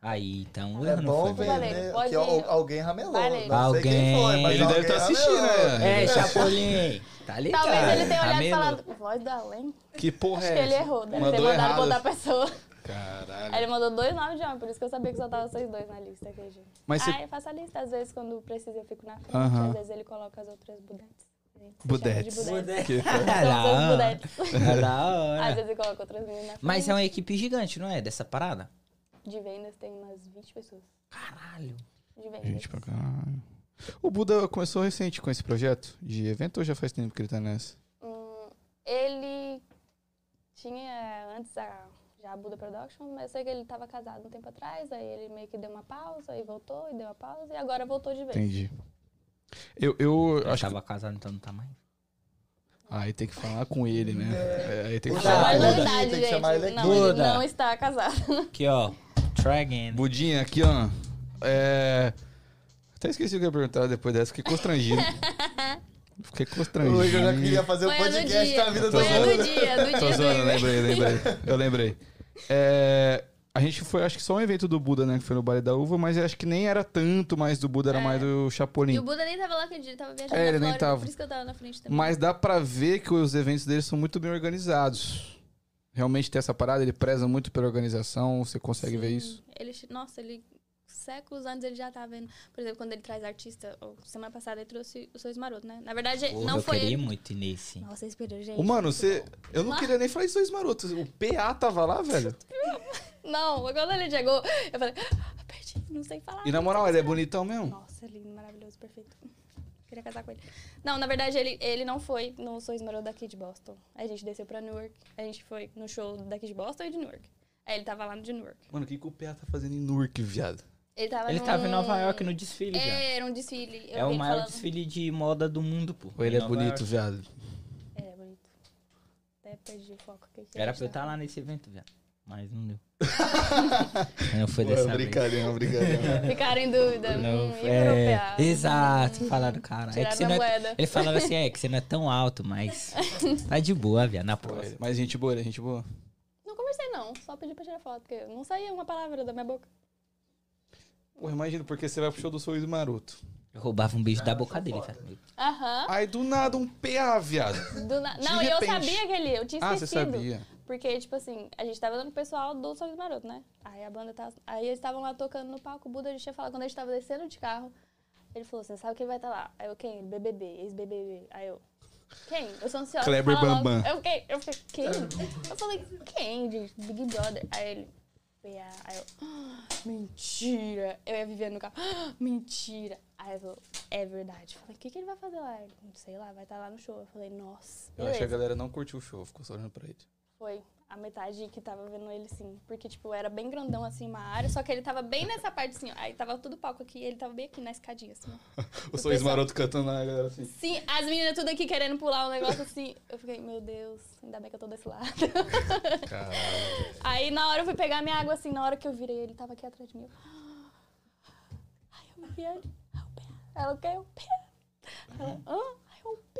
[SPEAKER 2] Aí, então,
[SPEAKER 3] É
[SPEAKER 2] eu não
[SPEAKER 3] bom
[SPEAKER 2] foi bem.
[SPEAKER 3] ver,
[SPEAKER 4] Valeu,
[SPEAKER 3] né?
[SPEAKER 4] pode
[SPEAKER 3] Que
[SPEAKER 4] ir.
[SPEAKER 3] al- alguém ramelou.
[SPEAKER 4] Valeu.
[SPEAKER 3] Não sei quem foi, mas
[SPEAKER 1] Ele deve
[SPEAKER 3] alguém
[SPEAKER 1] estar assistindo,
[SPEAKER 3] ramelou.
[SPEAKER 1] né?
[SPEAKER 2] É, Chapolin, tá ligado?
[SPEAKER 4] Talvez ele tenha olhado e
[SPEAKER 2] Ameno.
[SPEAKER 4] falado, voz do além?
[SPEAKER 1] Que porra
[SPEAKER 4] Acho
[SPEAKER 1] é
[SPEAKER 4] que ele
[SPEAKER 1] essa?
[SPEAKER 4] errou, deve ter
[SPEAKER 1] Mandou
[SPEAKER 4] mandado pra
[SPEAKER 1] errado.
[SPEAKER 4] outra pessoa.
[SPEAKER 1] Caralho.
[SPEAKER 4] Aí ele mandou dois nomes de homem, por isso que eu sabia que só tava vocês dois na lista aquele dia.
[SPEAKER 1] Mas você-
[SPEAKER 4] Ah, eu faço a lista, às vezes quando precisa eu fico na frente,
[SPEAKER 1] Aham.
[SPEAKER 4] às vezes ele coloca as outras budetes. A gente se
[SPEAKER 1] Budetes.
[SPEAKER 4] chama de budetes.
[SPEAKER 1] Que
[SPEAKER 2] Tá
[SPEAKER 1] porra.
[SPEAKER 4] São as outras
[SPEAKER 2] da hora.
[SPEAKER 4] budetes.
[SPEAKER 2] Tá da
[SPEAKER 3] É.
[SPEAKER 2] hora.
[SPEAKER 4] Às vezes ele coloca outras meninas na frente.
[SPEAKER 2] Mas é uma equipe gigante, não é? Dessa parada?
[SPEAKER 3] um
[SPEAKER 4] De vendas tem umas 20 pessoas.
[SPEAKER 2] Caralho.
[SPEAKER 4] De vendas.
[SPEAKER 1] Gente, pra caralho. O Buda começou recente com esse projeto de evento ou já faz tempo que ele tá nessa?
[SPEAKER 4] Hum, ele tinha antes a, já a Buda Production, mas eu sei que ele estava casado um tempo atrás, aí ele meio que deu uma pausa, aí voltou, e deu uma pausa, e agora voltou de vez.
[SPEAKER 1] Entendi. Eu, eu
[SPEAKER 2] Eu
[SPEAKER 1] acho que.
[SPEAKER 2] tava casado, então não tá mais.
[SPEAKER 1] Aí tem que falar com ele, né? É, Aí tem que
[SPEAKER 3] Não,
[SPEAKER 1] falar. com
[SPEAKER 4] Mas
[SPEAKER 3] ele-
[SPEAKER 1] ele.
[SPEAKER 4] novidade,
[SPEAKER 3] tem que chamar ele
[SPEAKER 4] gente.
[SPEAKER 3] aqui.
[SPEAKER 4] Não, ele
[SPEAKER 2] Buda.
[SPEAKER 4] não está casado.
[SPEAKER 2] Aqui, ó. Try again.
[SPEAKER 1] Budinha, aqui, ó. É. Até esqueci o que eu ia perguntar depois dessa, fiquei constrangido. Fiquei constrangido.
[SPEAKER 3] O Igor já queria fazer o
[SPEAKER 4] Foi a do
[SPEAKER 3] podcast
[SPEAKER 4] dia.
[SPEAKER 3] da vida do
[SPEAKER 4] Foi a
[SPEAKER 3] mundo.
[SPEAKER 4] do dia, do
[SPEAKER 1] Tô
[SPEAKER 4] dia do
[SPEAKER 1] zoando, né? eu
[SPEAKER 4] Igor.
[SPEAKER 1] lembrei, lembrei. Eu lembrei. É, a gente foi, acho que só um evento do Buda, né? Que foi no Baile da Uva, mas acho que nem era tanto mais do Buda, era
[SPEAKER 4] É.
[SPEAKER 1] mais do
[SPEAKER 4] E o
[SPEAKER 1] Chapolin.
[SPEAKER 4] Buda nem tava lá aquele dia, ele tava viajando
[SPEAKER 1] É, ele
[SPEAKER 4] na
[SPEAKER 1] nem
[SPEAKER 4] Flórida,
[SPEAKER 1] tava.
[SPEAKER 4] por isso que eu tava na frente também.
[SPEAKER 1] Mas dá pra ver que os eventos dele são muito bem organizados. Realmente tem essa parada, ele preza muito pela organização, você consegue ver
[SPEAKER 4] Sim,
[SPEAKER 1] isso?
[SPEAKER 4] Ele, nossa, ele séculos antes ele já tá vendo. Por exemplo, quando ele traz artista, ou semana passada ele trouxe o Sois Maroto, né? Na verdade,
[SPEAKER 2] Porra,
[SPEAKER 4] não
[SPEAKER 2] eu
[SPEAKER 4] foi
[SPEAKER 2] queria
[SPEAKER 4] ele.
[SPEAKER 2] muito ir nesse.
[SPEAKER 4] Nossa, vocês perderam, gente.
[SPEAKER 1] Ô, mano, você. Eu não
[SPEAKER 4] Lá-
[SPEAKER 1] queria nem falar isso dois marotos. O PA tava lá, velho.
[SPEAKER 4] Tá Não, quando ele chegou, eu falei, ah, perdi, não sei falar.
[SPEAKER 1] E na moral, ele é bonitão mesmo.
[SPEAKER 4] Nossa, lindo, maravilhoso, perfeito. Queria casar com ele. Não, na verdade, ele, ele não foi no Sois Maroto daqui de Boston. A gente desceu pra Newark, a gente foi no show daqui de Boston e de Newark. Aí ele tava lá no de Newark.
[SPEAKER 1] Mano, o que, que o PA tá fazendo em Newark, viado?
[SPEAKER 4] Ele tava
[SPEAKER 2] Ele
[SPEAKER 4] num-
[SPEAKER 2] tava em Nova York no desfile, já.
[SPEAKER 4] Era um desfile.
[SPEAKER 2] É
[SPEAKER 4] Eu vi
[SPEAKER 2] o
[SPEAKER 4] ele
[SPEAKER 2] maior
[SPEAKER 4] falando.
[SPEAKER 2] desfile de moda do mundo, pô.
[SPEAKER 1] Ou ele
[SPEAKER 2] Em
[SPEAKER 1] é
[SPEAKER 2] Nova
[SPEAKER 1] bonito,
[SPEAKER 2] York.
[SPEAKER 1] viado?
[SPEAKER 4] É, bonito. Até perdi o foco. aqui, que
[SPEAKER 2] Era
[SPEAKER 4] a gente
[SPEAKER 2] pra eu
[SPEAKER 4] tá-
[SPEAKER 2] estar lá nesse evento, velho. Mas não deu. não foi
[SPEAKER 3] Pô,
[SPEAKER 2] dessa vez.
[SPEAKER 3] brincadeira, brincadeira.
[SPEAKER 4] Ficaram em dúvida.
[SPEAKER 2] Não,
[SPEAKER 4] hum,
[SPEAKER 2] foi-
[SPEAKER 4] e
[SPEAKER 2] é,
[SPEAKER 4] propear.
[SPEAKER 2] exato, falaram, cara. É que
[SPEAKER 4] Tiraram
[SPEAKER 2] você
[SPEAKER 4] a
[SPEAKER 2] não é-
[SPEAKER 4] moeda.
[SPEAKER 2] ele falava assim, é que você não é tão alto, mas tá de boa, viado, na próxima.
[SPEAKER 1] Mas gente boa, ele é gente boa.
[SPEAKER 4] Não conversei, não. Só pedi pra tirar foto, porque eu não saía uma palavra da minha boca.
[SPEAKER 1] Pô, imagina, porque você vai pro show do Sorriso Maroto.
[SPEAKER 2] Eu roubava um beijo da boca dele,
[SPEAKER 1] Tá
[SPEAKER 2] velho.
[SPEAKER 4] Aham.
[SPEAKER 1] Aí do nada um PA, viado.
[SPEAKER 4] Do na-
[SPEAKER 1] De
[SPEAKER 4] Não, e eu
[SPEAKER 1] repente.
[SPEAKER 4] sabia que ele ia. Eu tinha
[SPEAKER 1] Ah, você
[SPEAKER 4] esquecido.
[SPEAKER 1] sabia.
[SPEAKER 4] Porque, tipo assim, a gente tava dando o pessoal do Sorriso Maroto, né? Aí a banda tava. Aí eles estavam lá tocando no palco. O Buda, a gente ia falar, quando a gente tava tá descendo de carro, ele falou assim: sabe quem vai estar lá? Aí eu, quem? Ele, BBB, ex-BBB. Aí eu, Quem? Eu sou ansiosa.
[SPEAKER 1] Kleber
[SPEAKER 4] Fala logo.
[SPEAKER 1] Bambam.
[SPEAKER 4] Eu fiquei, eu fiquei, quem? Eu falei, quem, gente? Big Brother. Aí ele, PA. Aí eu, "Ah, mentira. Eu ia viver no carro, "Ah, mentira. Aí eu, é verdade. Eu falei, o que, que ele vai fazer lá? Ele, não sei lá, vai estar lá no show. Eu falei, nossa.
[SPEAKER 1] Eu acho que a
[SPEAKER 4] beleza."
[SPEAKER 1] galera não curtiu o show, ficou só olhando pra ele.
[SPEAKER 4] Foi a metade que tava vendo ele, sim. Porque, tipo, era bem grandão, assim, uma área. Só que ele tava bem nessa parte, assim, ó. Aí tava todo o palco aqui. Ele tava bem aqui, na escadinha, assim. ó.
[SPEAKER 1] O sorriso maroto cantando na galera assim.
[SPEAKER 4] Sim, as meninas tudo aqui querendo pular um negócio, assim. Eu fiquei, meu Deus, ainda bem que eu tô desse lado.
[SPEAKER 1] Caralho.
[SPEAKER 4] Aí, na hora, eu fui pegar minha água, assim. Na hora que eu virei, ele tava aqui atrás de mim. Eu, Ai, eu vi ele. Ah, o pé. Ela, o quê? O pé. Ela, hã? Ai, o pé.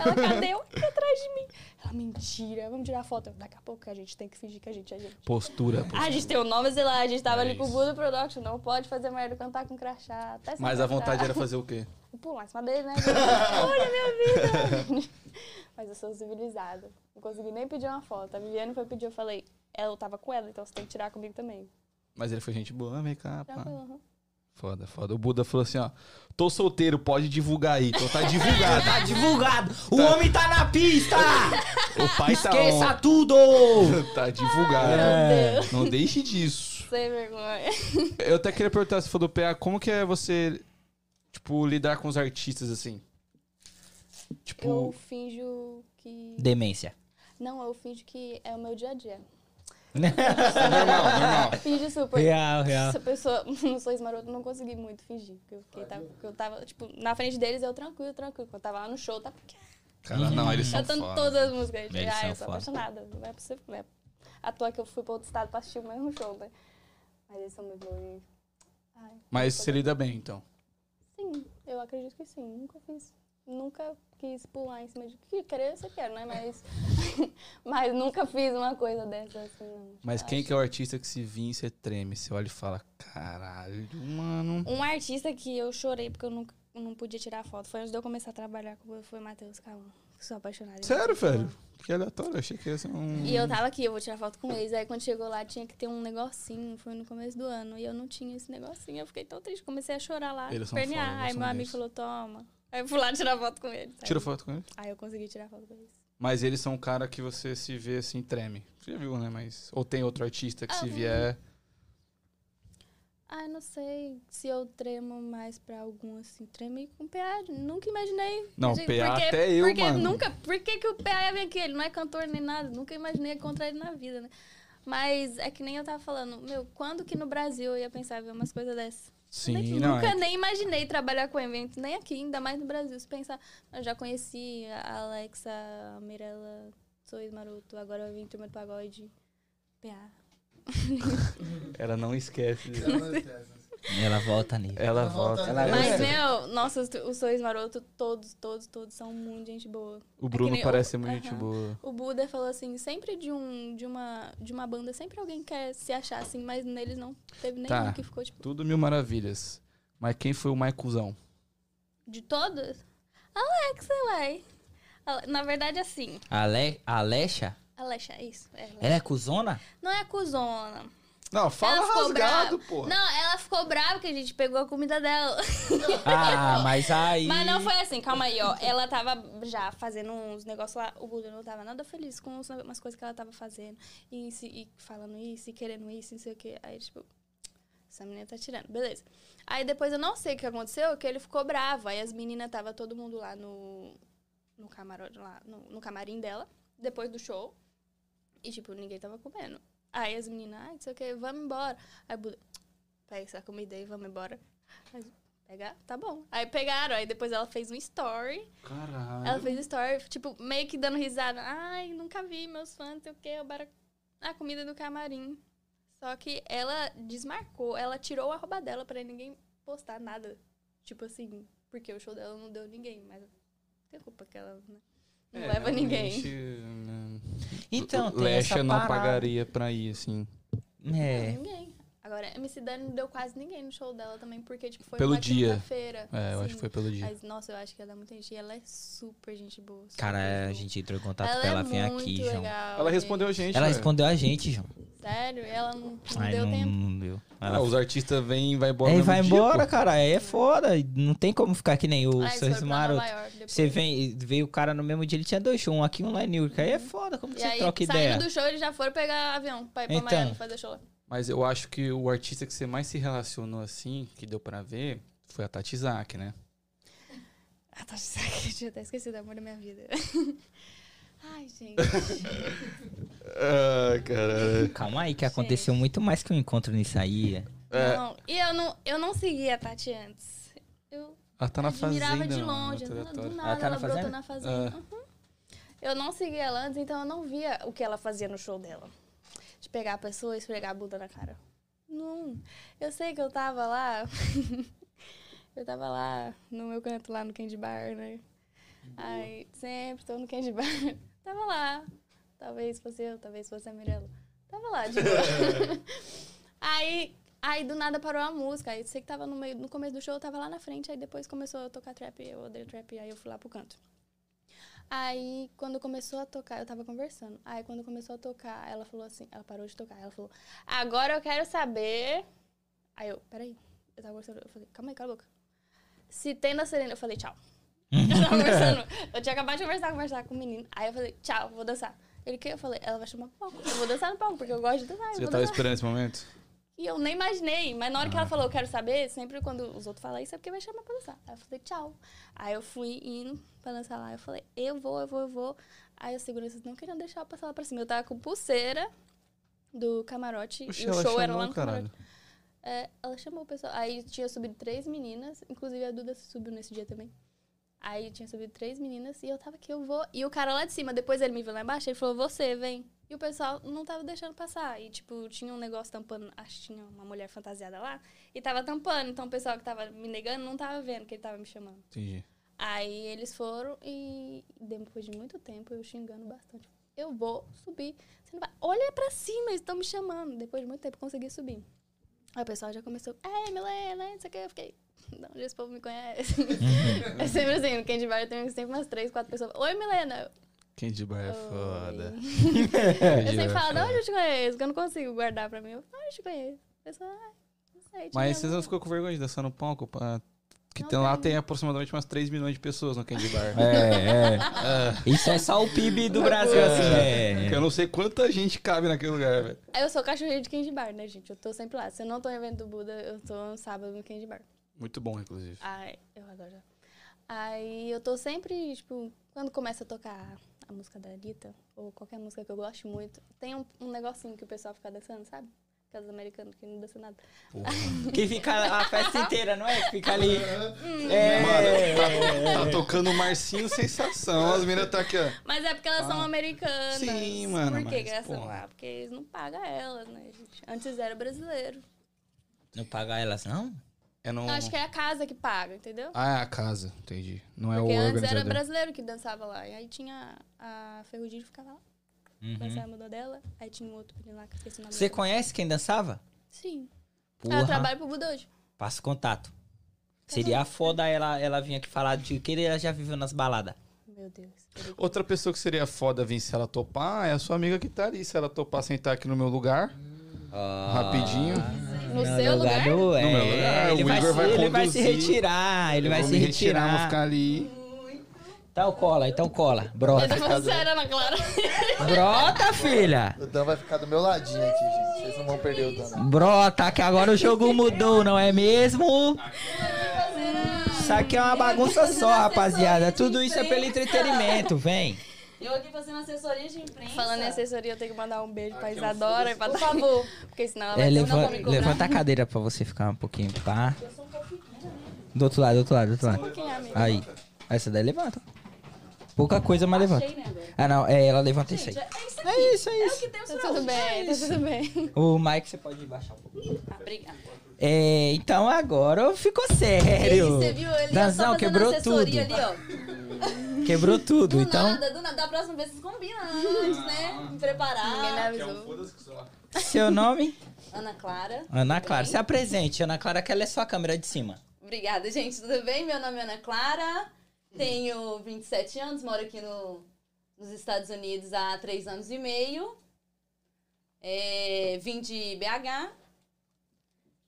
[SPEAKER 4] Ela, cadê? Eu, aqui atrás de mim. Ela, mentira. Vamos tirar foto. Eu, Daqui a pouco a gente tem que fingir que a gente é gente.
[SPEAKER 1] Postura, pô.
[SPEAKER 4] Ah, A gente tem um o Nova Zelândia, a gente tava
[SPEAKER 1] É
[SPEAKER 4] ali com o
[SPEAKER 1] isso.
[SPEAKER 4] Buda Production, não pode fazer merda, cantar com crachá. Até sem
[SPEAKER 1] Mas a
[SPEAKER 4] crachá.
[SPEAKER 1] vontade era fazer o quê?
[SPEAKER 4] Pular em cima dele, né? Olha a minha vida! Mas eu sou civilizada. Não consegui nem pedir uma foto. A Viviane foi pedir, eu falei, eu tava com ela, então você tem que tirar comigo também.
[SPEAKER 1] Mas ele foi gente boa, "Ah, vem cá, pá.
[SPEAKER 4] Tranquilo, aham.
[SPEAKER 1] Foda, foda. O Buda falou assim, ó. Tô solteiro, pode divulgar aí. Então tá divulgado.
[SPEAKER 2] Tá divulgado! O homem tá na pista!
[SPEAKER 1] o pai tá
[SPEAKER 2] Esqueça
[SPEAKER 1] on.
[SPEAKER 2] tudo!
[SPEAKER 1] Tá divulgado.
[SPEAKER 4] Meu Deus,
[SPEAKER 1] Não deixe disso.
[SPEAKER 4] sem vergonha.
[SPEAKER 1] Eu até queria perguntar se for do PA, como que é você, tipo, lidar com os artistas assim?
[SPEAKER 4] Eu
[SPEAKER 1] Tipo,
[SPEAKER 4] finjo que...
[SPEAKER 2] Demência.
[SPEAKER 4] Não, eu finjo que é o meu dia a dia.
[SPEAKER 1] normal, normal.
[SPEAKER 4] Finge super.
[SPEAKER 2] Real, real.
[SPEAKER 4] Essa pessoa, no Sois Maroto, não consegui muito fingir. Porque eu, fiquei, tava, porque eu tava, tipo, na frente deles eu tranquilo, tranquilo. Quando eu tava lá no show, tá
[SPEAKER 1] Cara, não, eles são
[SPEAKER 4] cantando
[SPEAKER 1] foda.
[SPEAKER 4] Tá todas as músicas.
[SPEAKER 2] Eles
[SPEAKER 4] ah,
[SPEAKER 2] são
[SPEAKER 4] eu sou
[SPEAKER 2] foda.
[SPEAKER 4] apaixonada. Não é possível, né? À toa que eu fui pra outro estado pra assistir o mesmo show, né? Mas eles são muito bons, gente. Ai,
[SPEAKER 1] Mas você lida bem, então.
[SPEAKER 4] sim, eu acredito que sim. Nunca fiz. Nunca quis pular em cima de. que Querer, você quer, né? Mas. mas nunca fiz uma coisa dessa assim, não.
[SPEAKER 1] Mas quem que é o artista que se vir você treme? Você olha e fala, caralho, mano.
[SPEAKER 4] Um artista que eu chorei porque eu nunca, não podia tirar foto. Foi antes de eu começar a trabalhar com foi Matheus Calma. Sou apaixonada.
[SPEAKER 1] Sério, velho? Que aleatório, achei que ia ser um...
[SPEAKER 4] E eu tava aqui, eu vou tirar foto com eles. Aí quando chegou lá, tinha que ter um negocinho. Foi no começo do ano. E eu não tinha esse negocinho. Eu fiquei tão triste. Comecei a chorar lá.
[SPEAKER 1] Eles são
[SPEAKER 4] espernear.
[SPEAKER 1] foda, eles
[SPEAKER 4] Aí
[SPEAKER 1] são
[SPEAKER 4] meu amigo
[SPEAKER 1] deles.
[SPEAKER 4] falou, toma. Aí eu fui lá tirar foto com eles. Aí-
[SPEAKER 1] Tira foto com ele.
[SPEAKER 4] Aí eu consegui tirar foto com eles.
[SPEAKER 1] Mas eles são um cara que você se vê assim, treme. Você já viu, né? Mas. Ou tem outro artista que se
[SPEAKER 4] Ah,
[SPEAKER 1] vier.
[SPEAKER 4] Ah, eu não sei se eu tremo mais pra algum, assim. Tremi com PA. Nunca imaginei.
[SPEAKER 1] Não,
[SPEAKER 4] Gente,
[SPEAKER 1] PA até eu,
[SPEAKER 4] porque
[SPEAKER 1] mano.
[SPEAKER 4] Nunca, por que, que o PA vem aqui? Ele não é cantor nem nada. Nunca imaginei encontrar ele na vida, né? Mas é que nem eu tava falando. Meu, quando que no Brasil eu ia pensar em ver umas coisas dessas? Nem-
[SPEAKER 1] Sim, não.
[SPEAKER 4] nunca
[SPEAKER 1] É.
[SPEAKER 4] nem imaginei trabalhar com evento, nem aqui, ainda mais no Brasil. Se pensar, eu já conheci a Alexa, a Mirella, Sois Maroto, agora eu vim Turma do Pagode, PA.
[SPEAKER 1] é- Ela não esquece.
[SPEAKER 2] Ela volta nele.
[SPEAKER 1] Ela
[SPEAKER 3] Ela
[SPEAKER 1] volta.
[SPEAKER 3] volta.
[SPEAKER 1] Ela
[SPEAKER 3] Mas,
[SPEAKER 1] gosta.
[SPEAKER 4] Mas, meu, nossa, os- os Sois Maroto, todos, todos, todos são muito gente boa.
[SPEAKER 1] O
[SPEAKER 4] que
[SPEAKER 1] Bruno
[SPEAKER 4] nem
[SPEAKER 1] parece
[SPEAKER 4] o-
[SPEAKER 1] ser muito tipo, gente
[SPEAKER 4] Aham.
[SPEAKER 1] boa.
[SPEAKER 4] O Buda falou assim, sempre de, um, de, uma, de uma banda, sempre alguém quer se achar assim, mas neles não teve nenhum
[SPEAKER 1] Tá.
[SPEAKER 4] que ficou, tipo,
[SPEAKER 1] Tudo mil maravilhas. Mas quem foi o mais cuzão?
[SPEAKER 4] de todos. Alexa, uai. Ale- Na verdade, assim,
[SPEAKER 2] Ale... Alexa?
[SPEAKER 4] Alexa, é isso. É, Alexa.
[SPEAKER 2] Ela é cuzona?
[SPEAKER 4] Não é cuzona.
[SPEAKER 1] Não, fala
[SPEAKER 4] ela ficou
[SPEAKER 1] rasgado,
[SPEAKER 4] brava.
[SPEAKER 1] porra.
[SPEAKER 4] Não, ela ficou brava que a gente pegou a comida dela.
[SPEAKER 2] Ah, mas aí...
[SPEAKER 4] Mas não foi assim, calma aí, ó. Ela tava já fazendo uns negócios lá. O Buda não tava nada feliz com os- umas coisas que ela tava fazendo. E, se- e falando isso, e querendo isso, não sei o quê. Aí, tipo, essa menina tá tirando. Beleza. Aí depois eu não sei o que aconteceu, que ele ficou bravo. Aí as meninas tava todo mundo lá no. No camarote, lá, no, no camarim dela, depois do show. E, tipo, ninguém tava comendo. Aí as meninas, ai, não sei o que, vamos embora. Aí o Buda, pega essa comida aí, vamos embora. Aí, pegar? Tá bom. Aí pegaram, aí depois ela fez um story.
[SPEAKER 1] Caralho.
[SPEAKER 4] Ela fez um story, tipo, meio que dando risada. Ai, nunca vi meus fãs, não sei o que, eu bara... a comida do camarim. Só que ela desmarcou, ela tirou a arroba dela pra ninguém postar nada. Tipo assim, porque o show dela não deu ninguém, mas não tem culpa que ela né? não
[SPEAKER 1] É,
[SPEAKER 4] leva ninguém.
[SPEAKER 1] realmente, né,
[SPEAKER 2] Então, tem
[SPEAKER 1] Lecha
[SPEAKER 2] essa
[SPEAKER 1] não
[SPEAKER 2] parada.
[SPEAKER 1] pagaria pra ir, assim.
[SPEAKER 2] É.
[SPEAKER 4] Ninguém. Agora, a MC Dani não deu quase ninguém no show dela também, porque, tipo, foi
[SPEAKER 1] Pelo
[SPEAKER 4] uma
[SPEAKER 1] dia.
[SPEAKER 4] quinta-feira.
[SPEAKER 1] É, eu
[SPEAKER 4] Sim.
[SPEAKER 1] acho que foi pelo dia.
[SPEAKER 4] Mas, nossa, eu acho que ela é muita gente. E ela é super gente boa. super
[SPEAKER 2] Cara, é, a
[SPEAKER 4] boa.
[SPEAKER 2] gente entrou em contato
[SPEAKER 4] ela
[SPEAKER 2] com ela,
[SPEAKER 4] é
[SPEAKER 2] vem
[SPEAKER 4] muito
[SPEAKER 2] aqui, João.
[SPEAKER 4] legal,
[SPEAKER 1] Ela
[SPEAKER 4] gente.
[SPEAKER 1] respondeu a gente.
[SPEAKER 2] Ela
[SPEAKER 1] velho.
[SPEAKER 2] respondeu a gente, João.
[SPEAKER 4] sério, e ela não, não
[SPEAKER 2] Ai,
[SPEAKER 4] deu
[SPEAKER 2] não,
[SPEAKER 4] tempo.
[SPEAKER 2] não deu.
[SPEAKER 1] Ah, os artistas vêm e vai embora.
[SPEAKER 2] Aí
[SPEAKER 1] no
[SPEAKER 2] vai
[SPEAKER 1] mesmo dia,
[SPEAKER 2] embora,
[SPEAKER 1] pô.
[SPEAKER 2] cara. Aí é foda. Não tem como ficar que nem o
[SPEAKER 4] Aí eles foram
[SPEAKER 2] Sorriso
[SPEAKER 4] pra
[SPEAKER 2] Maroto.
[SPEAKER 4] Nova York depois.
[SPEAKER 2] Você vem, veio o cara no mesmo dia, ele tinha dois shows, um aqui e um lá em New York. Aí é foda, como que
[SPEAKER 4] E
[SPEAKER 2] você
[SPEAKER 4] aí,
[SPEAKER 2] troca
[SPEAKER 4] saindo
[SPEAKER 2] ideia?
[SPEAKER 4] do show, eles já foram pegar avião pra ir pra
[SPEAKER 2] Então.
[SPEAKER 4] Miami fazer show lá.
[SPEAKER 1] Mas eu acho que o artista que você mais se relacionou assim, que deu pra ver, foi a Tati Zak, né?
[SPEAKER 4] Ah, tá, eu tinha até esquecido o amor da minha vida. Ai, gente.
[SPEAKER 1] Ah, caralho.
[SPEAKER 2] Calma aí, que aconteceu muito mais que um encontro nisso aí.
[SPEAKER 4] Não, e eu não, eu não seguia a Tati antes. Eu
[SPEAKER 1] Ela tá na
[SPEAKER 4] admirava
[SPEAKER 1] fazenda.
[SPEAKER 4] de
[SPEAKER 1] mano,
[SPEAKER 4] longe.
[SPEAKER 1] na
[SPEAKER 4] Do, do
[SPEAKER 1] trajetória. É.
[SPEAKER 2] tá
[SPEAKER 4] nada
[SPEAKER 2] na
[SPEAKER 4] ela, brotou
[SPEAKER 2] fazenda?
[SPEAKER 4] na fazenda. Uhum. Eu não seguia ela antes, então eu não via o que ela fazia no show dela. De pegar a pessoa e esfregar a bunda na cara. Não. Eu sei que eu tava lá. eu tava lá no meu canto, lá no Candy Bar, né? Aí, sempre tô no Candy Bar. tava lá. Talvez fosse eu, talvez fosse a Mirella. Tava lá, de boa. aí, aí, do nada parou a música. Aí, sei que tava no meio, no começo do show, eu tava lá na frente. Aí, depois começou a tocar trap, eu odeio trap. Aí, eu fui lá pro canto. Aí, quando começou a tocar, eu tava conversando. Aí, quando começou a tocar, ela falou assim, ela parou de tocar. Ela falou, agora eu quero saber... Aí, eu, peraí. Eu tava conversando, eu falei, calma aí, cala a boca. Se tem na Serena, eu falei, tchau. Eu tava conversando. Eu tinha acabado de conversar, conversar com o menino. Aí eu falei, tchau, vou dançar. Ele que? Eu falei, ela vai chamar pro palco. Eu vou dançar no palco, porque eu gosto de dançar.
[SPEAKER 1] Você
[SPEAKER 4] eu
[SPEAKER 1] tá já
[SPEAKER 4] vou
[SPEAKER 1] tava
[SPEAKER 4] dançar.
[SPEAKER 1] esperando esse momento?
[SPEAKER 4] E eu nem imaginei, mas na hora que
[SPEAKER 1] Ah.
[SPEAKER 4] ela falou, eu quero saber, sempre quando os outros falam isso é porque vai chamar pra dançar. Aí eu falei, tchau. Aí eu fui indo pra dançar lá. Eu falei, eu vou, eu vou, eu vou. Aí os seguranças não queriam deixar eu passar lá pra cima. Eu tava com pulseira do camarote
[SPEAKER 1] Oxe,
[SPEAKER 4] e o
[SPEAKER 1] ela
[SPEAKER 4] show era
[SPEAKER 1] chamou,
[SPEAKER 4] lá no
[SPEAKER 1] caralho.
[SPEAKER 4] camarote. É, ela chamou o pessoal. Aí tinha subido três meninas, inclusive a Duda subiu nesse dia também. Aí tinha subido três meninas e eu tava aqui, eu vou. E o cara lá de cima, depois ele me viu lá embaixo, ele falou, você, vem. E o pessoal não tava deixando passar. E, tipo, tinha um negócio tampando, acho que tinha uma mulher fantasiada lá, e tava tampando. Então o pessoal que tava me negando não tava vendo que ele tava me chamando.
[SPEAKER 1] Entendi.
[SPEAKER 4] Aí eles foram e depois de muito tempo, eu xingando bastante. Eu vou subir. Você não vai. Olha pra cima, eles estão me chamando. Depois de muito tempo, consegui subir. Aí o pessoal já começou. Ei, Milena, não sei o que. Eu fiquei. Não, onde esse povo me conhece? é sempre assim, no Candy Bar eu tenho sempre umas três, quatro pessoas. Oi, Milena.
[SPEAKER 1] Candy Bar é
[SPEAKER 4] Oi.
[SPEAKER 1] foda.
[SPEAKER 2] É,
[SPEAKER 4] Eu sempre falo, de onde eu te conheço? Que eu não consigo guardar pra mim. Eu falo, "De onde eu te conheço. A pessoa, ai, não sei. te
[SPEAKER 1] Mas
[SPEAKER 4] lembro."
[SPEAKER 1] vocês não ficam com vergonha de dançar no palco? Pra... Que
[SPEAKER 4] Não
[SPEAKER 1] tem, lá
[SPEAKER 4] tenho.
[SPEAKER 1] tem aproximadamente umas 3 milhões de pessoas no Candy Bar.
[SPEAKER 2] É, é.
[SPEAKER 1] Ah,
[SPEAKER 2] Isso é só o PIB do Brasil, assim. É.
[SPEAKER 1] que Eu não sei quanta gente cabe naquele lugar, velho.
[SPEAKER 4] Eu sou cachorrinho de Candy Bar, né, gente? Eu tô sempre lá. Se eu não tô em evento do Buda, eu tô no sábado no Candy Bar.
[SPEAKER 1] Muito bom, inclusive.
[SPEAKER 4] Ai, eu adoro. Aí eu tô sempre, tipo, quando começa a tocar a música da Anitta, ou qualquer música que eu gosto muito, tem um, um negocinho que o pessoal fica dançando, sabe? Aquelas americanas que não dançam nada.
[SPEAKER 2] Que fica a festa inteira, não é? Que fica ali.
[SPEAKER 4] Hum.
[SPEAKER 1] Mano,
[SPEAKER 2] É.
[SPEAKER 1] tá, tá tocando Marcinho Sensação. As meninas tá aqui, ó.
[SPEAKER 4] Mas é porque elas são
[SPEAKER 1] Ah.
[SPEAKER 4] americanas.
[SPEAKER 1] Sim, mano,
[SPEAKER 4] Por que,
[SPEAKER 1] mas,
[SPEAKER 4] que elas são
[SPEAKER 1] porra.
[SPEAKER 4] lá? Porque eles não pagam elas, né, gente? Antes era brasileiro.
[SPEAKER 2] Não pagar elas, não?
[SPEAKER 1] É não...
[SPEAKER 4] Eu acho que é a casa que paga, entendeu?
[SPEAKER 1] Ah, é a casa. Entendi. Não é
[SPEAKER 4] Porque
[SPEAKER 1] o
[SPEAKER 4] antes era
[SPEAKER 1] organizador.
[SPEAKER 4] brasileiro que dançava lá. E aí tinha a Ferrugem que ficava lá.
[SPEAKER 1] Uhum.
[SPEAKER 4] Quando saiu, mudou dela. Aí tinha um outro menino lá que eu esqueci o nome
[SPEAKER 2] Uhum. Você
[SPEAKER 4] dele.
[SPEAKER 2] conhece quem dançava?
[SPEAKER 4] Sim. Ela
[SPEAKER 2] Porra.
[SPEAKER 4] trabalha pro Buda hoje.
[SPEAKER 2] Passa o contato. Seria foda ela, ela vir aqui falar de que ela já viveu nas baladas.
[SPEAKER 4] Meu Deus.
[SPEAKER 1] Outra pessoa que seria foda vir se ela topar é a sua amiga que tá ali. Se ela topar sentar aqui no meu lugar, Ah. rapidinho.
[SPEAKER 4] No seu lugar?
[SPEAKER 2] Não, é.
[SPEAKER 1] No meu lugar,
[SPEAKER 2] Ele,
[SPEAKER 1] o
[SPEAKER 2] vai,
[SPEAKER 1] Igor
[SPEAKER 2] se,
[SPEAKER 1] vai
[SPEAKER 2] ele vai se
[SPEAKER 1] conduzir.
[SPEAKER 2] retirar. Ele
[SPEAKER 1] eu
[SPEAKER 2] vai
[SPEAKER 1] vou
[SPEAKER 2] se
[SPEAKER 1] me retirar, vou
[SPEAKER 2] retirar.
[SPEAKER 1] ficar ali.
[SPEAKER 2] Então cola, então cola. Brota.
[SPEAKER 4] Eu tô falando sério, Ana Clara.
[SPEAKER 2] Brota, filha!
[SPEAKER 3] O Dan vai ficar do meu ladinho aqui, gente. Vocês não vão perder o Dan. não.
[SPEAKER 2] Brota, que agora o jogo mudou, não é mesmo? Isso aqui é uma bagunça só, rapaziada. Tudo isso é pelo entretenimento,
[SPEAKER 1] Tá,
[SPEAKER 2] vem.
[SPEAKER 5] Eu aqui fazendo assessoria de imprensa.
[SPEAKER 4] Falando em assessoria, eu tenho que mandar um beijo pra Isadora e pra Por favor. Porque senão ela
[SPEAKER 2] É,
[SPEAKER 4] vai ter um
[SPEAKER 2] leva-
[SPEAKER 4] nome
[SPEAKER 2] levanta a cadeira pra você ficar um pouquinho, pá. Do outro lado, do outro lado, do outro
[SPEAKER 1] um
[SPEAKER 2] lado.
[SPEAKER 4] Quem é, amigo?
[SPEAKER 2] Aí. Essa daí levanta. Pouca coisa, mas levanta.
[SPEAKER 5] Achei, né, agora?
[SPEAKER 2] Ah, não, é, ela levanta isso aí.
[SPEAKER 5] É isso aqui.
[SPEAKER 2] É isso, é isso.
[SPEAKER 5] que temos
[SPEAKER 4] Tá
[SPEAKER 5] pra
[SPEAKER 4] tudo
[SPEAKER 5] hoje.
[SPEAKER 4] bem, tá tudo bem.
[SPEAKER 2] O Mike, você pode baixar um pouco.
[SPEAKER 5] Ah, obrigada.
[SPEAKER 2] É, então agora ficou sério.
[SPEAKER 5] Você viu? Ele ia só
[SPEAKER 2] Danzão,
[SPEAKER 5] fazendo
[SPEAKER 2] quebrou tudo.
[SPEAKER 5] assessoria ali, ó.
[SPEAKER 2] Quebrou tudo,
[SPEAKER 5] Do
[SPEAKER 2] então.
[SPEAKER 5] nada, do nada. Da próxima vez vocês combinam antes, né? Me
[SPEAKER 4] Ninguém me
[SPEAKER 5] preparar.
[SPEAKER 4] avisou.
[SPEAKER 2] Seu nome?
[SPEAKER 5] Ana Clara.
[SPEAKER 2] Ana Clara.
[SPEAKER 5] Tudo
[SPEAKER 2] Se apresente, Ana Clara, que ela é só a câmera de cima.
[SPEAKER 5] bem? Obrigada, gente. Tudo bem? Meu nome é Ana Clara. Tenho 27 anos. Moro aqui no, nos Estados Unidos há 3 anos e meio. É, vim de BH.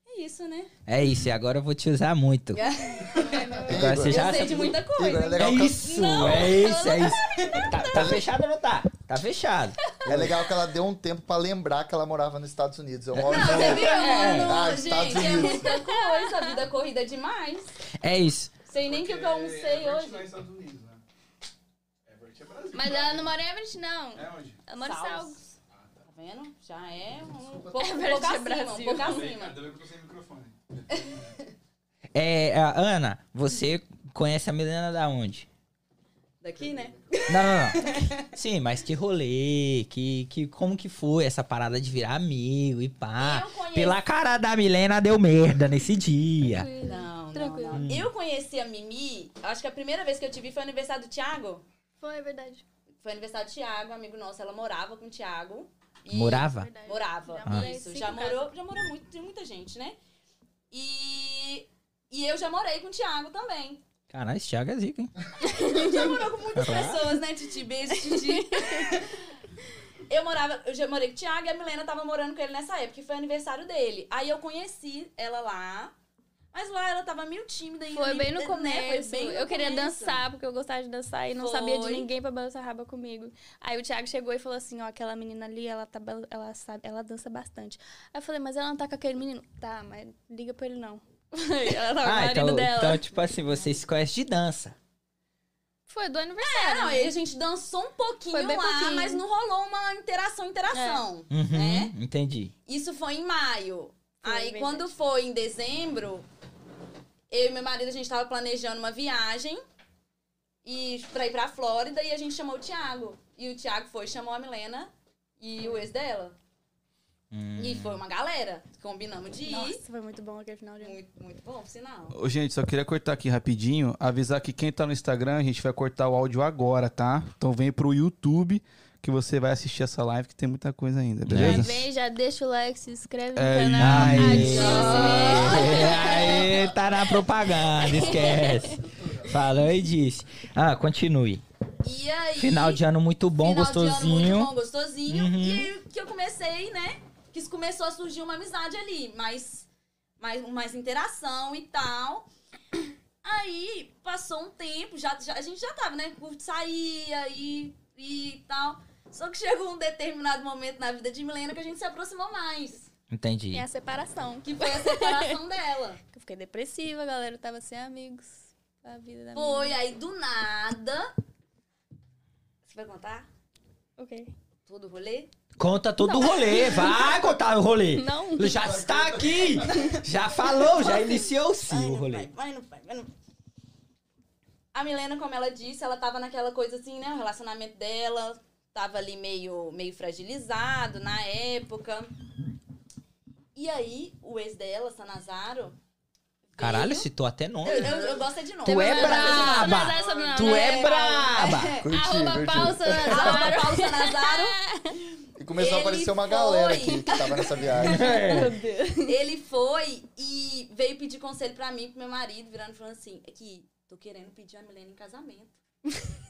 [SPEAKER 5] É isso, né?
[SPEAKER 2] É isso, e agora eu vou te usar muito. Agora você
[SPEAKER 3] Eu
[SPEAKER 2] já.
[SPEAKER 5] Eu sei de muita coisa.
[SPEAKER 3] Igor, é legal,
[SPEAKER 2] é
[SPEAKER 3] que, ela-
[SPEAKER 2] isso, é isso, é isso. Tá, tá fechado ou não tá? Tá fechado.
[SPEAKER 3] é legal que ela deu um tempo pra lembrar que ela morava nos Estados Unidos. Eu moro
[SPEAKER 5] Não, você
[SPEAKER 3] no...
[SPEAKER 5] viu,
[SPEAKER 4] É,
[SPEAKER 5] mano?
[SPEAKER 4] tá,
[SPEAKER 3] Ah, Estados
[SPEAKER 5] gente, é
[SPEAKER 3] Unidos.
[SPEAKER 5] muita coisa. A vida corrida é demais.
[SPEAKER 2] É isso.
[SPEAKER 5] Sei nem o que eu
[SPEAKER 1] é
[SPEAKER 5] almocei hoje.
[SPEAKER 4] Mas ela não mora em Everett, não.
[SPEAKER 1] onde?
[SPEAKER 4] Ela mora em
[SPEAKER 5] Salgos.
[SPEAKER 4] Salgos.
[SPEAKER 5] Tá vendo? Já é um pouco, um
[SPEAKER 4] Everett
[SPEAKER 5] pouco
[SPEAKER 4] é
[SPEAKER 5] acima, um
[SPEAKER 4] Brasil.
[SPEAKER 5] pouco acima.
[SPEAKER 1] bem que eu tô sem microfone.
[SPEAKER 2] É, a Ana, você conhece a Milena da onde?
[SPEAKER 5] Daqui, né?
[SPEAKER 2] Não, não, não. Sim, mas que rolê, que, que como que foi essa parada de virar amigo e
[SPEAKER 4] Ah,
[SPEAKER 2] pá.
[SPEAKER 5] Eu conheci-
[SPEAKER 2] Pela cara da Milena deu merda nesse dia.
[SPEAKER 5] Não,
[SPEAKER 4] Tranquilo. Hum.
[SPEAKER 5] não, não. Eu conheci a Mimi, acho que a primeira vez que eu te vi foi no aniversário do Thiago.
[SPEAKER 4] Foi, é verdade.
[SPEAKER 5] Foi aniversário do Thiago, amigo nosso. Ela morava com o Thiago. E-
[SPEAKER 2] Morava?
[SPEAKER 4] verdade.
[SPEAKER 5] Morava.
[SPEAKER 4] Já morei
[SPEAKER 5] Isso.
[SPEAKER 4] cinco
[SPEAKER 5] Já
[SPEAKER 4] casas.
[SPEAKER 5] morou, já morou muito, de muita gente, né? E. E eu já morei com o Thiago também.
[SPEAKER 2] Caralho, esse Thiago é zica, hein?
[SPEAKER 5] Já morou com muitas
[SPEAKER 2] Caralho.
[SPEAKER 5] pessoas, né, Titi? Beijo, Titi. Eu morava, eu já morei com o Thiago e a Milena tava morando com ele nessa época, que foi aniversário dele. Aí eu conheci ela lá. Mas lá ela tava meio tímida ainda.
[SPEAKER 4] Foi
[SPEAKER 5] meio-
[SPEAKER 4] bem no
[SPEAKER 5] né,
[SPEAKER 4] começo.
[SPEAKER 5] foi bem no
[SPEAKER 4] eu queria
[SPEAKER 5] começo.
[SPEAKER 4] dançar, porque eu gostava de dançar e não sabia de
[SPEAKER 5] Foi.
[SPEAKER 4] ninguém pra balançar raba comigo. Aí o Thiago chegou e falou assim: ó, aquela menina ali, ela, tá, bal- ela, sabe, ela dança bastante. Aí eu falei, mas ela não tá com aquele menino? Tá, mas liga pra ele não. ela tava com o
[SPEAKER 2] Ah,
[SPEAKER 4] marido
[SPEAKER 2] então,
[SPEAKER 4] dela.
[SPEAKER 2] então, tipo assim, você se conhece de dança.
[SPEAKER 4] Foi do
[SPEAKER 5] É,
[SPEAKER 4] aniversário.
[SPEAKER 5] não, aí a gente dançou um pouquinho
[SPEAKER 4] Foi
[SPEAKER 5] lá,
[SPEAKER 4] bem pouquinho. É.
[SPEAKER 5] mas não rolou uma interação, interação,
[SPEAKER 2] Uhum,
[SPEAKER 5] né?
[SPEAKER 2] entendi.
[SPEAKER 5] Isso foi em maio.
[SPEAKER 4] Foi,
[SPEAKER 5] aí
[SPEAKER 4] verdade.
[SPEAKER 5] quando foi em dezembro, eu e meu marido, a gente tava planejando uma viagem e pra ir pra Flórida e a gente chamou o Thiago. E o Thiago foi, chamou a Milena e o ex dela.
[SPEAKER 2] Hum.
[SPEAKER 5] E foi uma galera. Combinamos de ir.
[SPEAKER 4] Nossa, foi muito bom aquele final de ano.
[SPEAKER 5] Muito, muito bom, por sinal.
[SPEAKER 1] Ô, gente, só queria cortar aqui rapidinho, avisar que quem tá no Instagram, a gente vai cortar o áudio agora, tá? Então vem pro YouTube que você vai assistir essa live que tem muita coisa ainda,
[SPEAKER 4] Já
[SPEAKER 1] beleza?
[SPEAKER 4] É, vem, já deixa o like, se inscreve no
[SPEAKER 1] É
[SPEAKER 4] canal.
[SPEAKER 1] isso.
[SPEAKER 4] ativa o
[SPEAKER 2] Aê,
[SPEAKER 4] sininho.
[SPEAKER 2] aê, aê, tá na propaganda, esquece. Falou e disse. Ah, continue.
[SPEAKER 5] E aí.
[SPEAKER 2] Final de ano muito bom,
[SPEAKER 5] Final de ano,
[SPEAKER 2] gostosinho.
[SPEAKER 5] muito bom, gostosinho.
[SPEAKER 2] Uhum.
[SPEAKER 5] E aí que eu comecei, né? Que isso começou a surgir uma amizade ali, mais, mais, mais interação e tal. Aí passou um tempo, já, já- a gente já tava, né? Curte saía e, e tal. Só que chegou um determinado momento na vida de Milena que a gente se aproximou mais.
[SPEAKER 2] Entendi.
[SPEAKER 4] E É a separação.
[SPEAKER 5] Que foi a separação dela.
[SPEAKER 4] Eu fiquei depressiva, a galera tava sem amigos. A vida da
[SPEAKER 5] Foi, aí do nada. Você vai contar?
[SPEAKER 4] minha- Ok.
[SPEAKER 5] Todo o rolê?
[SPEAKER 2] Conta todo o rolê, vai contar o rolê.
[SPEAKER 4] Não.
[SPEAKER 2] Já está aqui, já falou, já iniciou-se
[SPEAKER 5] Ai,
[SPEAKER 2] o
[SPEAKER 5] não
[SPEAKER 2] rolê.
[SPEAKER 5] vai, vai, não vai, vai, não vai. A Milena, como ela disse, ela tava naquela coisa assim, né? O relacionamento dela tava ali meio, meio fragilizado na época. E aí, o ex dela, Sanazaro. veio-
[SPEAKER 2] Caralho, citou até
[SPEAKER 5] Eu,
[SPEAKER 2] nome. né?
[SPEAKER 5] eu, eu gosto é de nome.
[SPEAKER 2] Tu é
[SPEAKER 5] né?
[SPEAKER 2] braba!
[SPEAKER 4] Sanazaro é sobrenome,
[SPEAKER 2] Tu
[SPEAKER 4] né?
[SPEAKER 2] é braba!
[SPEAKER 3] Curti,
[SPEAKER 4] Arroba
[SPEAKER 3] curti.
[SPEAKER 4] pau,
[SPEAKER 5] Arroba
[SPEAKER 4] Sanazaro.
[SPEAKER 5] Paulo Sanazaro.
[SPEAKER 3] E começou a
[SPEAKER 5] Ele
[SPEAKER 3] aparecer uma
[SPEAKER 5] foi.
[SPEAKER 3] galera aqui que tava nessa viagem.
[SPEAKER 2] É.
[SPEAKER 5] Ele foi e veio pedir conselho pra mim, e pro meu marido, virando e falando assim: é que tô querendo pedir a Milena em casamento.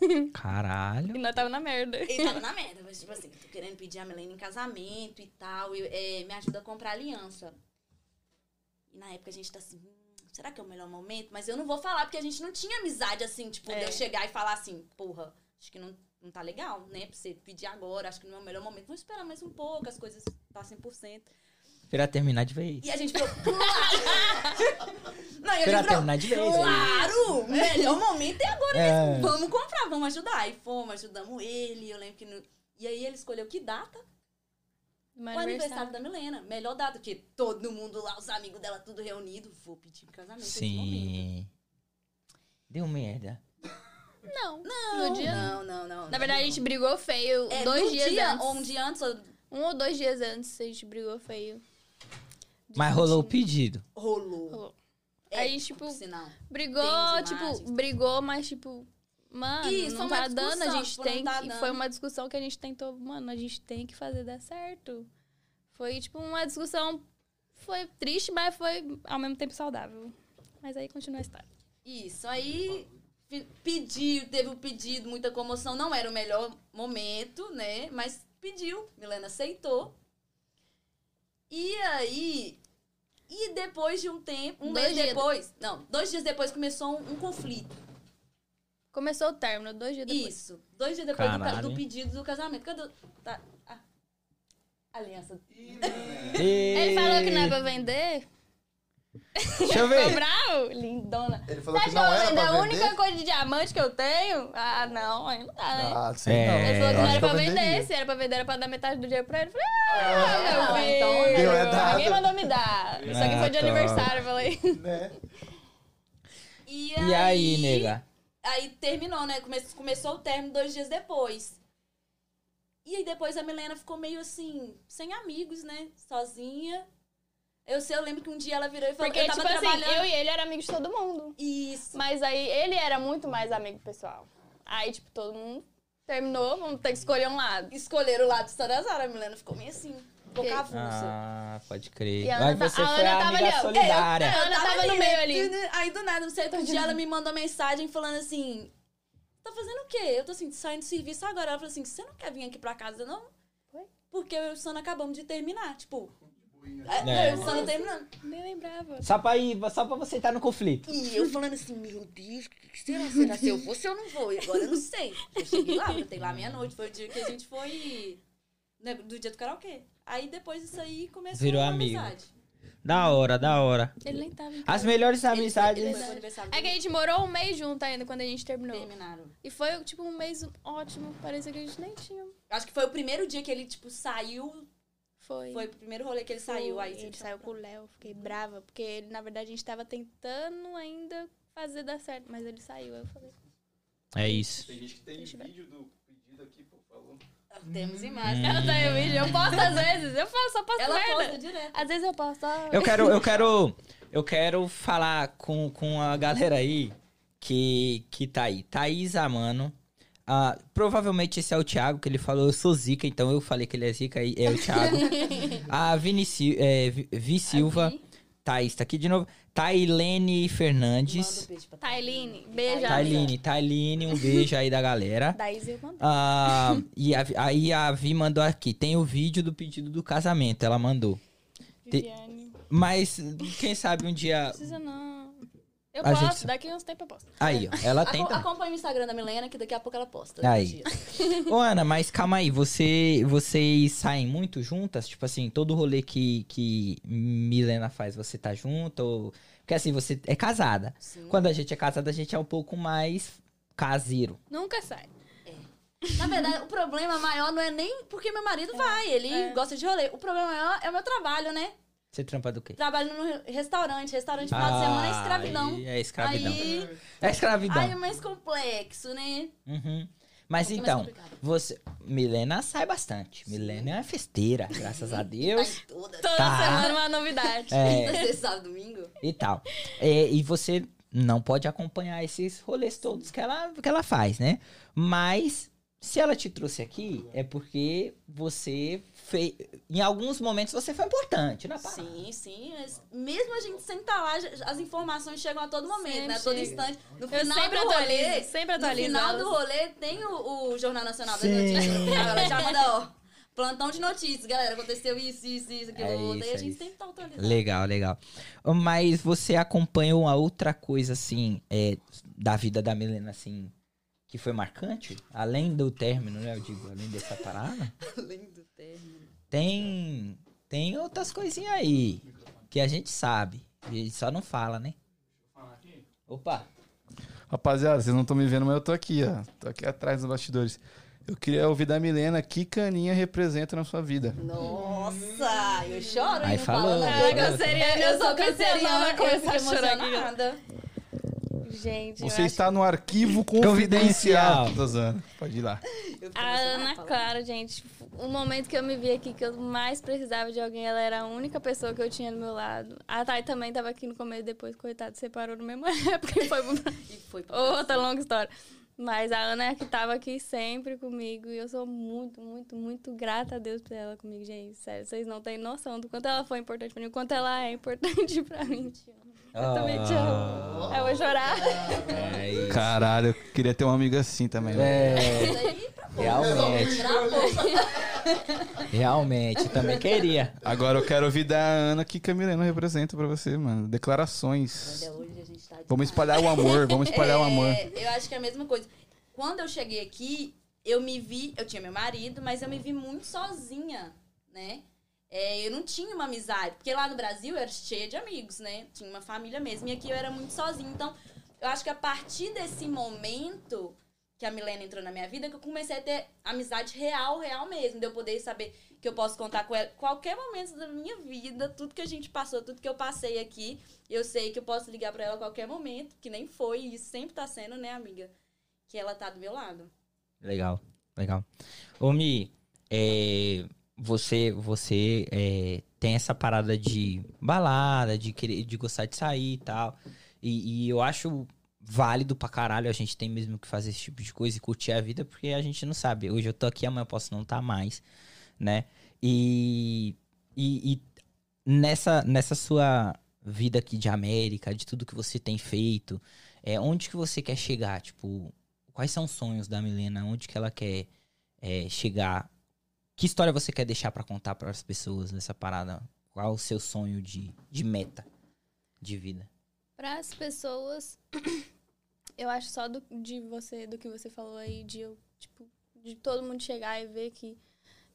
[SPEAKER 4] E
[SPEAKER 2] Caralho.
[SPEAKER 4] nós tava na merda.
[SPEAKER 5] Ele tava na merda, mas tipo assim, tô querendo pedir a Milena em casamento e tal, e, é, me ajuda a comprar aliança. E na época a gente tá assim, hum, será que é o melhor momento? Mas eu não vou falar, porque a gente não tinha amizade assim, tipo, de
[SPEAKER 4] É.
[SPEAKER 5] eu chegar e falar assim, porra, acho que não, não tá legal, né? Pra você pedir agora, acho que não é o melhor momento. Vamos esperar mais um pouco, as coisas passem por cento.
[SPEAKER 2] Esperar terminar de vez.
[SPEAKER 5] E a gente falou, claro! não, e a
[SPEAKER 2] Esperar
[SPEAKER 5] gente falou,
[SPEAKER 2] terminar de vez.
[SPEAKER 5] claro! O melhor momento é agora
[SPEAKER 2] né? É.
[SPEAKER 5] Vamos comprar, vamos ajudar. E fomos, ajudamos ele. Eu lembro que. no- E aí ele escolheu que data?
[SPEAKER 4] Meu
[SPEAKER 5] o aniversário da Milena. Melhor data, porque todo mundo lá, os amigos dela, tudo reunido. Vou pedir em casamento nesse momento.
[SPEAKER 2] Sim. Deu merda.
[SPEAKER 4] Não. No dia não.
[SPEAKER 5] Não, não, não.
[SPEAKER 4] Na verdade, a gente brigou feio
[SPEAKER 5] É,
[SPEAKER 4] dois
[SPEAKER 5] num
[SPEAKER 4] dias
[SPEAKER 5] dia,
[SPEAKER 4] antes.
[SPEAKER 5] Ou um dia antes, ou-
[SPEAKER 4] Um ou dois dias antes a gente brigou feio.
[SPEAKER 2] Mas rolou o pedido.
[SPEAKER 5] rolou.
[SPEAKER 4] Rolou.
[SPEAKER 5] É,
[SPEAKER 4] Aí, tipo,
[SPEAKER 5] por sinal.
[SPEAKER 4] Brigou,
[SPEAKER 5] Tem imagens,
[SPEAKER 4] tipo,
[SPEAKER 5] tem-
[SPEAKER 4] brigou, mas tipo. Mano,
[SPEAKER 5] Isso,
[SPEAKER 4] não
[SPEAKER 5] foi uma
[SPEAKER 4] tá dando, a
[SPEAKER 5] discussão,
[SPEAKER 4] gente
[SPEAKER 5] tipo,
[SPEAKER 4] tem
[SPEAKER 5] não tá
[SPEAKER 4] que.
[SPEAKER 5] dando.
[SPEAKER 4] Foi uma discussão que a gente tentou. Mano, a gente tem que fazer dar certo. Foi, tipo, uma discussão. Foi triste, mas foi ao mesmo tempo saudável. Mas aí continua a história.
[SPEAKER 5] Isso, aí fi- pediu, teve o pedido, muita comoção. Não era o melhor momento, né? Mas pediu, Milena aceitou. E aí. E depois de um tempo, um
[SPEAKER 4] Dois
[SPEAKER 5] mês
[SPEAKER 4] dias.
[SPEAKER 5] depois. Não, dois dias depois começou um, um conflito.
[SPEAKER 4] Começou o término, dois dias depois.
[SPEAKER 5] Isso. Dois dias depois do, ca-
[SPEAKER 2] Caralho.
[SPEAKER 5] do pedido do casamento. Cadê? o- Tá. a- aliança.
[SPEAKER 4] Ele falou que não é pra vender?
[SPEAKER 2] Deixa eu
[SPEAKER 4] Ficou
[SPEAKER 2] ver.
[SPEAKER 4] bravo? Lindona.
[SPEAKER 3] Ele
[SPEAKER 4] Você
[SPEAKER 3] falou
[SPEAKER 4] acha
[SPEAKER 3] que
[SPEAKER 4] que eu
[SPEAKER 3] não
[SPEAKER 4] vou
[SPEAKER 3] era
[SPEAKER 4] vender
[SPEAKER 3] pra
[SPEAKER 4] a
[SPEAKER 3] vender.
[SPEAKER 4] única coisa de diamante que eu tenho? Ah, não, aí não dá, né?
[SPEAKER 3] Ah, sei
[SPEAKER 2] É.
[SPEAKER 3] não.
[SPEAKER 4] Ele falou que
[SPEAKER 3] Eu
[SPEAKER 4] não
[SPEAKER 3] acho
[SPEAKER 4] era pra
[SPEAKER 3] eu
[SPEAKER 4] vender.
[SPEAKER 3] venderia.
[SPEAKER 4] Se era pra vender, era pra dar metade do dinheiro pra ele. Eu falei, ah,
[SPEAKER 5] Ah,
[SPEAKER 4] meu
[SPEAKER 5] então,
[SPEAKER 4] filho,
[SPEAKER 3] deu errado.
[SPEAKER 4] né? Ninguém mandou me dar. Isso aqui foi de
[SPEAKER 2] é Ah, tá.
[SPEAKER 4] aniversário, eu falei.
[SPEAKER 3] Né?
[SPEAKER 5] E,
[SPEAKER 2] E aí, nega?
[SPEAKER 5] Aí terminou, né? Come- começou o término dois dias depois. E aí depois a Milena ficou meio assim, sem amigos, né? Sozinha. Eu sei, eu lembro que um dia ela virou e falou
[SPEAKER 4] Porque,
[SPEAKER 5] que eu tava
[SPEAKER 4] tipo assim,
[SPEAKER 5] trabalhando.
[SPEAKER 4] eu e ele era amigo de todo mundo.
[SPEAKER 5] Isso.
[SPEAKER 4] Mas aí ele era muito mais amigo pessoal. Aí, tipo, todo mundo terminou, vamos ter que escolher um lado.
[SPEAKER 5] Escolheram o lado Sarasara, a Milena ficou meio assim, um pouco
[SPEAKER 4] Que-
[SPEAKER 5] avulsa.
[SPEAKER 2] Ah, pode crer.
[SPEAKER 4] E a
[SPEAKER 2] Mas
[SPEAKER 4] Ana tá-
[SPEAKER 2] você
[SPEAKER 4] a
[SPEAKER 2] foi
[SPEAKER 4] Ana
[SPEAKER 2] a
[SPEAKER 4] tava
[SPEAKER 2] amiga
[SPEAKER 4] ali, ó.
[SPEAKER 2] solidária.
[SPEAKER 4] Ela tava no meio ali.
[SPEAKER 5] né? Aí do nada, um certo dia ela me mandou mensagem falando assim: Tá fazendo o quê? Eu tô assim, saindo do serviço agora. Ela falou assim: Você não quer vir aqui pra casa, não?
[SPEAKER 4] Foi?
[SPEAKER 5] Porque eu e o Sana acabamos de terminar. Tipo,
[SPEAKER 2] É.
[SPEAKER 5] eu e o Sana terminando.
[SPEAKER 4] Nem lembrava.
[SPEAKER 2] Só pra, ir, só pra você estar no conflito.
[SPEAKER 5] E eu falando assim, meu Deus, o que que será? Será se eu vou, se eu não vou? E agora eu não sei. Eu cheguei lá, voltei lá meia-noite. Foi o dia que a gente foi. né, do dia do karaokê. Aí depois disso aí começou
[SPEAKER 2] Virou
[SPEAKER 5] uma
[SPEAKER 2] amigo.
[SPEAKER 5] amizade.
[SPEAKER 2] Da hora, da hora.
[SPEAKER 4] Ele nem tava. em casa.
[SPEAKER 2] As melhores
[SPEAKER 5] Foi
[SPEAKER 2] amizades.
[SPEAKER 5] o aniversário
[SPEAKER 4] É que a gente morou um mês junto ainda quando a gente terminou.
[SPEAKER 5] terminaram.
[SPEAKER 4] E foi, tipo, um mês ótimo. Parecia que a gente nem tinha.
[SPEAKER 5] Acho que foi o primeiro dia que ele, tipo, saiu.
[SPEAKER 4] Foi.
[SPEAKER 5] Foi o primeiro rolê que ele saiu. Aí tipo,
[SPEAKER 4] ele
[SPEAKER 5] você
[SPEAKER 4] saiu com o Léo. Fiquei brava. Porque, ele, na verdade, a gente tava tentando ainda fazer dar certo. Mas ele saiu. Aí eu falei.
[SPEAKER 2] É isso.
[SPEAKER 1] Tem gente que tem
[SPEAKER 4] Deixa eu ver.
[SPEAKER 1] vídeo do pedido aqui, pô, falou.
[SPEAKER 5] Temos
[SPEAKER 4] Uhum.
[SPEAKER 5] imagens.
[SPEAKER 4] Eu tenho vídeo. Eu posto às vezes. Eu faço, só posto
[SPEAKER 5] Ela
[SPEAKER 4] merda.
[SPEAKER 5] posta direto.
[SPEAKER 4] Às vezes eu posto. ó.
[SPEAKER 2] Eu quero, eu quero, eu quero falar com, com a galera aí que, que tá aí. Thaís Amano. Ah, provavelmente esse é o Thiago, que ele falou, eu sou zica, então eu falei que ele é zica, aí é o Thiago. a Vinici, é, Vi- Vi Silva.
[SPEAKER 4] Aqui.
[SPEAKER 2] Thaís tá aqui de novo. Tailene
[SPEAKER 5] Manda um
[SPEAKER 2] Fernandes.
[SPEAKER 5] beijo pra
[SPEAKER 4] Tá, Tailine, um beijo, amiga.
[SPEAKER 2] Tailene, Tailene, um beijo aí da galera.
[SPEAKER 4] Daís eu mandei.
[SPEAKER 2] Ah, e a- aí a Vi mandou aqui. Tem o vídeo do pedido do casamento, ela mandou. Te-
[SPEAKER 4] Viviane.
[SPEAKER 2] Mas quem sabe um dia.
[SPEAKER 4] Precisa não. Eu
[SPEAKER 2] A
[SPEAKER 4] posto.
[SPEAKER 2] gente-
[SPEAKER 4] Daqui uns tempos eu posto.
[SPEAKER 2] Aí, ó, ela
[SPEAKER 5] Aco-
[SPEAKER 2] tenta.
[SPEAKER 5] Acompanha o Instagram da Milena, que daqui a pouco ela posta.
[SPEAKER 2] Aí. Ô, Ana, mas calma aí, você, vocês saem muito juntas? Tipo assim, todo rolê que, que Milena faz, você tá junto? Ou... Porque assim, você é casada.
[SPEAKER 5] Sim.
[SPEAKER 2] Quando a gente é casada, a gente é um pouco mais caseiro.
[SPEAKER 4] Nunca sai.
[SPEAKER 5] Na verdade, o problema maior não é nem porque meu marido vai, ele
[SPEAKER 4] É.
[SPEAKER 5] gosta de rolê. O problema maior é o meu trabalho, né?
[SPEAKER 2] Você trampa do quê?
[SPEAKER 5] Trabalho no restaurante, restaurante final de semana é escravidão.
[SPEAKER 2] aí É escravidão.
[SPEAKER 5] Aí,
[SPEAKER 2] É
[SPEAKER 5] aí é
[SPEAKER 2] escravidão.
[SPEAKER 5] mais complexo, né?
[SPEAKER 2] Uhum. Mas
[SPEAKER 5] Um pouquinho
[SPEAKER 2] então,
[SPEAKER 5] mais complicado.
[SPEAKER 2] você. Milena sai bastante. Milena é uma festeira, graças a
[SPEAKER 5] Tá
[SPEAKER 2] Deus.
[SPEAKER 5] em toda.
[SPEAKER 4] Toda
[SPEAKER 2] Tá.
[SPEAKER 4] semana uma novidade.
[SPEAKER 2] É,
[SPEAKER 5] Quinta, sexta, sábado, domingo.
[SPEAKER 2] e tal. É, e você não pode acompanhar esses rolês todos que ela, que ela faz, né? Mas se ela te trouxe aqui, é porque você fez. Em alguns momentos você foi importante na parada.
[SPEAKER 5] Sim, sim. mas mesmo a gente sem estar lá, já- as informações chegam a todo momento,
[SPEAKER 4] Sempre
[SPEAKER 5] né? A todo
[SPEAKER 4] chega.
[SPEAKER 5] instante. No
[SPEAKER 4] Eu
[SPEAKER 5] final
[SPEAKER 4] sempre
[SPEAKER 5] do rolê,
[SPEAKER 4] atualizo. Sempre
[SPEAKER 5] no
[SPEAKER 4] atualizo.
[SPEAKER 5] final
[SPEAKER 4] elas.
[SPEAKER 5] do rolê tem o, o Jornal Nacional das
[SPEAKER 2] Sim.
[SPEAKER 5] Notícias. no final, Ela já manda, ó, plantão de notícias, galera. Aconteceu isso, isso, isso, aquilo.
[SPEAKER 2] É
[SPEAKER 5] outro.
[SPEAKER 2] isso,
[SPEAKER 5] Daí
[SPEAKER 2] é
[SPEAKER 5] a gente
[SPEAKER 2] isso.
[SPEAKER 5] sempre tá atualizando.
[SPEAKER 2] Legal, legal. Mas você acompanha uma outra coisa, assim, é, da vida da Milena, assim, que foi marcante? Além do término, né? Eu digo, além dessa parada.
[SPEAKER 5] Além do término.
[SPEAKER 2] Tem, tem outras coisinhas aí que a gente sabe. E só não fala, né? Opa!
[SPEAKER 1] Rapaziada, vocês não estão me vendo, mas eu tô aqui, ó. Tô aqui atrás dos bastidores. Eu queria ouvir da Milena que caninha representa na sua vida.
[SPEAKER 5] Nossa, eu choro
[SPEAKER 2] Aí
[SPEAKER 5] e não
[SPEAKER 2] falou,
[SPEAKER 5] falo
[SPEAKER 2] aí
[SPEAKER 5] nada.
[SPEAKER 2] falou.
[SPEAKER 4] Canceriana, eu sou canceriana, vai começar a chorar aqui. Gente, eu
[SPEAKER 1] Você
[SPEAKER 4] acho-
[SPEAKER 1] está no arquivo
[SPEAKER 2] Confidencial.
[SPEAKER 1] confidencial. Tô zoando. Pode ir lá.
[SPEAKER 4] A
[SPEAKER 5] assim,
[SPEAKER 4] Ana
[SPEAKER 5] "Ah,
[SPEAKER 4] Clara, gente, o momento que eu me vi aqui que eu mais precisava de alguém, ela era a única pessoa que eu tinha do meu lado. A Thay também tava aqui no começo, depois, coitado, separou na mesma época e foi pra
[SPEAKER 5] E foi pra
[SPEAKER 4] outra longa história. Mas a Ana é a que tava aqui sempre comigo e eu sou muito, muito, muito grata a Deus por ela comigo, gente. Sério, vocês não têm noção do quanto ela foi importante pra mim, o quanto ela é importante pra mim. Eu também te amo. Eu vou chorar.
[SPEAKER 2] É isso.
[SPEAKER 1] Caralho, eu queria ter uma amiga assim também. né?
[SPEAKER 2] É,
[SPEAKER 5] Isso aí, pra
[SPEAKER 2] realmente.
[SPEAKER 5] Gravou.
[SPEAKER 2] Realmente, também queria.
[SPEAKER 1] Agora eu quero ouvir da Ana que Camileno representa pra você, mano. Declarações.
[SPEAKER 5] Olha, hoje a gente tá
[SPEAKER 1] Vamos
[SPEAKER 5] demais.
[SPEAKER 1] espalhar o amor, vamos espalhar o amor.
[SPEAKER 5] É, eu acho que é a mesma coisa. Quando eu cheguei aqui, eu me vi, eu tinha meu marido, mas eu me vi muito sozinha, né? É, eu não tinha uma amizade, porque lá no Brasil eu era cheia de amigos, né? Tinha uma família mesmo, e aqui eu era muito sozinha. Então, eu acho que a partir desse momento que a Milena entrou na minha vida, que eu comecei a ter amizade real, real mesmo, de eu poder saber que eu posso contar com ela qualquer momento da minha vida, tudo que a gente passou, tudo que eu passei aqui, eu sei que eu posso ligar pra ela a qualquer momento, que nem foi, e isso sempre tá sendo, né, amiga? Que ela tá do meu lado.
[SPEAKER 2] Legal, legal. Ô, Mi, é, você, você é, tem essa parada de balada, de, querer, de gostar de sair e tal. E, e eu acho válido pra caralho. A gente tem mesmo que fazer esse tipo de coisa e curtir a vida, porque a gente não sabe. Hoje eu tô aqui, amanhã eu posso não estar mais, né? E, e, e nessa, nessa sua vida aqui de América, de tudo que você tem feito, é, onde que você quer chegar? Tipo, quais são os sonhos da Milena? Onde que ela quer é, chegar? Que história você quer deixar pra contar para as pessoas nessa parada? Qual o seu sonho de, de meta de vida?
[SPEAKER 4] Para as pessoas, eu acho só do, de você, do que você falou aí, de eu, tipo, de todo mundo chegar e ver que,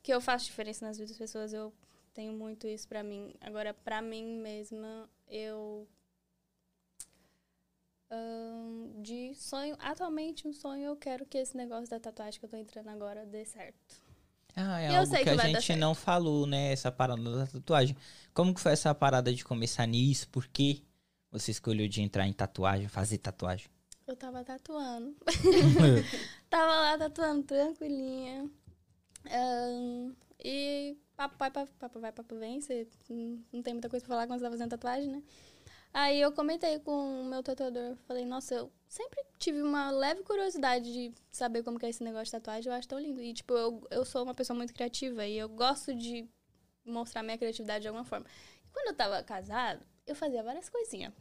[SPEAKER 4] que eu faço diferença nas vidas das pessoas, eu tenho muito isso pra mim. Agora, pra mim mesma, eu. ahn, de sonho, atualmente um sonho, eu quero que esse negócio da tatuagem que eu tô entrando agora dê certo.
[SPEAKER 2] Ah, é
[SPEAKER 4] Eu
[SPEAKER 2] algo
[SPEAKER 4] sei
[SPEAKER 2] que,
[SPEAKER 4] que
[SPEAKER 2] a
[SPEAKER 4] vai dar
[SPEAKER 2] gente
[SPEAKER 4] certo.
[SPEAKER 2] não falou, né? Essa parada da tatuagem. Como que foi essa parada de começar nisso? Por que você escolheu de entrar em tatuagem, fazer tatuagem?
[SPEAKER 4] Eu tava tatuando. tava lá tatuando tranquilinha. Ahn, e papo vai, papo, papo vai, papo vem. Você não não tem muita coisa pra falar quando você tá fazendo tatuagem, né? Aí eu comentei com o meu tatuador. Falei, nossa, eu sempre tive uma leve curiosidade de saber como que é esse negócio de tatuagem. Eu acho tão lindo. E, tipo, eu, eu sou uma pessoa muito criativa e eu gosto de mostrar minha criatividade de alguma forma. Quando eu tava casada, eu fazia várias coisinhas.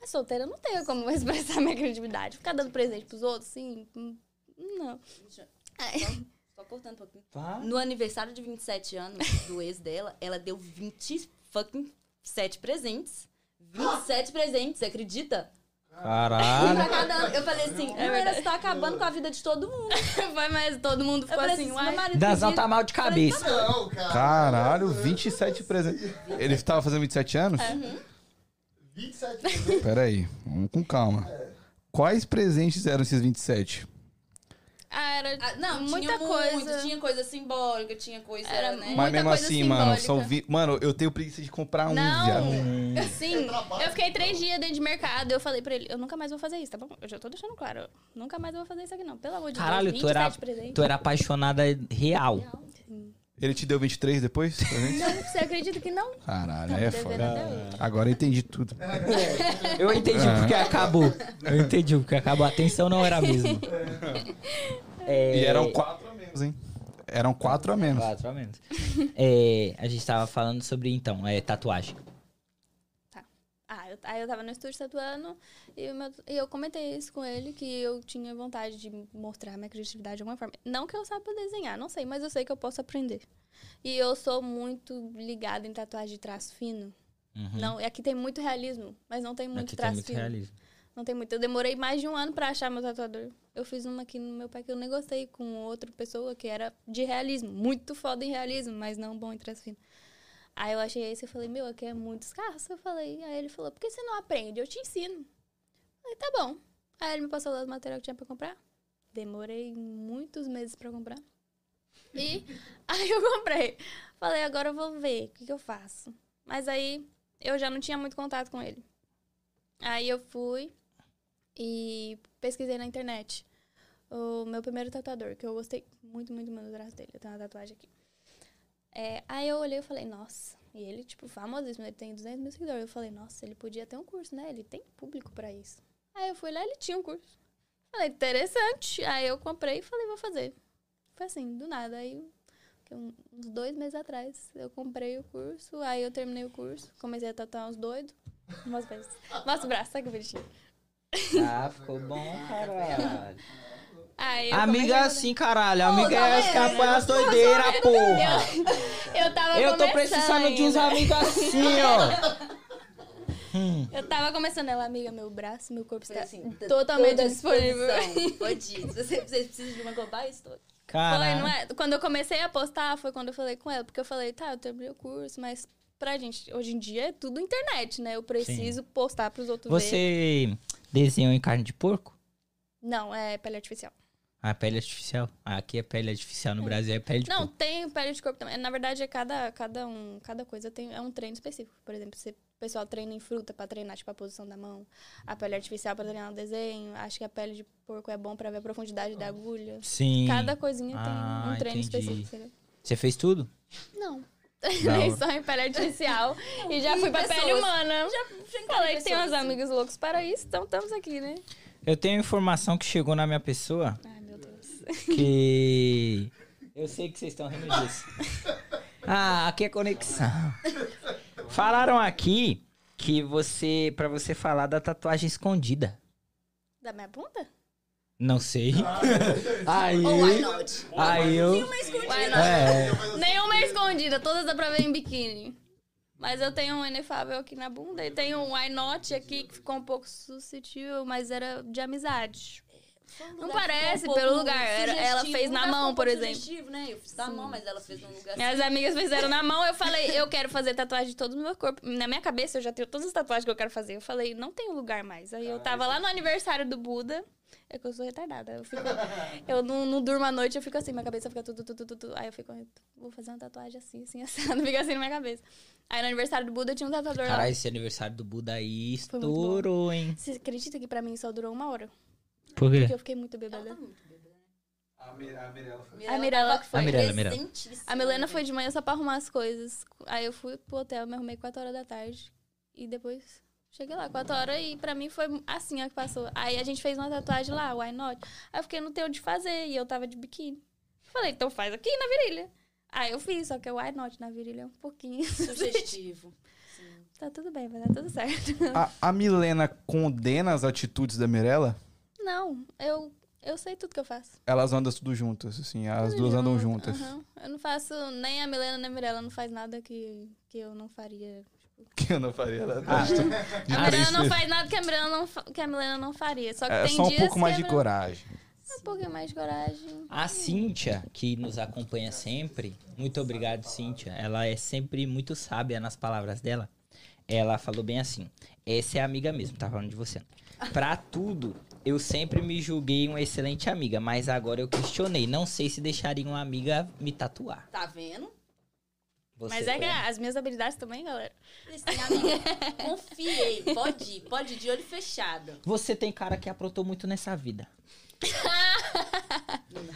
[SPEAKER 4] Mas solteira eu não tenho como expressar minha criatividade. Ficar dando presente pros outros, assim. hum, Não.
[SPEAKER 5] Deixa eu-
[SPEAKER 4] Ai.
[SPEAKER 5] Só, só cortando um pouquinho. No aniversário de 27 anos do ex dela, ela deu 20 fucking 7 presentes. 27 presentes, você acredita? Um pra
[SPEAKER 2] Caralho.
[SPEAKER 5] cada ano. Eu falei assim,
[SPEAKER 4] É
[SPEAKER 5] Mara,
[SPEAKER 4] verdade.
[SPEAKER 5] você tá acabando com a vida de todo mundo.
[SPEAKER 4] Foi, mas todo mundo
[SPEAKER 5] Eu
[SPEAKER 4] ficou
[SPEAKER 5] falei
[SPEAKER 4] assim,
[SPEAKER 5] assim, meu
[SPEAKER 4] uai.
[SPEAKER 5] marido
[SPEAKER 2] Dazão
[SPEAKER 5] pediu-
[SPEAKER 2] tá mal de cabeça.
[SPEAKER 3] Não, cara.
[SPEAKER 1] Caralho, 27 presentes. Ele estava fazendo 27 anos?
[SPEAKER 4] É.
[SPEAKER 5] Uhum.
[SPEAKER 3] 27 minutos.
[SPEAKER 1] Pera aí, vamos com calma. Quais presentes eram esses 27?
[SPEAKER 4] Ah, era
[SPEAKER 5] Ah, não,
[SPEAKER 4] muita
[SPEAKER 5] tinha muito,
[SPEAKER 4] coisa.
[SPEAKER 5] tinha coisa simbólica, tinha coisa,
[SPEAKER 4] Era
[SPEAKER 5] né?
[SPEAKER 1] Mas
[SPEAKER 4] Muita
[SPEAKER 1] mesmo
[SPEAKER 4] coisa
[SPEAKER 1] assim, mano,
[SPEAKER 4] simbólica.
[SPEAKER 1] são vi... Mano, eu tenho preguiça de comprar um,
[SPEAKER 4] Não.
[SPEAKER 1] viado.
[SPEAKER 4] Sim,
[SPEAKER 3] trabalho,
[SPEAKER 4] eu fiquei três dias dentro de mercado. Eu falei pra ele, eu nunca mais vou fazer isso, tá bom? Eu já tô deixando claro. eu nunca mais vou fazer isso aqui, não. Pelo amor de
[SPEAKER 2] Caralho,
[SPEAKER 4] Deus.
[SPEAKER 2] tu era-
[SPEAKER 4] 27 presentes.
[SPEAKER 2] Tu é era apaixonada real.
[SPEAKER 1] Ele te deu 23 depois? pra gente?
[SPEAKER 4] Não, você acredita que não?
[SPEAKER 1] Caralho,
[SPEAKER 4] Tá
[SPEAKER 1] é
[SPEAKER 4] me devendo
[SPEAKER 1] foda.
[SPEAKER 4] até hoje.
[SPEAKER 1] Agora eu entendi tudo.
[SPEAKER 2] Eu entendi
[SPEAKER 1] É.
[SPEAKER 2] porque acabou. Eu entendi porque acabou. A atenção não era a mesma. É,
[SPEAKER 1] E eram quatro a menos, hein? Eram quatro a menos.
[SPEAKER 2] quatro a menos. É, a gente tava falando sobre, então, é, tatuagem.
[SPEAKER 4] Ah, eu, aí eu tava no estúdio tatuando e, o meu- e eu comentei isso com ele, que eu tinha vontade de mostrar minha criatividade de alguma forma. Não que eu saiba desenhar, não sei, mas eu sei que eu posso aprender. E eu sou muito ligada em tatuagem de traço fino.
[SPEAKER 2] Uhum.
[SPEAKER 4] Não, e aqui tem muito realismo, mas não tem muito
[SPEAKER 2] Aqui tem
[SPEAKER 4] traço
[SPEAKER 2] muito
[SPEAKER 4] fino.
[SPEAKER 2] realismo.
[SPEAKER 4] Não tem muito. Eu demorei mais de um ano pra achar meu tatuador. Eu fiz uma aqui no meu pé que eu negociei com outra pessoa que era de realismo. Muito foda em realismo, mas não bom em traço fino. Aí eu achei esse e falei, meu, aqui é muito escasso. Eu falei, aí ele falou, por que você não aprende? Eu te ensino. Eu falei, tá bom. Aí ele me passou lá os material que tinha pra comprar. Demorei muitos meses pra comprar. E aí eu comprei. Falei, agora eu vou ver o que, que eu faço. Mas aí eu já não tinha muito contato com ele. Aí eu fui e pesquisei na internet o meu primeiro tatuador, que eu gostei muito, muito, muito do traço dele. Eu tenho uma tatuagem aqui. É, aí eu olhei e falei, nossa. E ele, tipo, famosíssimo, ele tem 200 mil seguidores. Eu falei, nossa, ele podia ter um curso, né? Ele tem público pra isso. Aí eu fui lá ele tinha um curso. Falei, interessante. Aí eu comprei e falei, vou fazer. Foi assim, do nada. Aí, que um- uns dois meses atrás, eu comprei o curso, aí eu terminei o curso, comecei a tatuar uns doidos. Mostra o braço. Mostra o braço, tá que bonitinho.
[SPEAKER 2] Ah, ficou bom, caralho.
[SPEAKER 4] Aí eu
[SPEAKER 2] Amiga
[SPEAKER 4] comecei
[SPEAKER 2] é
[SPEAKER 4] a-
[SPEAKER 2] assim, caralho.
[SPEAKER 5] Ô,
[SPEAKER 2] Amiga
[SPEAKER 5] tá
[SPEAKER 2] é
[SPEAKER 5] vendo?
[SPEAKER 2] escapar as doideiras, porra.
[SPEAKER 4] Eu tava
[SPEAKER 2] Eu tô
[SPEAKER 4] começando
[SPEAKER 2] precisando de uns
[SPEAKER 4] ainda.
[SPEAKER 2] amigos assim,
[SPEAKER 4] é?
[SPEAKER 2] ó.
[SPEAKER 4] Eu tava começando ela, amiga, meu braço, meu corpo
[SPEAKER 5] Foi
[SPEAKER 2] é.
[SPEAKER 4] está
[SPEAKER 5] assim, t-
[SPEAKER 4] totalmente
[SPEAKER 5] toda a
[SPEAKER 4] disponível.
[SPEAKER 5] disposição. Pode ir. Se você, você precisa de uma cobaia, estou aqui.
[SPEAKER 4] Foi, não
[SPEAKER 2] Caralho.
[SPEAKER 4] é? Quando eu comecei a postar, foi quando eu falei com ela, porque eu falei, tá, eu terminei o curso, mas pra gente, hoje em dia é tudo internet, né? Eu preciso postar pros outros verem.
[SPEAKER 2] Você desenhou em carne de porco?
[SPEAKER 4] Não, é pele artificial.
[SPEAKER 2] Ah, pele artificial. Ah, aqui é pele artificial, no Brasil é pele de
[SPEAKER 4] não,
[SPEAKER 2] porco.
[SPEAKER 4] tem pele de corpo também. Na verdade, é cada, cada, um, cada coisa tem, é um treino específico. Por exemplo, se o pessoal treina em fruta pra treinar, tipo, a posição da mão. A pele artificial pra treinar o desenho. Acho que a pele de porco é bom pra ver a profundidade da agulha.
[SPEAKER 2] Sim.
[SPEAKER 4] Cada coisinha tem
[SPEAKER 2] Ah,
[SPEAKER 4] um treino
[SPEAKER 2] entendi.
[SPEAKER 4] específico. entendeu?
[SPEAKER 2] Você fez tudo?
[SPEAKER 4] Não.
[SPEAKER 2] Da
[SPEAKER 4] Nem
[SPEAKER 2] hora.
[SPEAKER 4] só em pele artificial. e já
[SPEAKER 5] E
[SPEAKER 4] fui pra
[SPEAKER 5] pessoas?
[SPEAKER 4] pele humana.
[SPEAKER 5] Já encarei
[SPEAKER 4] Falei que tem
[SPEAKER 5] pessoas
[SPEAKER 4] uns
[SPEAKER 5] assim.
[SPEAKER 4] amigos loucos para isso, então estamos aqui, né?
[SPEAKER 2] Eu tenho informação que chegou na minha pessoa
[SPEAKER 4] Ai, meu Deus.
[SPEAKER 2] que. Eu sei que vocês estão rindo disso. Ah, aqui é conexão. Falaram aqui que você. Pra você falar da tatuagem escondida.
[SPEAKER 4] Da minha bunda?
[SPEAKER 2] Não sei.
[SPEAKER 4] Ah,
[SPEAKER 2] Aí.
[SPEAKER 5] Ou why not?
[SPEAKER 2] Aí eu.
[SPEAKER 5] Uma
[SPEAKER 4] Why
[SPEAKER 5] escondida.
[SPEAKER 4] not?
[SPEAKER 2] É.
[SPEAKER 4] Nenhuma é escondida, todas dá pra ver em biquíni. Mas eu tenho um inefável aqui na bunda e tenho um why not aqui que ficou um pouco suscetível, mas era de amizade. Não parece,
[SPEAKER 5] um
[SPEAKER 4] pelo lugar. Era- ela fez na mão, por exemplo.
[SPEAKER 5] Né? Eu fiz na mão, mas ela fez num lugar
[SPEAKER 4] Minhas amigas fizeram na mão, eu falei, eu quero fazer tatuagem de todo o meu corpo. Na minha cabeça eu já tenho todas as tatuagens que eu quero fazer. Eu falei, não tenho lugar mais. Aí eu tava lá no aniversário do Buda. É que eu sou retardada. Eu, fico- eu não, não durmo a noite, eu fico assim, minha cabeça fica tudo, tudo, tudo, tudo. Aí eu fico, vou fazer uma tatuagem assim, assim, assado. Fica assim na minha cabeça. Aí no aniversário do Buda tinha um tatuador lá.
[SPEAKER 2] Caralho, esse aniversário do Buda aí
[SPEAKER 4] Foi muito bom.
[SPEAKER 2] estourou, hein?
[SPEAKER 4] Você acredita que pra mim só durou uma hora?
[SPEAKER 2] Por
[SPEAKER 4] Porque eu fiquei muito
[SPEAKER 5] tá
[SPEAKER 4] bêbada. A Mirella que foi.
[SPEAKER 2] A Mirella, Mirella.
[SPEAKER 4] A
[SPEAKER 1] é.
[SPEAKER 4] Milena foi de manhã só pra arrumar as coisas. Aí eu fui pro hotel, me arrumei 4 horas da tarde. E depois cheguei lá, 4 horas, e pra mim foi assim ó, que passou. Aí a gente fez uma tatuagem lá, why not? Aí eu fiquei, não tenho onde fazer, e eu tava de biquíni. Falei, então faz aqui na virilha. Aí eu fiz, só que o why not na virilha é um pouquinho.
[SPEAKER 5] Sugestivo. Sim.
[SPEAKER 4] tá tudo bem, vai dar tudo certo.
[SPEAKER 1] A, a Milena condena as atitudes da Mirella?
[SPEAKER 4] Não, eu, eu sei tudo que eu faço.
[SPEAKER 1] Elas andam tudo juntas, assim, as duas andam juntas.
[SPEAKER 4] Aham. Eu não faço, nem a Milena nem a Mirella não faz nada que, que eu não faria
[SPEAKER 1] Que eu não faria nada.
[SPEAKER 4] Ah,
[SPEAKER 2] Ah,
[SPEAKER 1] de
[SPEAKER 4] A Milena não
[SPEAKER 1] tristeza.
[SPEAKER 4] faz nada que a Milena não, fa- que a Milena não faria. Só que
[SPEAKER 1] É
[SPEAKER 4] tem
[SPEAKER 1] só um
[SPEAKER 4] dias
[SPEAKER 1] pouco
[SPEAKER 4] que
[SPEAKER 1] mais
[SPEAKER 4] a
[SPEAKER 1] de
[SPEAKER 4] Milena-
[SPEAKER 1] coragem.
[SPEAKER 4] Um pouquinho mais de coragem.
[SPEAKER 2] A Cíntia, que nos acompanha sempre, muito obrigado, Cíntia. Ela é sempre muito sábia nas palavras dela. Ela falou bem assim: essa é a amiga mesmo, tá falando de você. Pra tudo, eu sempre me julguei uma excelente amiga, mas agora eu questionei. Não sei se deixaria uma amiga me tatuar.
[SPEAKER 5] Tá vendo?
[SPEAKER 2] Você
[SPEAKER 4] Mas é que
[SPEAKER 2] foi-
[SPEAKER 4] as minhas habilidades também, galera.
[SPEAKER 5] Eles têm amiga. Confiei. Pode ir. Pode ir de olho fechado.
[SPEAKER 2] Você tem cara que aprontou muito nessa vida.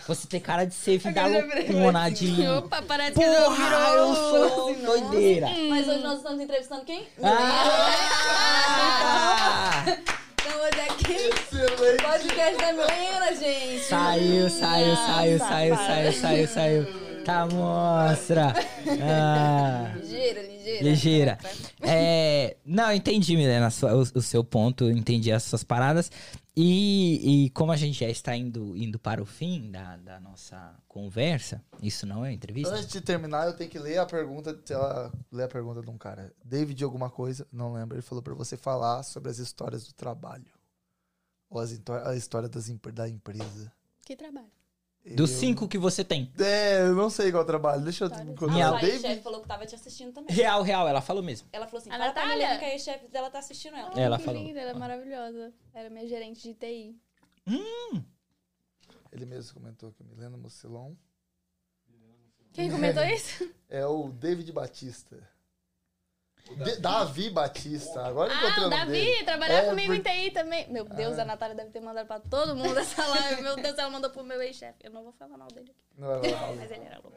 [SPEAKER 2] Você tem cara de ser vida loucona, de.
[SPEAKER 4] Opa, parece um- que eu
[SPEAKER 2] Porra, eu
[SPEAKER 4] assim,
[SPEAKER 2] sou doideira.
[SPEAKER 5] Mas hoje nós estamos entrevistando quem?
[SPEAKER 2] Ah!
[SPEAKER 5] Estamos Então, é aqui.
[SPEAKER 3] Excelente.
[SPEAKER 5] Podcast da Milena, gente.
[SPEAKER 2] Saiu, saiu, saiu, saiu, saiu, saiu, saiu. Tá mostra. Ah,
[SPEAKER 5] Ligeira, ligeira.
[SPEAKER 2] ligeira. É, não, entendi, Milena, a sua- o, o seu ponto, entendi as suas paradas. E, e como a gente já está indo, indo para o fim da, da nossa conversa, isso não é entrevista?
[SPEAKER 3] Antes de terminar, eu tenho que ler a pergunta. sei lá, Ler a pergunta de um cara. David alguma coisa, não lembro. Ele falou pra você falar sobre as histórias do trabalho. Ou as into- a história das, empre- da empresa.
[SPEAKER 4] Que trabalho.
[SPEAKER 2] Dos
[SPEAKER 3] Eu-
[SPEAKER 2] cinco que você tem.
[SPEAKER 3] É, eu não sei qual trabalho. Deixa eu
[SPEAKER 4] Histórias.
[SPEAKER 5] A
[SPEAKER 3] encontrar.
[SPEAKER 2] Minha-
[SPEAKER 5] sua
[SPEAKER 3] David?
[SPEAKER 5] chefe falou que tava te assistindo também.
[SPEAKER 2] Real, real, ela falou mesmo.
[SPEAKER 5] Ela falou assim,
[SPEAKER 4] A
[SPEAKER 5] fala pra
[SPEAKER 4] Natália?
[SPEAKER 5] Milena que a chefe dela tá assistindo ela.
[SPEAKER 2] Ela
[SPEAKER 4] que
[SPEAKER 2] falou.
[SPEAKER 4] linda, ela é maravilhosa. Era minha gerente de TI.
[SPEAKER 3] Ele mesmo comentou aqui, Milena Mucilon.
[SPEAKER 4] Quem comentou isso?
[SPEAKER 3] É o David Batista. De- Davi Batista. Agora eu encontrei
[SPEAKER 4] Ah, o
[SPEAKER 3] o nome dele.
[SPEAKER 4] Davi trabalhava
[SPEAKER 3] É,
[SPEAKER 4] comigo
[SPEAKER 3] porque-
[SPEAKER 4] em TI também. Meu Deus, a Natália deve ter mandado pra todo mundo essa live. Meu Deus, ela mandou pro meu ex-chefe. Eu não vou falar mal dele aqui,
[SPEAKER 3] Não vai falar nada.
[SPEAKER 4] mas ele era louco.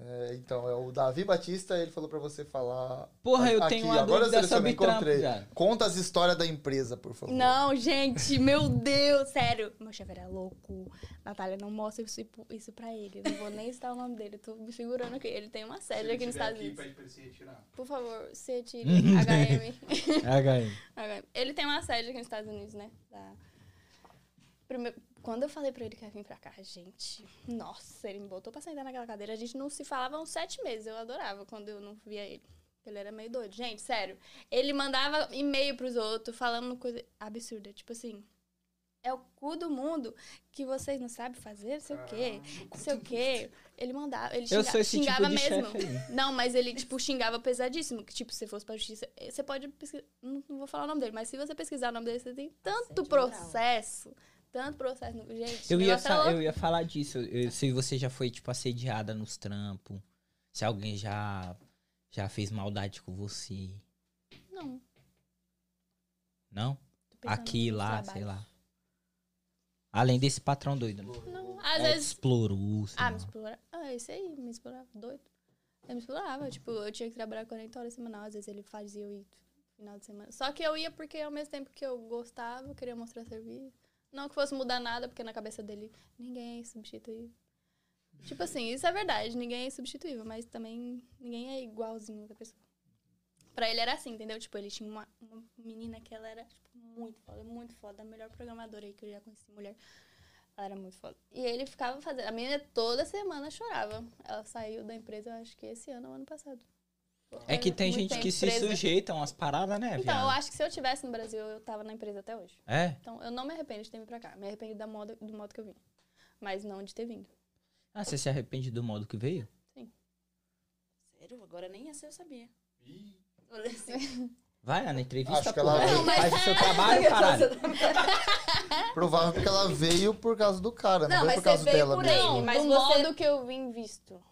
[SPEAKER 3] É, então, é o Davi Batista, ele falou pra você falar.
[SPEAKER 2] Porra, eu
[SPEAKER 3] aqui.
[SPEAKER 2] tenho uma
[SPEAKER 3] Agora eu
[SPEAKER 2] dúvida
[SPEAKER 3] selecionei,
[SPEAKER 2] sobre trampo,
[SPEAKER 3] encontrei.
[SPEAKER 2] viado.
[SPEAKER 3] Conta as histórias da empresa, por
[SPEAKER 4] Tá
[SPEAKER 3] favor.
[SPEAKER 4] Não, gente, meu Deus, sério. Meu chefe era louco. Natália, não mostra isso, isso pra ele. Eu Não vou nem citar o nome dele. Eu Tô me segurando aqui. É Ele tem uma sede aqui nos Estados Unidos. Por favor, se tire.
[SPEAKER 2] HM.
[SPEAKER 4] HM. HM. Ele tem uma sede aqui nos Estados Unidos, né? Da- Primeiro, quando eu falei pra ele que ia vir pra cá, gente, nossa, ele me botou pra sentar naquela cadeira. A gente não se falava há uns sete meses. Eu adorava quando eu não via ele. Ele era meio doido. Gente, sério. Ele mandava e-mail pros outros falando coisa absurda. Tipo assim, é o cu do mundo que vocês não sabem fazer, não sei o quê. Não sei o quê. Ele mandava, ele
[SPEAKER 2] Eu
[SPEAKER 4] xinga-
[SPEAKER 2] sou esse tipo
[SPEAKER 4] xingava
[SPEAKER 2] de
[SPEAKER 4] mesmo.
[SPEAKER 2] chefe aí.
[SPEAKER 4] Não, mas ele, tipo, xingava pesadíssimo. Que, tipo, se fosse pra justiça, eh, você pode pesquisar. Não, não vou falar o nome dele, mas se você pesquisar o nome dele, você tem tanto
[SPEAKER 5] Assédio moral.
[SPEAKER 4] processo. Tanto processo. no- Gente,
[SPEAKER 2] Eu
[SPEAKER 4] o
[SPEAKER 2] ia,
[SPEAKER 4] negócio é
[SPEAKER 2] fa-
[SPEAKER 4] louco.
[SPEAKER 2] eu ia falar disso. eu- eu- se você já foi, tipo, assediada nos trampos. Se alguém já, já fez maldade com você.
[SPEAKER 4] Não.
[SPEAKER 2] Não?
[SPEAKER 4] tô pensando
[SPEAKER 2] Aqui,
[SPEAKER 4] no
[SPEAKER 2] lá,
[SPEAKER 4] trabalho.
[SPEAKER 2] sei lá. Além desse patrão doido. né?
[SPEAKER 4] Não, às
[SPEAKER 2] É,
[SPEAKER 4] vezes.
[SPEAKER 2] Explorou, sei
[SPEAKER 4] Ah,
[SPEAKER 2] lá.
[SPEAKER 4] me explorava. Ah, esse aí, me explorava. Doido. Eu me explorava. Tipo, eu tinha que trabalhar 40 horas semanal. Às vezes ele fazia eu ir final de semana. Só que eu ia porque ao mesmo tempo que eu gostava, eu queria mostrar serviço. Não que fosse mudar nada, porque na cabeça dele ninguém é substituível. Tipo assim, isso é verdade, ninguém é substituível, mas também ninguém é igualzinho da pessoa. Pra ele era assim, entendeu? Tipo, ele tinha uma, uma menina que ela era tipo, muito foda, muito foda, a melhor programadora aí que eu já conheci, mulher. Ela era muito foda. E ele ficava fazendo. A menina toda semana chorava. Ela saiu da empresa, eu acho que esse ano ou ano passado.
[SPEAKER 2] É que tem
[SPEAKER 4] Muito
[SPEAKER 2] gente que se
[SPEAKER 4] empresa.
[SPEAKER 2] sujeita a umas paradas, né,
[SPEAKER 4] Então, eu
[SPEAKER 2] viado?
[SPEAKER 4] acho que se eu tivesse no Brasil, eu tava na empresa até hoje.
[SPEAKER 2] É?
[SPEAKER 4] Então, eu não me arrependo de ter vindo pra cá. Me arrependo da moda, do modo que eu vim. Mas não de ter vindo.
[SPEAKER 2] Ah, você se arrepende do modo que veio?
[SPEAKER 5] Sério, agora nem essa eu sabia. Olha assim.
[SPEAKER 2] Vai lá na entrevista,
[SPEAKER 3] Acho que
[SPEAKER 2] porra.
[SPEAKER 3] ela veio- Não,
[SPEAKER 5] mas-
[SPEAKER 2] Faz o seu
[SPEAKER 4] É
[SPEAKER 2] trabalho, caralho.
[SPEAKER 3] Provável porque ela veio por causa do cara, não, veio
[SPEAKER 5] Não, mas
[SPEAKER 3] por
[SPEAKER 5] você
[SPEAKER 3] causa
[SPEAKER 5] veio
[SPEAKER 3] dela
[SPEAKER 5] por
[SPEAKER 3] mesmo.
[SPEAKER 5] ele, mas
[SPEAKER 4] do
[SPEAKER 5] você-
[SPEAKER 4] modo que eu vim visto.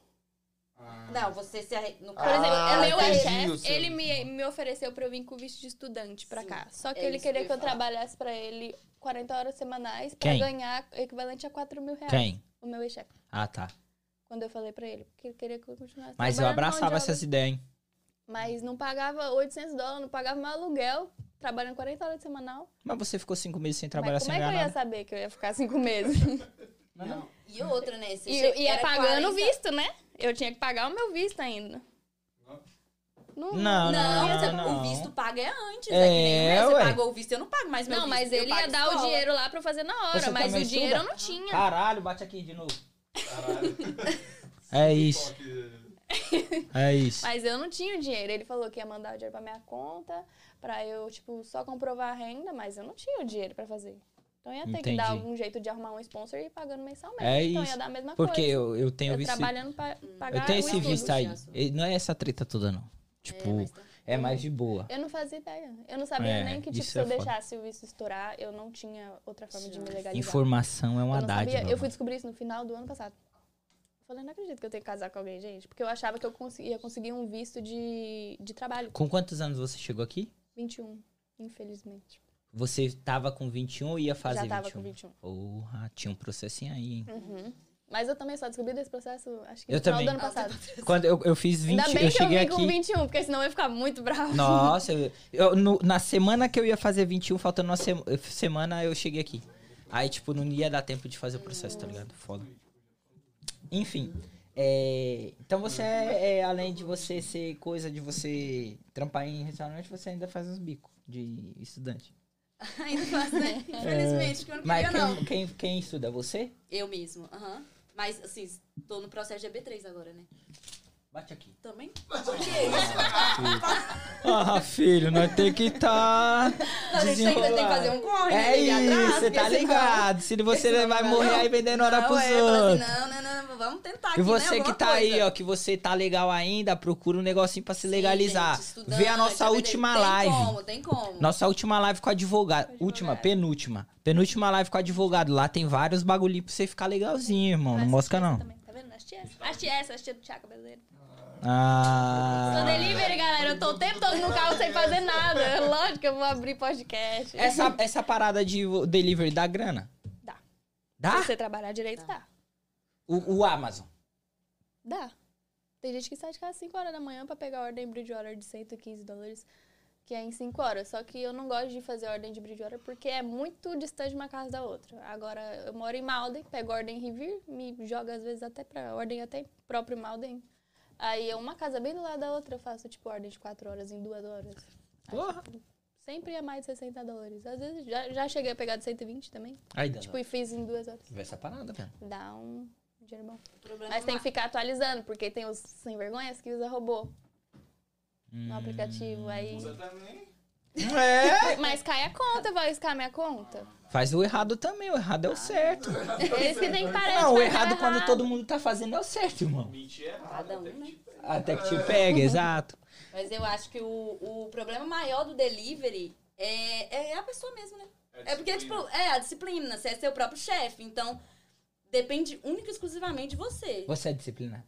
[SPEAKER 2] Ah.
[SPEAKER 5] Não, você se arre... no
[SPEAKER 4] Por
[SPEAKER 5] caso,
[SPEAKER 4] exemplo,
[SPEAKER 3] Ah,
[SPEAKER 4] meu
[SPEAKER 3] entendi o
[SPEAKER 4] ex-chefe,
[SPEAKER 3] seu-
[SPEAKER 4] ele me, me ofereceu pra eu vir com visto de estudante pra
[SPEAKER 5] Sim,
[SPEAKER 4] cá. Só que
[SPEAKER 5] é
[SPEAKER 4] ele
[SPEAKER 5] isso que eu
[SPEAKER 4] queria
[SPEAKER 5] ia
[SPEAKER 4] que eu
[SPEAKER 5] falar.
[SPEAKER 4] trabalhasse pra ele 40 horas semanais pra
[SPEAKER 2] Quem?
[SPEAKER 4] ganhar equivalente a 4 mil reais.
[SPEAKER 2] Quem?
[SPEAKER 4] O meu ex-chefe.
[SPEAKER 2] Ah, tá.
[SPEAKER 4] Quando eu falei pra ele, porque ele queria que eu continuasse
[SPEAKER 2] Mas eu
[SPEAKER 4] trabalhando com mão de
[SPEAKER 2] abraçava
[SPEAKER 4] obra.
[SPEAKER 2] essas ideias, hein?
[SPEAKER 4] Mas não pagava 800 dólares, não pagava meu aluguel, trabalhando 40 horas semanal.
[SPEAKER 2] Mas você ficou cinco meses sem trabalhar,
[SPEAKER 4] Mas
[SPEAKER 2] sem
[SPEAKER 4] como é que eu
[SPEAKER 2] ganhar
[SPEAKER 4] ia
[SPEAKER 2] nada.
[SPEAKER 4] saber que eu ia ficar cinco meses?
[SPEAKER 5] Não. E outra, né? Você
[SPEAKER 4] E,
[SPEAKER 5] chega-
[SPEAKER 4] e é
[SPEAKER 5] era
[SPEAKER 4] pagando
[SPEAKER 5] 40.
[SPEAKER 4] o visto, né? Eu tinha que pagar o meu visto ainda. Não,
[SPEAKER 2] Ah,
[SPEAKER 4] tá
[SPEAKER 2] Não,
[SPEAKER 5] Não,
[SPEAKER 2] não,
[SPEAKER 5] você-
[SPEAKER 2] não, não.
[SPEAKER 5] o visto paga é antes. É,
[SPEAKER 2] É,
[SPEAKER 5] que nem né? você
[SPEAKER 2] ué.
[SPEAKER 5] pagou o visto, eu não pago mais meu
[SPEAKER 4] Não,
[SPEAKER 5] visto,
[SPEAKER 4] mas
[SPEAKER 5] eu
[SPEAKER 4] ele ia
[SPEAKER 5] pago
[SPEAKER 4] dar o
[SPEAKER 5] escola.
[SPEAKER 4] dinheiro lá pra fazer na hora,
[SPEAKER 2] Você
[SPEAKER 4] mas o
[SPEAKER 2] também
[SPEAKER 4] dinheiro eu
[SPEAKER 2] estuda?
[SPEAKER 4] não tinha.
[SPEAKER 2] Caralho, bate aqui de novo. É isso. É isso.
[SPEAKER 4] Mas eu não tinha o dinheiro. Ele falou que ia mandar o dinheiro pra minha conta, pra eu, tipo, só comprovar a renda, mas eu não tinha o dinheiro pra fazer. Então ia ter que
[SPEAKER 2] Entendi.
[SPEAKER 4] dar algum jeito de arrumar um sponsor e ir pagando mensalmente.
[SPEAKER 2] É
[SPEAKER 4] então
[SPEAKER 2] isso.
[SPEAKER 4] ia dar a mesma
[SPEAKER 2] Porque
[SPEAKER 4] coisa.
[SPEAKER 2] eu, eu tenho
[SPEAKER 4] Eu
[SPEAKER 2] visto.
[SPEAKER 4] trabalhando pra pagar
[SPEAKER 2] Eu tenho
[SPEAKER 4] o
[SPEAKER 2] esse
[SPEAKER 4] estudo.
[SPEAKER 2] visto aí.
[SPEAKER 5] Chasso.
[SPEAKER 2] E Não é essa treta toda, não.
[SPEAKER 5] É,
[SPEAKER 2] Tipo,
[SPEAKER 5] mas tá-
[SPEAKER 2] é mais de boa.
[SPEAKER 4] Eu não fazia ideia. Eu não sabia
[SPEAKER 2] É,
[SPEAKER 4] nem que, tipo,
[SPEAKER 2] isso
[SPEAKER 4] se
[SPEAKER 2] é
[SPEAKER 4] eu
[SPEAKER 2] foda.
[SPEAKER 4] deixasse o visto estourar, eu não tinha outra forma de me legalizar.
[SPEAKER 2] Informação é uma
[SPEAKER 4] tá eu não
[SPEAKER 2] dádiva.
[SPEAKER 4] sabia. Eu fui
[SPEAKER 2] mano.
[SPEAKER 4] descobrir isso no final do ano passado. Eu falei, não acredito que eu tenho que casar com alguém, gente. Porque eu achava que eu consegui- ia conseguir um visto de, de trabalho.
[SPEAKER 2] Com quantos anos você chegou aqui?
[SPEAKER 4] 21, infelizmente.
[SPEAKER 2] Você tava com 21 e ia fazer
[SPEAKER 4] Já tava
[SPEAKER 2] 21?
[SPEAKER 4] com 21.
[SPEAKER 2] Porra, tinha um processinho aí, hein?
[SPEAKER 4] Uhum. Mas eu também só descobri desse processo, acho que
[SPEAKER 2] Eu
[SPEAKER 4] no final
[SPEAKER 2] também.
[SPEAKER 4] do ano passado.
[SPEAKER 2] Quando eu, eu fiz 20,
[SPEAKER 4] Ainda bem
[SPEAKER 2] eu
[SPEAKER 4] que eu vim
[SPEAKER 2] cheguei
[SPEAKER 4] com
[SPEAKER 2] aqui.
[SPEAKER 4] 21, porque senão eu ia ficar muito bravo.
[SPEAKER 2] Nossa, eu, eu- no- na semana que eu ia fazer 21, faltando uma sema- semana, eu cheguei aqui. Aí, tipo, não ia dar tempo de fazer o processo, tá ligado? Foda. Enfim. é, então você é, é, além de você ser coisa de você trampar em restaurante, você ainda faz uns bicos de estudante.
[SPEAKER 5] Ainda faz, né? Infelizmente, que eu não
[SPEAKER 2] É. Mas
[SPEAKER 5] queria, não.
[SPEAKER 2] quem, quem, quem estuda? é Você?
[SPEAKER 5] Eu mesmo, aham. Mas, assim, tô no processo de EB3 agora, né?
[SPEAKER 2] Bate aqui.
[SPEAKER 5] Também? Por quê?
[SPEAKER 2] Ah, filho, nós tem que tá estar.
[SPEAKER 5] A gente tem que tem que fazer um corre, né?
[SPEAKER 2] É
[SPEAKER 5] Tem que ir atrás,
[SPEAKER 2] isso, você
[SPEAKER 5] porque
[SPEAKER 2] tá
[SPEAKER 5] senão-
[SPEAKER 2] ligado. Se você
[SPEAKER 5] senão
[SPEAKER 2] vai
[SPEAKER 5] não
[SPEAKER 2] morrer
[SPEAKER 5] vai.
[SPEAKER 2] aí vendendo hora
[SPEAKER 5] Não,
[SPEAKER 2] pros
[SPEAKER 5] é, fala assim,
[SPEAKER 2] outros.
[SPEAKER 5] Não, não, não, vamos tentar aqui,
[SPEAKER 2] E
[SPEAKER 5] né,
[SPEAKER 2] você que
[SPEAKER 5] alguma
[SPEAKER 2] tá aí,
[SPEAKER 5] coisa.
[SPEAKER 2] ó, que você tá legal ainda, procura um negocinho pra se
[SPEAKER 5] Sim,
[SPEAKER 2] legalizar.
[SPEAKER 5] gente, estudante,
[SPEAKER 2] Vê a nossa
[SPEAKER 5] EB3,
[SPEAKER 2] última live.
[SPEAKER 5] Tem como, tem como.
[SPEAKER 2] Nossa última live com advogado.
[SPEAKER 4] advogado.
[SPEAKER 2] Última, penúltima. Penúltima live com advogado. Lá tem vários bagulhinhos pra você ficar legalzinho, irmão. Não
[SPEAKER 4] Assisti
[SPEAKER 2] mosca,
[SPEAKER 4] essa
[SPEAKER 2] não.
[SPEAKER 4] Também, tá vendo? Assisti essa. Assisti essa, assisti do Tiago Cabeleiro. Sou
[SPEAKER 2] Ah.
[SPEAKER 4] delivery, galera. Eu tô o tempo todo no carro sem fazer nada. Lógico que eu vou abrir podcast.
[SPEAKER 2] Essa, essa parada de vo- delivery dá grana?
[SPEAKER 4] Dá.
[SPEAKER 2] Dá?
[SPEAKER 4] Se você trabalhar direito, tá. dá.
[SPEAKER 2] O, o Amazon.
[SPEAKER 4] Dá. Tem gente que sai de casa às 5 horas da manhã pra pegar a ordem Bridgewater de 115 dólares, que é em 5 horas. Só que eu não gosto de fazer ordem de Bridgewater porque é muito distante uma casa da outra. Agora, eu moro em Malden, pego ordem em Revere, me joga às vezes até pra ordem até em próprio Malden. Aí é uma casa bem do lado da outra, eu faço tipo ordem de 4 horas em 2 horas.
[SPEAKER 2] Porra.
[SPEAKER 4] Sempre ia mais de 60 dólares. Às vezes já, já cheguei a pegar de 120 também.
[SPEAKER 2] Aí, dá.
[SPEAKER 4] Tipo, e fiz em duas horas.
[SPEAKER 2] Vai essa parada, velho.
[SPEAKER 4] Dá um dinheiro bom.
[SPEAKER 5] O problema
[SPEAKER 4] Mas tem
[SPEAKER 5] é
[SPEAKER 4] que ficar atualizando, porque tem os sem vergonhas que usa robô no
[SPEAKER 2] Hum.
[SPEAKER 4] aplicativo. Aí.
[SPEAKER 1] também.
[SPEAKER 2] É.
[SPEAKER 4] Mas cai a conta, vai arriscar minha conta.
[SPEAKER 2] Faz o errado também, o errado é
[SPEAKER 5] Ah,
[SPEAKER 2] o certo.
[SPEAKER 4] Eles que tem que parar
[SPEAKER 2] Não,
[SPEAKER 4] de
[SPEAKER 2] o
[SPEAKER 4] fazer
[SPEAKER 2] errado quando todo mundo tá fazendo é o certo, irmão.
[SPEAKER 1] Mentira é
[SPEAKER 5] cada um, né?
[SPEAKER 2] Até que te pega, exato.
[SPEAKER 5] Mas eu acho que o, o problema maior do delivery é, é a pessoa mesmo, né? É porque, tipo, é a disciplina, você é seu próprio chefe, então depende única e exclusivamente de você.
[SPEAKER 2] Você é disciplinado.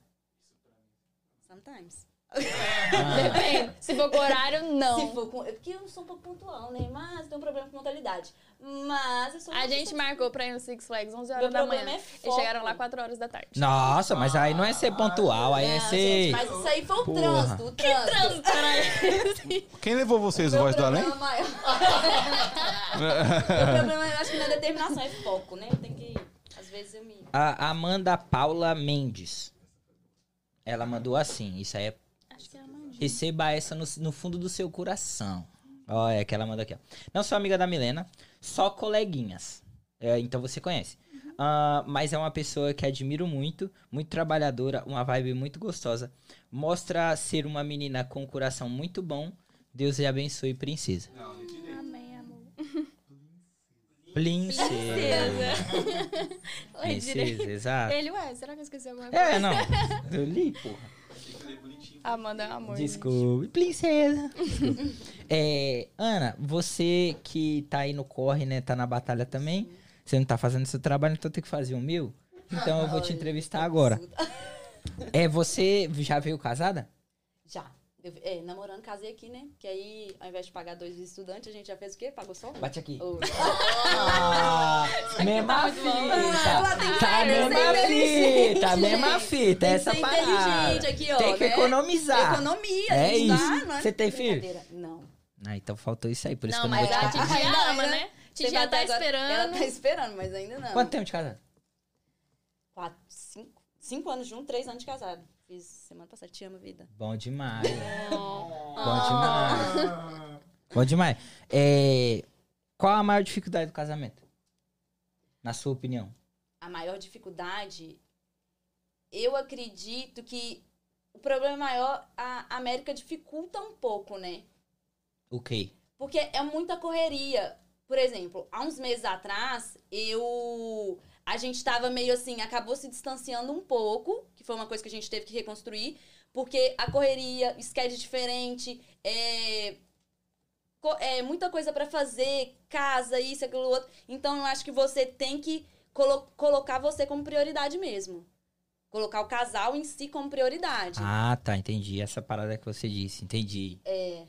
[SPEAKER 5] Sometimes.
[SPEAKER 2] Ah,
[SPEAKER 4] Depende. Se for com horário,
[SPEAKER 5] Se
[SPEAKER 4] não.
[SPEAKER 5] for com- é porque eu sou um pouco pontual, né? Mas eu tenho um problema com pontualidade. Mas eu sou uma
[SPEAKER 4] A gente
[SPEAKER 5] pessoa-
[SPEAKER 4] marcou pra ir no Six Flags 11 horas
[SPEAKER 5] Meu
[SPEAKER 4] da
[SPEAKER 5] problema
[SPEAKER 4] manhã.
[SPEAKER 5] é
[SPEAKER 4] Eles
[SPEAKER 5] foco.
[SPEAKER 4] chegaram lá 4 horas da tarde.
[SPEAKER 2] nossa, mas aí não é ser pontual, aí é
[SPEAKER 5] Não, gente,
[SPEAKER 2] ser.
[SPEAKER 5] mas isso aí foi o
[SPEAKER 2] Porra.
[SPEAKER 5] trânsito. O trânsito.
[SPEAKER 1] Quem levou vocês,
[SPEAKER 5] Meu
[SPEAKER 1] voz do além?
[SPEAKER 5] problema maior- Meu problema, eu acho que não é determinação, é foco, né? Tem que. Às vezes eu me.
[SPEAKER 2] A Amanda Paula Mendes. Ela mandou assim, isso aí é
[SPEAKER 4] Acho que é a Mandinha.
[SPEAKER 2] Receba essa no, no fundo do seu coração. Olha, que ela manda aqui, ó. Não sou amiga da Milena, só coleguinhas. É, então você conhece. Ah, mas é uma pessoa que admiro muito, muito trabalhadora, uma vibe muito gostosa. Mostra ser uma menina com um coração muito bom. Deus lhe abençoe, princesa.
[SPEAKER 4] Amém, amor.
[SPEAKER 2] Princesa.
[SPEAKER 4] Oi, direito.
[SPEAKER 2] Princesa, exato.
[SPEAKER 4] Ele, ué, será que eu esqueci alguma coisa?
[SPEAKER 2] É, não. Eu li, porra.
[SPEAKER 4] Amanda, amor. né?
[SPEAKER 2] Desculpe, princesa. É, Ana, você que tá aí no corre, né? Tá na batalha também. Você não tá fazendo seu trabalho, então tem que fazer o meu. Então eu vou te entrevistar agora. É, você já veio casada?
[SPEAKER 5] Já. Eu, é, namorando, casei aqui, né? Que aí, ao invés de pagar dois estudantes, a gente já fez o quê? Pagou só um?
[SPEAKER 2] Bate aqui.
[SPEAKER 5] Ou-
[SPEAKER 2] Ah, mesma
[SPEAKER 4] tá muito bom. Ah,
[SPEAKER 5] Ela
[SPEAKER 2] fita.
[SPEAKER 5] tem
[SPEAKER 2] Tá
[SPEAKER 5] que ser
[SPEAKER 2] mesma
[SPEAKER 5] inteligente,
[SPEAKER 2] fita,
[SPEAKER 5] gente.
[SPEAKER 2] mesma fita.
[SPEAKER 5] Tem que
[SPEAKER 2] Essa
[SPEAKER 5] ser
[SPEAKER 2] parada.
[SPEAKER 5] é inteligente aqui, ó,
[SPEAKER 2] Tem que
[SPEAKER 5] né?
[SPEAKER 2] economizar.
[SPEAKER 5] Economia,
[SPEAKER 2] É
[SPEAKER 5] gente
[SPEAKER 2] isso.
[SPEAKER 5] dá, não é
[SPEAKER 2] Você tem filho?
[SPEAKER 5] brincadeira. Não.
[SPEAKER 2] Ah, então faltou isso aí, por isso
[SPEAKER 4] Não,
[SPEAKER 2] que eu não
[SPEAKER 4] mas
[SPEAKER 2] vou te
[SPEAKER 4] a
[SPEAKER 5] dar.
[SPEAKER 2] contar.
[SPEAKER 4] Titi
[SPEAKER 5] Ainda
[SPEAKER 4] ama,
[SPEAKER 5] não.
[SPEAKER 4] né? Titi
[SPEAKER 5] Teve
[SPEAKER 4] já
[SPEAKER 5] até
[SPEAKER 4] tá
[SPEAKER 5] agora- Ela
[SPEAKER 4] esperando.
[SPEAKER 5] tá esperando, mas ainda não.
[SPEAKER 2] Quanto tempo de casada?
[SPEAKER 5] Quatro, cinco, cinco anos juntos, três anos de casado. Fiz semana passada. Te amo, vida.
[SPEAKER 2] Bom demais.
[SPEAKER 4] Não.
[SPEAKER 2] Bom demais. Bom demais. É, Qual a maior dificuldade do casamento? Na sua opinião?
[SPEAKER 5] a maior dificuldade, eu acredito que o problema maior, a América dificulta um pouco, né?
[SPEAKER 2] O quê?
[SPEAKER 5] Porque é muita correria. Por exemplo, há uns meses atrás, eu. A gente tava meio assim, acabou se distanciando um pouco, que foi uma coisa que a gente teve que reconstruir, porque a correria, sketch diferente, é. co- é muita coisa pra fazer, casa, isso, aquilo, outro. Então eu acho que você tem que colo- colocar você como prioridade mesmo. Colocar o casal em si como prioridade.
[SPEAKER 2] Ah, tá, entendi. Essa parada que você disse, entendi.
[SPEAKER 5] É.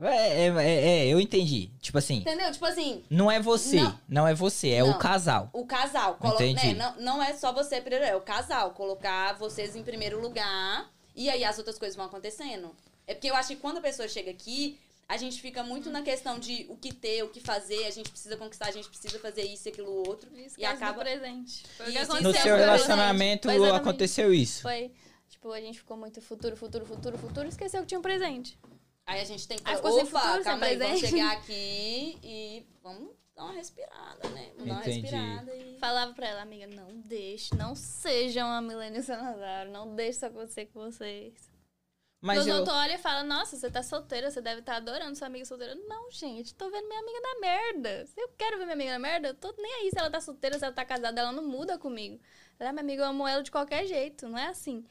[SPEAKER 2] É, é, é, é, eu entendi. Tipo assim,
[SPEAKER 5] Entendeu? Tipo assim,
[SPEAKER 2] não é você, não,
[SPEAKER 5] Não.
[SPEAKER 2] é você, é o
[SPEAKER 5] Não.
[SPEAKER 2] casal.
[SPEAKER 5] O casal, colo-
[SPEAKER 2] Entendi.
[SPEAKER 5] né, não, não é só você primeiro, é o casal. Colocar vocês em primeiro lugar e aí as outras coisas vão acontecendo. É porque eu acho que quando a pessoa chega aqui, a gente fica muito na questão de o que ter, o que fazer, a gente precisa conquistar, a gente precisa fazer isso, aquilo, outro.
[SPEAKER 4] Esquece
[SPEAKER 5] acaba-
[SPEAKER 4] é do presente. Foi o que
[SPEAKER 5] Isso,
[SPEAKER 4] aconteceu
[SPEAKER 2] No
[SPEAKER 5] isso é
[SPEAKER 2] seu
[SPEAKER 4] com o presente.
[SPEAKER 2] relacionamento
[SPEAKER 4] Foi exatamente
[SPEAKER 2] aconteceu
[SPEAKER 4] isso.
[SPEAKER 2] isso.
[SPEAKER 4] Foi, tipo, a gente ficou muito futuro, futuro, futuro, futuro. Esqueceu que tinha um presente.
[SPEAKER 5] Aí a gente tem que
[SPEAKER 4] Aí
[SPEAKER 5] falar,
[SPEAKER 4] ficou sem
[SPEAKER 5] opa,
[SPEAKER 4] futuro, sem
[SPEAKER 5] calma aí, vamos
[SPEAKER 4] presente."
[SPEAKER 5] chegar aqui e vamos dar uma respirada, né? Vamos dar uma
[SPEAKER 2] Entendi.
[SPEAKER 5] respirada e...
[SPEAKER 4] Falava pra ela, amiga, não deixe, não seja uma Milênio Salazar, não deixe isso acontecer com vocês.
[SPEAKER 2] Mas
[SPEAKER 4] Nos
[SPEAKER 2] eu,
[SPEAKER 4] outros olham e falam, nossa, você tá solteira, você deve estar adorando sua amiga solteira. Não, gente, tô vendo minha amiga na merda. Se eu quero ver minha amiga na merda, eu tô nem aí se ela tá solteira, se ela tá casada, ela não muda comigo. Ela é minha amiga, eu amo ela de qualquer jeito, não é assim.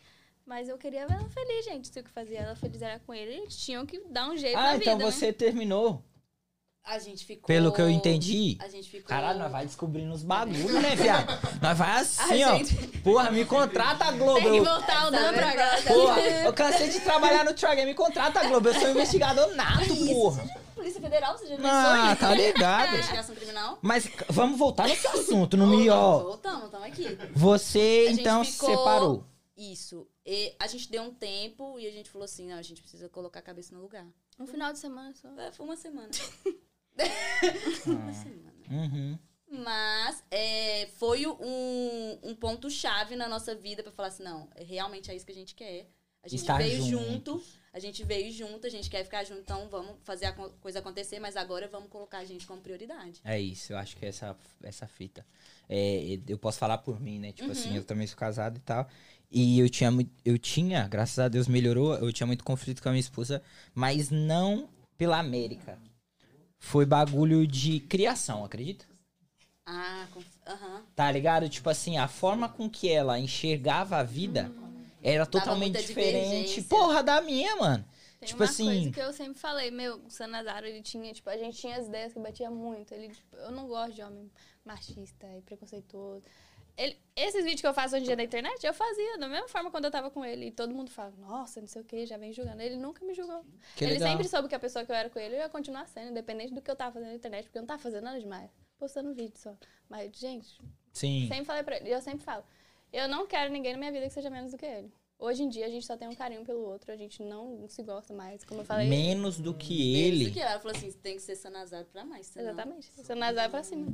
[SPEAKER 4] Mas eu queria ver ela feliz, gente. Se o que fazia ela feliz era com ele, eles tinham que dar um jeito
[SPEAKER 2] ah,
[SPEAKER 4] na
[SPEAKER 2] então
[SPEAKER 4] vida, né?
[SPEAKER 2] você terminou.
[SPEAKER 5] A gente ficou...
[SPEAKER 2] Pelo que eu entendi.
[SPEAKER 5] A gente ficou...
[SPEAKER 2] Caralho, nós vai descobrindo os bagulhos, né, viado? Nós vai
[SPEAKER 5] A
[SPEAKER 2] assim, ó.
[SPEAKER 5] gente-
[SPEAKER 2] Porra, me contrata, Globo.
[SPEAKER 4] Tem que
[SPEAKER 2] eu-
[SPEAKER 4] voltar o Dan pra cá.
[SPEAKER 5] Tá
[SPEAKER 2] Porra, eu cansei de trabalhar no Try Game. Me contrata, Globo. Eu sou um investigador nato, porra.
[SPEAKER 5] Polícia Federal, você já pensou
[SPEAKER 2] Ah,
[SPEAKER 5] em
[SPEAKER 2] tá ligado.
[SPEAKER 5] investigação criminal?
[SPEAKER 2] Mas c- vamos voltar nesse assunto, no Mió.
[SPEAKER 5] Voltamos, estamos aqui.
[SPEAKER 2] Você,
[SPEAKER 5] A gente
[SPEAKER 2] então, se
[SPEAKER 5] ficou-
[SPEAKER 2] separou.
[SPEAKER 5] Isso. E a gente deu um tempo e a gente falou assim, não, a gente precisa colocar a cabeça no lugar.
[SPEAKER 4] Um final de semana só.
[SPEAKER 5] É, Foi uma semana. uma
[SPEAKER 2] Ah,
[SPEAKER 5] semana.
[SPEAKER 2] uhum.
[SPEAKER 5] Mas é, foi um, um ponto-chave na nossa vida pra falar assim, não, realmente é isso que a gente quer. A gente
[SPEAKER 2] Estar
[SPEAKER 5] veio
[SPEAKER 2] junto.
[SPEAKER 5] junto. a gente veio junto, a gente quer ficar junto, então vamos fazer a co- coisa acontecer, mas agora vamos colocar a gente como prioridade.
[SPEAKER 2] É isso, eu acho que é essa, essa fita. É, eu posso falar por mim, né? Tipo
[SPEAKER 5] Uhum.
[SPEAKER 2] assim, eu também sou casado e tal. E eu tinha, mui- eu tinha, graças a Deus melhorou, eu tinha muito conflito com a minha esposa, mas não pela América. Foi bagulho de criação, acredita?
[SPEAKER 5] Ah, conf- aham.
[SPEAKER 2] Tá ligado? Tipo assim, a forma com que ela enxergava a vida era totalmente
[SPEAKER 5] muita
[SPEAKER 2] diferente.
[SPEAKER 5] divergência.
[SPEAKER 2] Porra, da minha, mano.
[SPEAKER 4] Tem
[SPEAKER 2] Tipo
[SPEAKER 4] uma
[SPEAKER 2] assim-
[SPEAKER 4] coisa que eu sempre falei, meu, o Sanazaro, ele tinha, tipo, a gente tinha as ideias que batia muito. Ele, tipo, eu não gosto de homem machista e preconceituoso. Ele- esses vídeos que eu faço hoje em dia na internet, eu fazia da mesma forma quando eu tava com ele. E todo mundo fala, nossa, não sei o que, já vem julgando. Ele nunca me julgou.
[SPEAKER 2] Que
[SPEAKER 4] ele
[SPEAKER 2] legal.
[SPEAKER 4] sempre soube que a pessoa que eu era com ele eu ia continuar sendo, independente do que eu tava fazendo na internet, porque eu não tava fazendo nada demais. Postando vídeo só. Mas, gente,
[SPEAKER 2] Sim.
[SPEAKER 4] Sempre falei pra ele, e eu sempre falo, eu não quero ninguém na minha vida que seja menos do que ele. Hoje em dia a gente só tem um carinho pelo outro, a gente não se gosta mais, como eu falei.
[SPEAKER 2] Menos do que
[SPEAKER 5] Isso
[SPEAKER 2] ele.
[SPEAKER 5] que ela falou assim, tem que ser Sanazaro pra mais, senão...
[SPEAKER 4] Exatamente. Seu Nazar é pra cima.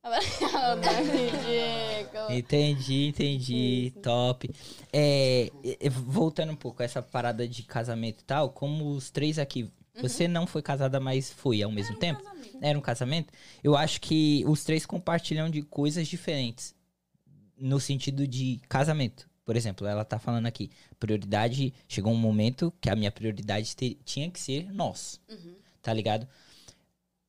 [SPEAKER 4] Agora tá ridículo.
[SPEAKER 2] Entendi, entendi. Top. É, e- e voltando um pouco a essa parada de casamento e tal, como os três aqui, você não foi casada, mas foi ao mesmo
[SPEAKER 5] é
[SPEAKER 2] tempo?
[SPEAKER 5] Casamento.
[SPEAKER 2] Era um casamento? Eu acho que os três compartilham de coisas diferentes. No sentido de casamento. Por exemplo, ela tá falando aqui, prioridade. Chegou um momento que a minha prioridade te- tinha que ser nós
[SPEAKER 5] Uhum.
[SPEAKER 2] tá ligado?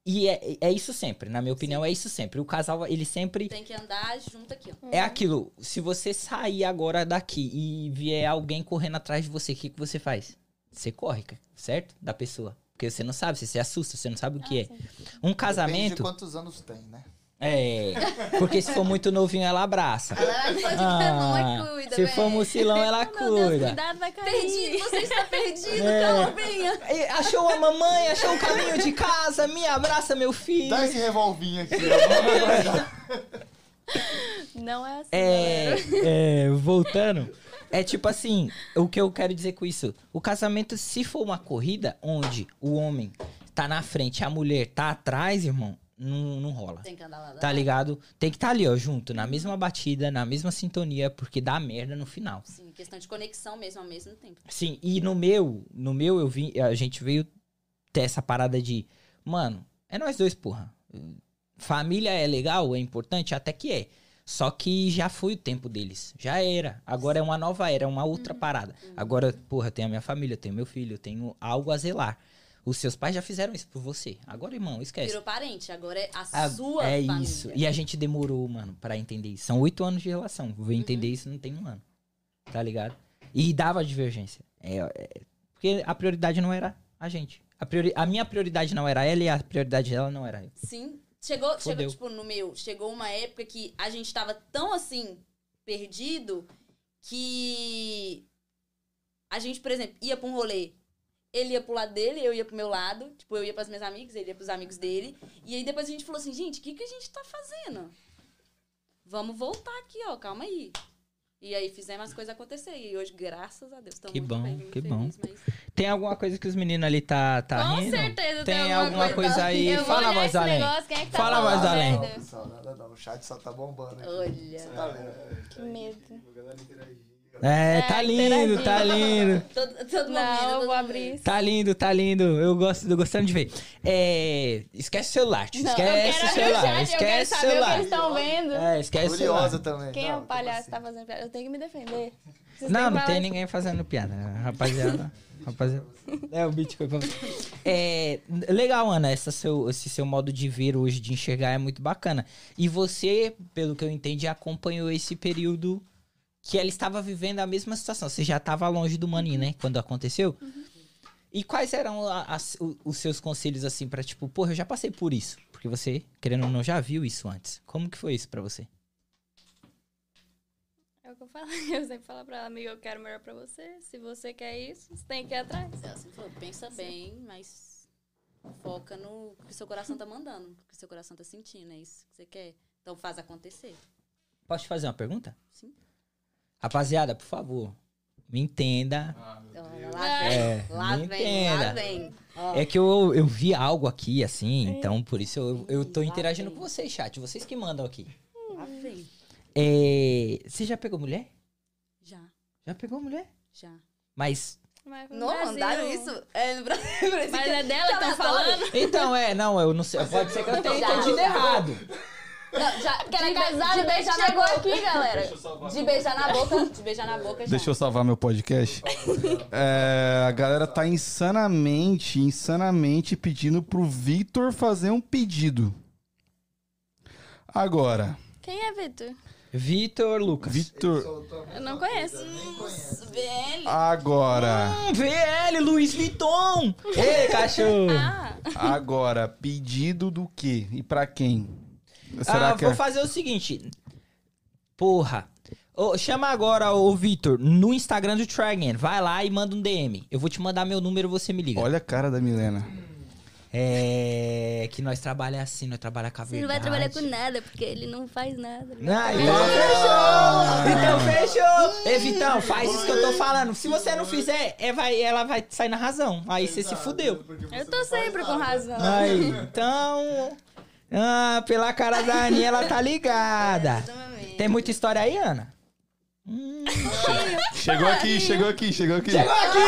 [SPEAKER 2] E é, é isso sempre, na minha opinião, é isso sempre. O casal, ele sempre.
[SPEAKER 5] Tem que andar junto aqui, ó.
[SPEAKER 2] É aquilo, se você sair agora daqui e vier alguém correndo atrás de você, o que, que você faz? Você corre, ca- certo? Da pessoa. Porque você não sabe, você se assusta, você não sabe o que é. Um
[SPEAKER 3] Depende de
[SPEAKER 2] casamento.
[SPEAKER 3] quantos anos tem, né?
[SPEAKER 2] É. Porque se for muito novinho, ela abraça.
[SPEAKER 5] Ela foi de
[SPEAKER 2] Ah,
[SPEAKER 5] e cuida,
[SPEAKER 2] se for
[SPEAKER 5] velho.
[SPEAKER 2] mucilão, ela
[SPEAKER 4] Meu Deus,
[SPEAKER 2] cuida.
[SPEAKER 4] cuidado, vai cair.
[SPEAKER 5] Perdido, você está perdido,
[SPEAKER 2] É.
[SPEAKER 5] calabrinha.
[SPEAKER 2] Ei, Achou a mamãe, achou o caminho de casa, me abraça, meu filho.
[SPEAKER 3] Dá esse revolvinho aqui. ó.
[SPEAKER 4] Não é assim. galera.
[SPEAKER 2] É, é, voltando. É tipo assim, o que eu quero dizer com isso? O casamento, se for uma corrida onde o homem tá na frente e a mulher tá atrás, irmão, não, não rola.
[SPEAKER 5] Tem que andar lá.
[SPEAKER 2] Tá ligado? Tem que estar tá ali, ó, junto, na mesma batida, na mesma sintonia, porque dá merda no final.
[SPEAKER 5] Sim, questão de conexão mesmo, ao mesmo tempo.
[SPEAKER 2] Sim, e no meu, no meu eu vim, a gente veio ter essa parada de, mano, é nós dois, porra. Família é legal, é importante, até que é. Só que já foi o tempo deles, já era. Agora é uma nova era, é uma outra parada. Agora, porra, eu tenho a minha família, eu tenho meu filho, eu tenho algo a zelar. Os seus pais já fizeram isso por você. Agora, irmão, esquece.
[SPEAKER 5] Virou parente, agora é a
[SPEAKER 2] Ah,
[SPEAKER 5] sua
[SPEAKER 2] é
[SPEAKER 5] família.
[SPEAKER 2] isso. E a gente demorou, mano, pra entender isso. São oito anos de relação.
[SPEAKER 4] Uhum.
[SPEAKER 2] Vou entender isso não tem um ano. Tá ligado? E dava divergência. É, é- porque a prioridade não era a gente. A, priori- a minha prioridade não era ela e a prioridade dela não era eu.
[SPEAKER 5] Sim. Chegou, chegou,
[SPEAKER 2] Fodeu.
[SPEAKER 5] tipo, no meu, chegou uma época que a gente tava tão assim, perdido, que a gente, por exemplo, ia pra um rolê. Ele ia pro lado dele, eu ia pro meu lado. Tipo, eu ia pras minhas amigas, ele ia pros amigos dele. E aí depois a gente falou assim, gente, o que, que a gente tá fazendo? Vamos voltar aqui, ó, calma aí. E aí fizemos as coisas acontecer. E hoje, graças a Deus, estamos
[SPEAKER 2] Que
[SPEAKER 5] muito
[SPEAKER 2] bom,
[SPEAKER 5] bem, muito
[SPEAKER 2] que
[SPEAKER 5] feliz,
[SPEAKER 2] bom.
[SPEAKER 5] mas-
[SPEAKER 2] Tem alguma coisa que os meninos ali tá, tá
[SPEAKER 4] é. Com
[SPEAKER 2] rindo?
[SPEAKER 4] certeza
[SPEAKER 2] tem
[SPEAKER 4] tem,
[SPEAKER 2] alguma coisa aí.
[SPEAKER 4] Eu vou
[SPEAKER 2] Fala,
[SPEAKER 4] olhar
[SPEAKER 2] voz
[SPEAKER 4] esse
[SPEAKER 2] além.
[SPEAKER 4] negócio, quem é que tá
[SPEAKER 2] Fala,
[SPEAKER 4] falando
[SPEAKER 2] voz além.
[SPEAKER 4] merda?
[SPEAKER 3] Não, não, não, não, não, O chat só tá bombando aqui.
[SPEAKER 5] Olha.
[SPEAKER 3] Tá vendo?
[SPEAKER 4] Que medo.
[SPEAKER 2] É,
[SPEAKER 4] É,
[SPEAKER 2] tá lindo, tá lindo.
[SPEAKER 5] Todo, todo mundo mira,
[SPEAKER 4] Não, eu
[SPEAKER 5] todo
[SPEAKER 4] vou
[SPEAKER 5] mundo
[SPEAKER 4] abrir
[SPEAKER 5] mira.
[SPEAKER 4] isso.
[SPEAKER 2] Tá lindo, tá lindo. Eu gosto, tô gostando de ver. É, esquece o celular, tio.
[SPEAKER 4] Não, eu
[SPEAKER 2] esquece
[SPEAKER 4] quero
[SPEAKER 2] o
[SPEAKER 4] abrir
[SPEAKER 2] celular,
[SPEAKER 4] chat, eu quero
[SPEAKER 2] esquece o
[SPEAKER 4] saber o que
[SPEAKER 2] celular.
[SPEAKER 4] eles estão vendo.
[SPEAKER 2] É, esquece o celular.
[SPEAKER 3] Curiosa também.
[SPEAKER 4] Quem é
[SPEAKER 3] Não,
[SPEAKER 4] o
[SPEAKER 3] tipo
[SPEAKER 4] palhaço
[SPEAKER 3] assim.
[SPEAKER 4] que tá fazendo piada? Eu tenho que me defender.
[SPEAKER 2] Não,
[SPEAKER 4] Vocês têm
[SPEAKER 2] não
[SPEAKER 4] que
[SPEAKER 2] tem
[SPEAKER 4] falar-
[SPEAKER 2] ninguém fazendo piada, né? rapaziada. rapaziada. É, o Bitcoin. pra você. É, legal, Ana, essa seu, esse seu modo de ver hoje, de enxergar, é muito bacana. E você, pelo que eu entendi, acompanhou esse período que ela estava vivendo a mesma situação. Você já estava longe do Mani, né? Quando aconteceu.
[SPEAKER 4] Uhum.
[SPEAKER 2] E quais eram a- as- o- os seus conselhos, assim, pra tipo, porra, eu já passei por isso. Porque você, querendo ou não, já viu isso antes. Como que foi isso pra você?
[SPEAKER 4] É o que eu falo. Eu sempre falo pra ela, amiga, eu quero o melhor pra você. Se você quer isso, você tem que ir atrás.
[SPEAKER 5] Ela sempre falou, pensa bem, mas foca no que o seu coração tá mandando, o que o seu coração tá sentindo, é isso que você quer. Então faz acontecer.
[SPEAKER 2] Posso te fazer uma pergunta?
[SPEAKER 5] Sim.
[SPEAKER 2] Rapaziada, por favor, me entenda.
[SPEAKER 5] Então, lá vem,
[SPEAKER 2] É,
[SPEAKER 5] lá
[SPEAKER 2] me
[SPEAKER 5] vem,
[SPEAKER 2] entenda.
[SPEAKER 5] lá vem. Ó,
[SPEAKER 2] É que eu, eu vi algo aqui, assim, então por isso eu, eu tô
[SPEAKER 5] Lá
[SPEAKER 2] interagindo
[SPEAKER 5] vem.
[SPEAKER 2] com vocês, chat. Vocês que mandam aqui.
[SPEAKER 5] lá vem.
[SPEAKER 2] É, você já pegou mulher?
[SPEAKER 5] Já,
[SPEAKER 2] Já pegou mulher?
[SPEAKER 5] já.
[SPEAKER 2] Mas.
[SPEAKER 4] Mas no
[SPEAKER 5] Não, mandaram
[SPEAKER 4] Brasil-
[SPEAKER 5] isso? É, no Brasil. Brasil
[SPEAKER 4] Mas
[SPEAKER 5] que-
[SPEAKER 4] é dela que estão
[SPEAKER 5] aleatório.
[SPEAKER 4] falando?
[SPEAKER 2] Então, é, não, eu não sei. Pode ser que eu tenha
[SPEAKER 5] Já.
[SPEAKER 2] entendido errado.
[SPEAKER 5] Não, já, que
[SPEAKER 4] De
[SPEAKER 5] era
[SPEAKER 4] be-
[SPEAKER 5] casado,
[SPEAKER 4] de be-
[SPEAKER 5] beijar na
[SPEAKER 4] chegou
[SPEAKER 5] boca.
[SPEAKER 4] aqui, galera. Deixa
[SPEAKER 5] De beijar na boca. De beijar na
[SPEAKER 4] é
[SPEAKER 5] boca já.
[SPEAKER 1] Deixa eu salvar meu podcast. É, a galera tá insanamente, insanamente pedindo pro Victor fazer um pedido. Agora,
[SPEAKER 4] Quem é Vitor?
[SPEAKER 2] Vitor Lucas.
[SPEAKER 1] Victor.
[SPEAKER 4] Eu não conheço.
[SPEAKER 5] Velho.
[SPEAKER 1] Agora,
[SPEAKER 2] Hum, VL, Luiz Viton! Ei, cachorro!
[SPEAKER 4] Ah,
[SPEAKER 1] agora, pedido do quê e pra quem? Será
[SPEAKER 2] ah,
[SPEAKER 1] que
[SPEAKER 2] vou
[SPEAKER 1] é?
[SPEAKER 2] fazer o seguinte. Porra. Ô, chama agora o Vitor no Instagram do Try Again. Vai lá e manda um DM. Eu vou te mandar meu número você me liga.
[SPEAKER 1] Olha a cara da Milena.
[SPEAKER 2] É. Que nós trabalha assim, nós trabalha com a
[SPEAKER 4] você
[SPEAKER 2] verdade.
[SPEAKER 4] não vai trabalhar com nada, porque ele não faz nada.
[SPEAKER 2] Não, então
[SPEAKER 1] Ah.
[SPEAKER 2] fechou! Então fechou! Ei, Vitão, faz isso que eu tô falando. Se você não fizer, é, vai, ela vai sair na razão. Aí você se fudeu.
[SPEAKER 4] Eu tô sempre com razão.
[SPEAKER 2] Aí, então. Ah, pela cara da Aninha, ela tá ligada. Tem muita história aí, Ana?
[SPEAKER 1] Chegou aqui, chegou aqui, chegou aqui.
[SPEAKER 2] Aqui!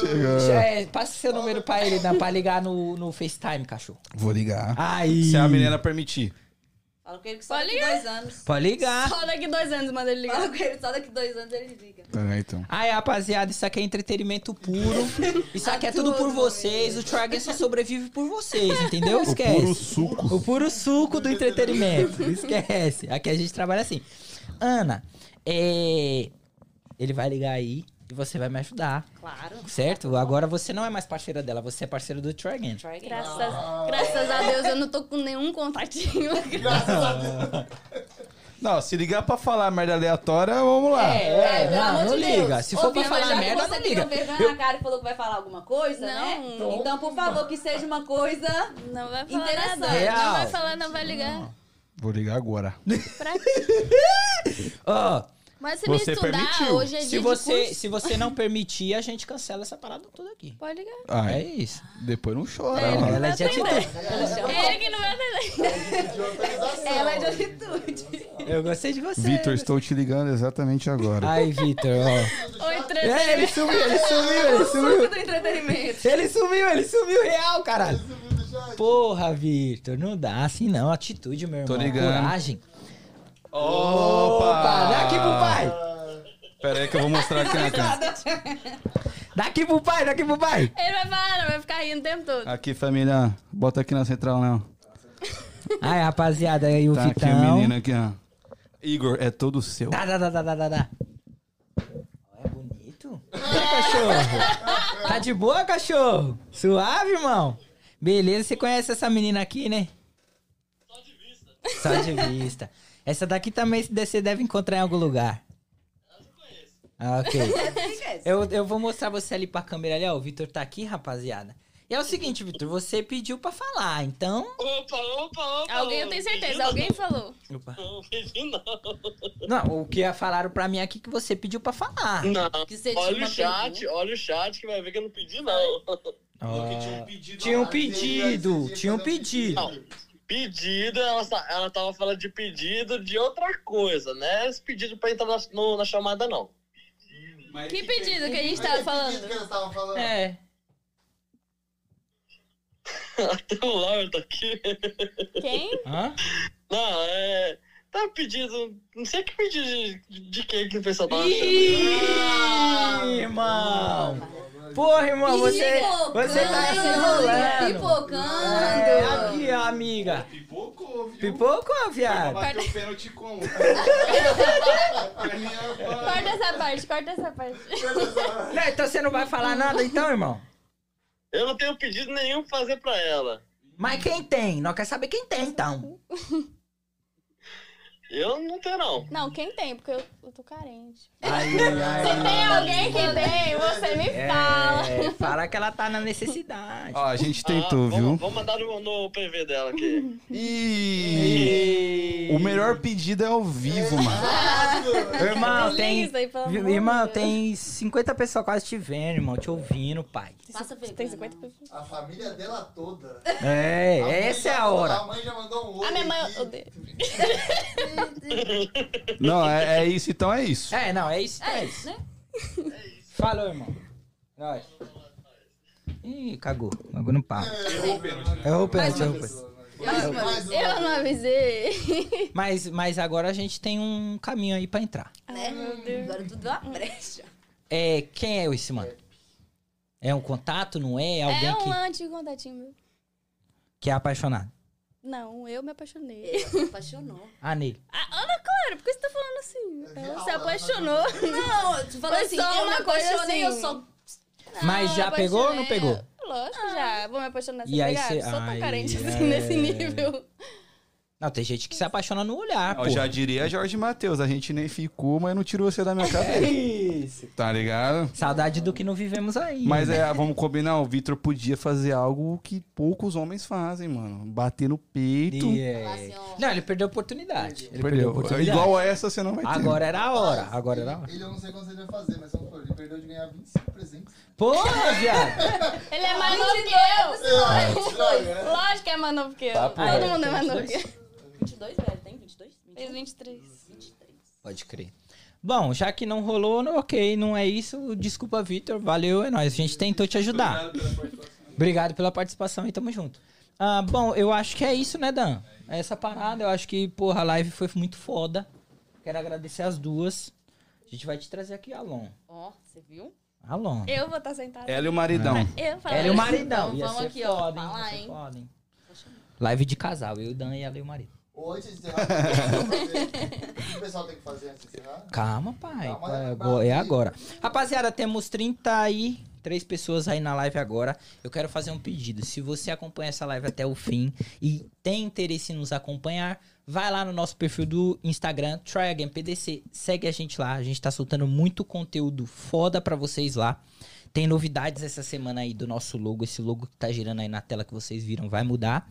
[SPEAKER 1] Chegou.
[SPEAKER 2] É, passa seu número pra ele, né, pra ligar no, no FaceTime, cachorro.
[SPEAKER 1] Vou ligar.
[SPEAKER 2] Aí.
[SPEAKER 1] Se a Milena permitir.
[SPEAKER 5] Fala com ele que só daqui dois anos.
[SPEAKER 2] Pode ligar.
[SPEAKER 4] Só daqui dois anos manda ele ligar.
[SPEAKER 5] Fala com ele só daqui dois anos ele liga.
[SPEAKER 1] É, então.
[SPEAKER 2] Aí, rapaziada, isso aqui é entretenimento puro. Isso aqui é tudo por vocês. O Tragen só sobrevive por vocês, entendeu?
[SPEAKER 1] O
[SPEAKER 2] Esquece.
[SPEAKER 1] puro suco.
[SPEAKER 2] O puro suco do entretenimento. Esquece. Aqui a gente trabalha assim. Ana, é... ele vai ligar aí e você vai me ajudar,
[SPEAKER 5] Claro.
[SPEAKER 2] certo? Agora você não é mais parceira dela, você é parceira do Tragen.
[SPEAKER 5] Try again.
[SPEAKER 4] Graças, graças a Deus eu não tô com nenhum contatinho.
[SPEAKER 2] Ah.
[SPEAKER 1] Não, se ligar pra falar merda aleatória, vamos lá.
[SPEAKER 2] É, é,
[SPEAKER 5] pelo
[SPEAKER 2] não,
[SPEAKER 5] amor
[SPEAKER 2] não
[SPEAKER 5] de Deus.
[SPEAKER 2] liga. Se for pra
[SPEAKER 5] Ouvinha, mas
[SPEAKER 2] falar
[SPEAKER 5] já que
[SPEAKER 2] merda,
[SPEAKER 5] você
[SPEAKER 2] não liga.
[SPEAKER 5] Você vergonha na cara e falou que vai falar alguma coisa, né?
[SPEAKER 4] Não.
[SPEAKER 5] Então, por favor, que seja uma coisa...
[SPEAKER 4] Não vai falar
[SPEAKER 5] Interessante.
[SPEAKER 4] nada. Não
[SPEAKER 2] Real.
[SPEAKER 4] vai falar, não vai ligar.
[SPEAKER 1] Vou ligar agora.
[SPEAKER 4] Pra quê?
[SPEAKER 2] Ó,
[SPEAKER 4] Mas se
[SPEAKER 1] Você
[SPEAKER 4] me estudar,
[SPEAKER 1] permitiu.
[SPEAKER 4] hoje é dia
[SPEAKER 2] se,
[SPEAKER 4] de
[SPEAKER 2] você,
[SPEAKER 4] curso.
[SPEAKER 2] se você não permitir, a gente cancela essa parada toda aqui.
[SPEAKER 4] Pode ligar.
[SPEAKER 2] É
[SPEAKER 1] Ai,
[SPEAKER 2] isso.
[SPEAKER 1] depois não chora.
[SPEAKER 4] É,
[SPEAKER 1] mano.
[SPEAKER 2] Ela é de atitude.
[SPEAKER 4] É ele que não vai atender.
[SPEAKER 5] Ela é de atitude.
[SPEAKER 2] Eu gostei de você.
[SPEAKER 1] Vitor, estou te ligando exatamente agora.
[SPEAKER 2] Ai, Vitor, ó.
[SPEAKER 4] Oi,
[SPEAKER 2] É,
[SPEAKER 4] trans.
[SPEAKER 2] ele sumiu, Ah, ele sumiu, ele sumiu.
[SPEAKER 5] do entretenimento.
[SPEAKER 2] Ele sumiu, ele sumiu real, caralho. Porra, Vitor, não dá assim não. Atitude, meu
[SPEAKER 1] Tô
[SPEAKER 2] irmão.
[SPEAKER 1] ligando.
[SPEAKER 2] Coragem.
[SPEAKER 1] Opa!
[SPEAKER 2] Dá né? aqui pro pai.
[SPEAKER 1] Pera aí que eu vou mostrar aqui né, na câmera.
[SPEAKER 2] Dá aqui pro pai, dá aqui pro pai.
[SPEAKER 4] Ele vai falar, não, vai ficar rindo o tempo todo.
[SPEAKER 1] Aqui, família. Bota aqui na central, né? ó.
[SPEAKER 2] Ai, rapaziada, aí o
[SPEAKER 1] Tá aqui o
[SPEAKER 2] Vitão.
[SPEAKER 1] menino aqui, ó. Igor, é todo seu.
[SPEAKER 2] Dá, dá, dá, dá, dá, dá, dá. É bonito. Tá, cachorro? Tá de boa, cachorro? Suave, irmão? Beleza, você conhece essa menina aqui, né? Só de vista. Só de vista. Essa daqui também você deve encontrar em algum lugar. Ah, ok. Eu, eu vou mostrar você ali pra câmera ali, ó. O Vitor tá aqui, rapaziada. E é o seguinte, Vitor, você pediu pra falar, então.
[SPEAKER 6] Opa, opa, opa.
[SPEAKER 4] Alguém, eu tenho certeza, alguém falou.
[SPEAKER 2] Opa.
[SPEAKER 6] Não, pedi não.
[SPEAKER 2] Não, o que falaram pra mim aqui que você pediu pra falar.
[SPEAKER 6] Não.
[SPEAKER 5] Que você tinha
[SPEAKER 6] Olha
[SPEAKER 5] uma
[SPEAKER 6] o chat,
[SPEAKER 5] pergunta.
[SPEAKER 6] olha o chat que vai ver que eu não pedi, não.
[SPEAKER 2] Ó. Tinha um pedido, tinha um pedido.
[SPEAKER 6] Não. Pedido, ela, sa- ela tava falando de pedido de outra coisa, né? Esse pedido pra entrar na, no- na chamada, não.
[SPEAKER 4] Que pedido que a gente tava falando?
[SPEAKER 2] É.
[SPEAKER 6] Até o Laura tá aqui.
[SPEAKER 4] Quem?
[SPEAKER 2] Hã?
[SPEAKER 6] Não, é. Tá pedido. Não sei que pedido de, de, de quem que o pessoal tava
[SPEAKER 2] Ih, irmão! Porra, irmão, você,
[SPEAKER 5] Pipocando,
[SPEAKER 2] você tá se enrolando. É,
[SPEAKER 5] Pipocando.
[SPEAKER 2] aqui, ó, amiga.
[SPEAKER 1] Pipocou, viu?
[SPEAKER 2] Pipocou, viado.
[SPEAKER 1] o pênalti como?
[SPEAKER 4] Corta essa parte, corta essa parte.
[SPEAKER 2] Não, então você não vai falar nada então, irmão?
[SPEAKER 6] Eu não tenho pedido nenhum pra fazer pra ela.
[SPEAKER 2] Mas quem tem? Nós quer saber quem tem, então.
[SPEAKER 6] Eu não tenho, não.
[SPEAKER 4] Não, quem tem, porque eu, eu tô carente.
[SPEAKER 2] Aí,
[SPEAKER 4] Se
[SPEAKER 2] aí.
[SPEAKER 4] tem alguém que tem, você me fala.
[SPEAKER 2] É, fala que ela tá na necessidade.
[SPEAKER 1] Ó, a gente tentou,
[SPEAKER 6] Ah,
[SPEAKER 1] viu?
[SPEAKER 6] Vamos, vamos mandar no, no PV dela aqui.
[SPEAKER 1] Ih! O melhor pedido é ao vivo, mano.
[SPEAKER 3] Ah,
[SPEAKER 2] Irmão,
[SPEAKER 4] Desliga
[SPEAKER 2] tem.
[SPEAKER 4] isso aí, pelo amor de
[SPEAKER 2] Irmão,
[SPEAKER 4] Deus.
[SPEAKER 2] tem 50 pessoas quase te vendo, irmão, te ouvindo, pai.
[SPEAKER 5] Passa vergonha.
[SPEAKER 4] Tem 50 pessoas.
[SPEAKER 3] A família dela toda.
[SPEAKER 2] É,
[SPEAKER 3] A mãe
[SPEAKER 2] essa
[SPEAKER 3] já
[SPEAKER 2] é a
[SPEAKER 3] mandou-
[SPEAKER 2] hora.
[SPEAKER 3] A mãe já mandou um oi.
[SPEAKER 4] A minha mãe
[SPEAKER 3] aqui.
[SPEAKER 4] odeia.
[SPEAKER 1] Não, é, é isso, então é isso.
[SPEAKER 2] É, não, é isso, é,
[SPEAKER 5] É,
[SPEAKER 2] isso.
[SPEAKER 5] né?
[SPEAKER 2] Falou, irmão. Nós. Ih, cagou. Cagou no pau.
[SPEAKER 1] É,
[SPEAKER 2] Errou o pênalti. Errou o pênalti.
[SPEAKER 3] né?
[SPEAKER 5] Mais uma vez.
[SPEAKER 4] Eu não avisei.
[SPEAKER 2] Mas, mas agora a gente tem um caminho aí pra entrar.
[SPEAKER 5] Né? Agora tudo é uma brecha.
[SPEAKER 2] É, quem é esse mano? É um contato, não é? É Alguém
[SPEAKER 4] é um
[SPEAKER 2] que,
[SPEAKER 4] antigo contatinho meu.
[SPEAKER 2] que é apaixonado.
[SPEAKER 4] Não, eu me apaixonei.
[SPEAKER 5] Se apaixonou.
[SPEAKER 2] Ah, nele.
[SPEAKER 4] Ah, Ana Clara, por que você tá falando assim? Ela se apaixonou.
[SPEAKER 5] Não, tu falou
[SPEAKER 4] Foi
[SPEAKER 5] assim,
[SPEAKER 4] só
[SPEAKER 5] eu me
[SPEAKER 4] uma coisa
[SPEAKER 5] apaixonei,
[SPEAKER 4] assim.
[SPEAKER 5] eu sou...
[SPEAKER 2] Mas já
[SPEAKER 4] eu
[SPEAKER 2] pegou ou não
[SPEAKER 4] apaixonei.
[SPEAKER 2] pegou?
[SPEAKER 4] Lógico, já. Vou me apaixonar sem
[SPEAKER 2] E aí
[SPEAKER 4] pegar.
[SPEAKER 2] cê-
[SPEAKER 4] Sou tão
[SPEAKER 2] ai,
[SPEAKER 4] carente
[SPEAKER 2] é.
[SPEAKER 4] assim, nesse nível.
[SPEAKER 2] Não, tem gente que se apaixona no olhar,
[SPEAKER 4] Ah,
[SPEAKER 2] pô.
[SPEAKER 1] Eu já diria Jorge Matheus, a gente nem ficou, mas não tirou você
[SPEAKER 4] É.
[SPEAKER 1] da minha cabeça.
[SPEAKER 2] Isso.
[SPEAKER 1] Tá ligado?
[SPEAKER 2] Saudade do que não vivemos aí.
[SPEAKER 1] Mas é,
[SPEAKER 4] né?
[SPEAKER 1] vamos combinar, o Vitor podia fazer algo que poucos homens fazem, mano. Bater no peito.
[SPEAKER 2] E
[SPEAKER 5] Falar
[SPEAKER 2] é...
[SPEAKER 5] assim, ó.
[SPEAKER 2] Não, ele perdeu a oportunidade. Ele perdeu, a
[SPEAKER 1] Perdeu. É
[SPEAKER 2] oportunidade.
[SPEAKER 1] Igual a essa você não vai ter.
[SPEAKER 2] Agora era a hora. Agora era a hora.
[SPEAKER 3] Ele eu não sei quanto ele vai fazer, mas vamos por, ele perdeu de ganhar 25 presentes.
[SPEAKER 2] Porra, viado!
[SPEAKER 4] Ele é mais novo que eu.
[SPEAKER 3] Droga.
[SPEAKER 4] Lógico que é mais novo que eu.
[SPEAKER 1] Papo
[SPEAKER 4] Todo
[SPEAKER 1] reto.
[SPEAKER 4] mundo é mais novo que eu.
[SPEAKER 5] 22, velho, tem 22?
[SPEAKER 4] Fez
[SPEAKER 5] 23.
[SPEAKER 4] 23.
[SPEAKER 5] 23.
[SPEAKER 2] Pode crer. Bom, já que não rolou, não- ok, não é isso. Desculpa, Vitor. Valeu, é nóis. A gente tentou te ajudar. Obrigado pela participação e tamo junto. Ah, bom, eu acho que é isso, né, Dan? Essa parada, eu acho que, porra, a live foi muito foda. Quero agradecer as duas. A gente vai te trazer aqui, Alon.
[SPEAKER 5] Ó, você viu?
[SPEAKER 2] Alon.
[SPEAKER 4] Eu vou estar sentada.
[SPEAKER 1] Ela e o maridão.
[SPEAKER 4] Eu falo.
[SPEAKER 2] Ela e o maridão.
[SPEAKER 5] Então,
[SPEAKER 2] Ia
[SPEAKER 5] vamos
[SPEAKER 2] ser
[SPEAKER 5] aqui, ó,
[SPEAKER 2] foda, hein?
[SPEAKER 5] falar,
[SPEAKER 2] Ia ser
[SPEAKER 5] hein?
[SPEAKER 2] foda, hein? Live de casal, eu, Dan e ela e o marido.
[SPEAKER 3] Hoje a gente tem uma coisa pra fazer. O que o pessoal tem que fazer antes de encerrar?
[SPEAKER 2] Calma, pai.
[SPEAKER 3] Calma,
[SPEAKER 2] Pai,
[SPEAKER 3] calma.
[SPEAKER 2] agora- é agora. Rapaziada, temos 33 pessoas aí na live agora. Eu quero fazer um pedido. Se você acompanha essa live até o fim e tem interesse em nos acompanhar, vai lá no nosso perfil do Instagram, TryAgainPDC. Segue a gente lá. A gente tá soltando muito conteúdo foda pra vocês lá. Tem novidades essa semana aí do nosso logo. Esse logo que tá girando aí na tela que vocês viram vai mudar.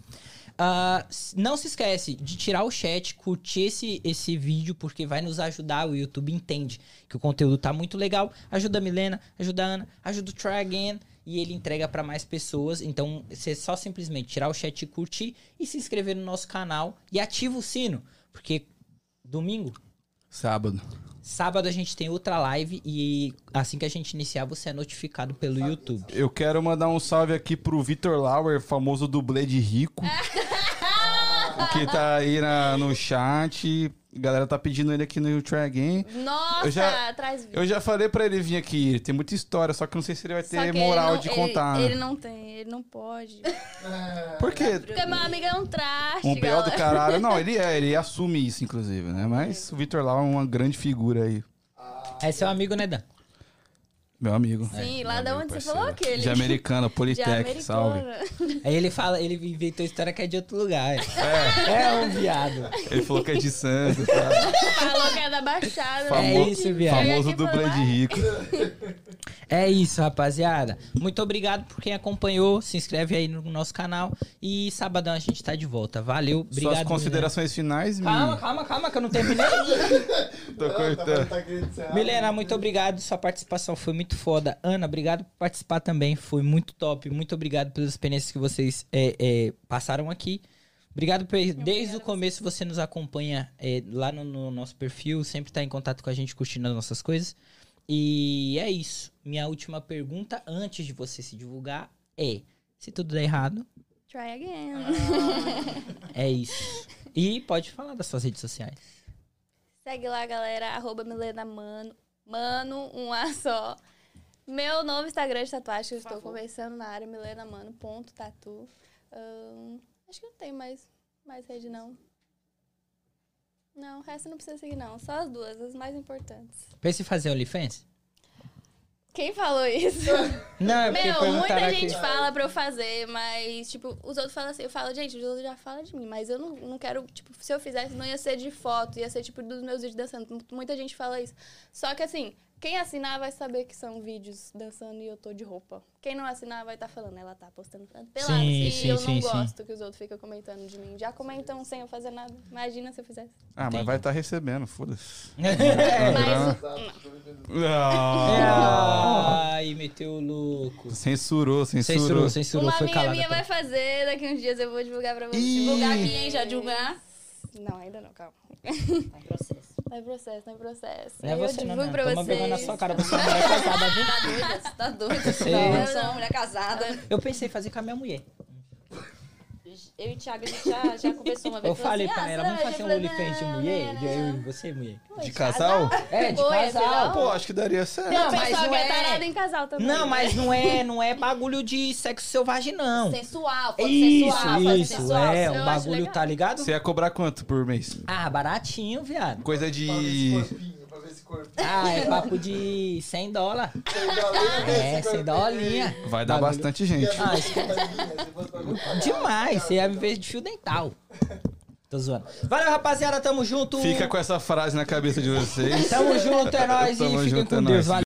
[SPEAKER 2] Ah, s- não se esquece de tirar o chat, curtir esse, esse vídeo, porque vai nos ajudar. O YouTube entende que o conteúdo tá muito legal. Ajuda a Milena, ajuda a Ana, ajuda o Try Again. E ele entrega pra mais pessoas. Então, você só simplesmente tirar o chat e curtir e se inscrever no nosso canal. E ativa o sino, porque domingo
[SPEAKER 1] Sábado.
[SPEAKER 2] Sábado a gente tem outra live e assim que a gente iniciar, você é notificado pelo YouTube.
[SPEAKER 1] Eu quero mandar um salve aqui pro Vitor Lauer, famoso dublê de rico. que tá aí na- no chat. A galera tá pedindo ele aqui no Try Again.
[SPEAKER 4] Nossa,
[SPEAKER 1] Eu já-
[SPEAKER 4] traz vídeo.
[SPEAKER 1] Eu já falei pra ele vir aqui, ele tem muita história, só que não sei se ele vai
[SPEAKER 4] Só que
[SPEAKER 1] ter
[SPEAKER 4] ele
[SPEAKER 1] moral
[SPEAKER 4] não-
[SPEAKER 1] de
[SPEAKER 4] ele-
[SPEAKER 1] contar. né?
[SPEAKER 4] Ele, não tem, ele não pode.
[SPEAKER 1] Por quê?
[SPEAKER 4] Porque meu amigo é um traste,
[SPEAKER 1] Um B.O. do
[SPEAKER 4] galera.
[SPEAKER 1] caralho. Não, ele é, ele assume isso, inclusive, né? Mas o Vitor Lauer é uma grande figura aí.
[SPEAKER 2] É seu amigo, né, Dan?
[SPEAKER 1] Meu amigo.
[SPEAKER 4] Sim,
[SPEAKER 1] É,
[SPEAKER 4] lá
[SPEAKER 1] meu
[SPEAKER 4] da
[SPEAKER 1] amigo,
[SPEAKER 4] onde você
[SPEAKER 1] parceiro.
[SPEAKER 4] falou aquele.
[SPEAKER 1] De americana,
[SPEAKER 4] De
[SPEAKER 1] Politec, salve.
[SPEAKER 4] americana.
[SPEAKER 2] Aí ele fala, ele inventou história que é de outro lugar. É, é um viado.
[SPEAKER 1] Ele falou que é de Santos, sabe?
[SPEAKER 4] Falou que é da Baixada.
[SPEAKER 1] Famo-
[SPEAKER 2] É isso, viado.
[SPEAKER 4] Famo-
[SPEAKER 1] famoso
[SPEAKER 4] aqui e
[SPEAKER 1] dublê
[SPEAKER 4] falou,
[SPEAKER 1] de
[SPEAKER 4] "Ah".
[SPEAKER 1] rico.
[SPEAKER 2] É isso, rapaziada. Muito obrigado por quem acompanhou. Se inscreve aí no nosso canal. E sabadão a gente tá de volta. Valeu, obrigado.
[SPEAKER 1] Suas considerações finais, Mi?
[SPEAKER 2] Milena. Calma, calma, calma, que eu não terminei.
[SPEAKER 1] Tô
[SPEAKER 3] Tá,
[SPEAKER 1] cortando.
[SPEAKER 3] tá querendo encerrar.
[SPEAKER 2] Milena, muito obrigado. Sua participação foi muito foda. Ana, obrigado por participar também. Foi muito top. Muito obrigado pelas experiências que vocês é, é, passaram aqui. Obrigado por, desde o começo você nos acompanha é, lá no, no nosso perfil, sempre tá em contato com a gente, curtindo as nossas coisas. E é isso. Minha última pergunta, antes de você se divulgar, é: se tudo der errado,
[SPEAKER 4] Try again.
[SPEAKER 2] é isso. E pode falar das suas redes sociais.
[SPEAKER 4] Segue lá, galera. Arroba Milena Mano. Mano, um A só. Meu novo Instagram de tatuagem que eu
[SPEAKER 5] Por
[SPEAKER 4] estou
[SPEAKER 5] favor.
[SPEAKER 4] conversando na área, milenamano.tatu. Ahn, acho que não tem mais, mais rede, não. Não, o resto não precisa seguir, não. Só as duas, as mais importantes.
[SPEAKER 2] Pensa em fazer OnlyFans?
[SPEAKER 4] Quem falou isso?
[SPEAKER 2] Não, é porque
[SPEAKER 4] Meu,
[SPEAKER 2] perguntaram
[SPEAKER 4] muita
[SPEAKER 2] aqui.
[SPEAKER 4] gente fala pra eu fazer, mas, tipo, os outros falam assim, eu falo, gente, os outros já falam de mim, mas eu não, não quero, tipo, se eu fizesse, não ia ser de foto, ia ser, tipo, dos meus vídeos dançando. M- Muita gente fala isso. Só que, assim, quem assinar vai saber que são vídeos dançando e eu tô de roupa. Quem não assinar vai estar falando, ela tá postando tanto pelado.
[SPEAKER 2] Sim,
[SPEAKER 4] e
[SPEAKER 2] sim,
[SPEAKER 4] eu
[SPEAKER 2] sim,
[SPEAKER 4] não
[SPEAKER 2] sim.
[SPEAKER 4] gosto que os outros ficam comentando de mim. Já comentam sem eu fazer nada. Imagina se eu fizesse.
[SPEAKER 1] Ah, mas
[SPEAKER 2] Entendi.
[SPEAKER 1] vai estar recebendo, foda-se.
[SPEAKER 2] É.
[SPEAKER 1] Grana. Ah.
[SPEAKER 2] Ai, meteu o louco.
[SPEAKER 1] Censurou, censurou.
[SPEAKER 2] Censurou, censurou,
[SPEAKER 4] Uma
[SPEAKER 2] foi
[SPEAKER 4] amiga
[SPEAKER 2] calada.
[SPEAKER 4] minha
[SPEAKER 2] pô.
[SPEAKER 4] vai fazer, daqui uns dias eu vou divulgar pra vocês.
[SPEAKER 1] Ih.
[SPEAKER 5] Divulgar aqui, hein? Já divulgar.
[SPEAKER 4] Não, ainda não, calma.
[SPEAKER 5] Tá em processo.
[SPEAKER 4] Tá em processo, tá em processo.
[SPEAKER 2] Não é
[SPEAKER 4] Aí
[SPEAKER 2] você,
[SPEAKER 4] eu
[SPEAKER 2] não,
[SPEAKER 4] divulgo
[SPEAKER 2] não.
[SPEAKER 4] pra
[SPEAKER 2] Toma vergonha na
[SPEAKER 4] vocês.
[SPEAKER 2] sua cara, você é uma mulher casada, viu?
[SPEAKER 5] Tá doida? Você tá doida?
[SPEAKER 2] Sei.
[SPEAKER 5] Não, eu sou uma mulher casada.
[SPEAKER 2] Eu pensei em fazer com a minha mulher.
[SPEAKER 5] Eu e o Thiago, a gente já, já conversou uma vez. assim, "Ah,
[SPEAKER 2] Eu falei pra
[SPEAKER 4] assim, ah,
[SPEAKER 2] ela, vamos fazer um OnlyFans de mulher?
[SPEAKER 5] De
[SPEAKER 2] Eu e você, mulher.
[SPEAKER 1] De casal?
[SPEAKER 2] É, de
[SPEAKER 4] Boa,
[SPEAKER 2] casal.
[SPEAKER 4] legal.
[SPEAKER 1] Pô, acho que daria certo.
[SPEAKER 2] Não,
[SPEAKER 4] O
[SPEAKER 2] mas
[SPEAKER 4] pessoal
[SPEAKER 2] não
[SPEAKER 4] que é
[SPEAKER 2] é...
[SPEAKER 4] tarado em casal também.
[SPEAKER 2] Não, mas não é, não é bagulho de sexo selvagem, não. É
[SPEAKER 5] Sensual, foto sensual,
[SPEAKER 2] Isso,
[SPEAKER 5] foto
[SPEAKER 2] isso,
[SPEAKER 5] sensual.
[SPEAKER 2] é, um
[SPEAKER 4] eu acho
[SPEAKER 2] bagulho,
[SPEAKER 4] legal.
[SPEAKER 2] tá ligado?
[SPEAKER 1] Você ia cobrar quanto por mês?
[SPEAKER 2] Ah, baratinho, viado.
[SPEAKER 1] Coisa
[SPEAKER 3] Pra ver esse
[SPEAKER 1] de.
[SPEAKER 3] corpinho, pra ver esse corpinho.
[SPEAKER 2] Ah, é papo de 100 dólares. É,
[SPEAKER 3] É,
[SPEAKER 2] 100 dolinha.
[SPEAKER 1] Vai dar
[SPEAKER 2] Bagulho.
[SPEAKER 1] bastante gente.
[SPEAKER 2] Ah, isso Demais, você ia viver de fio dental. Tô zoando. Valeu, rapaziada, tamo junto.
[SPEAKER 1] Fica com essa frase na cabeça de vocês.
[SPEAKER 2] Tamo junto, é nóis e
[SPEAKER 1] Tamo
[SPEAKER 2] fiquem
[SPEAKER 1] junto, é
[SPEAKER 2] com Deus.
[SPEAKER 1] nóis.
[SPEAKER 2] Valeu.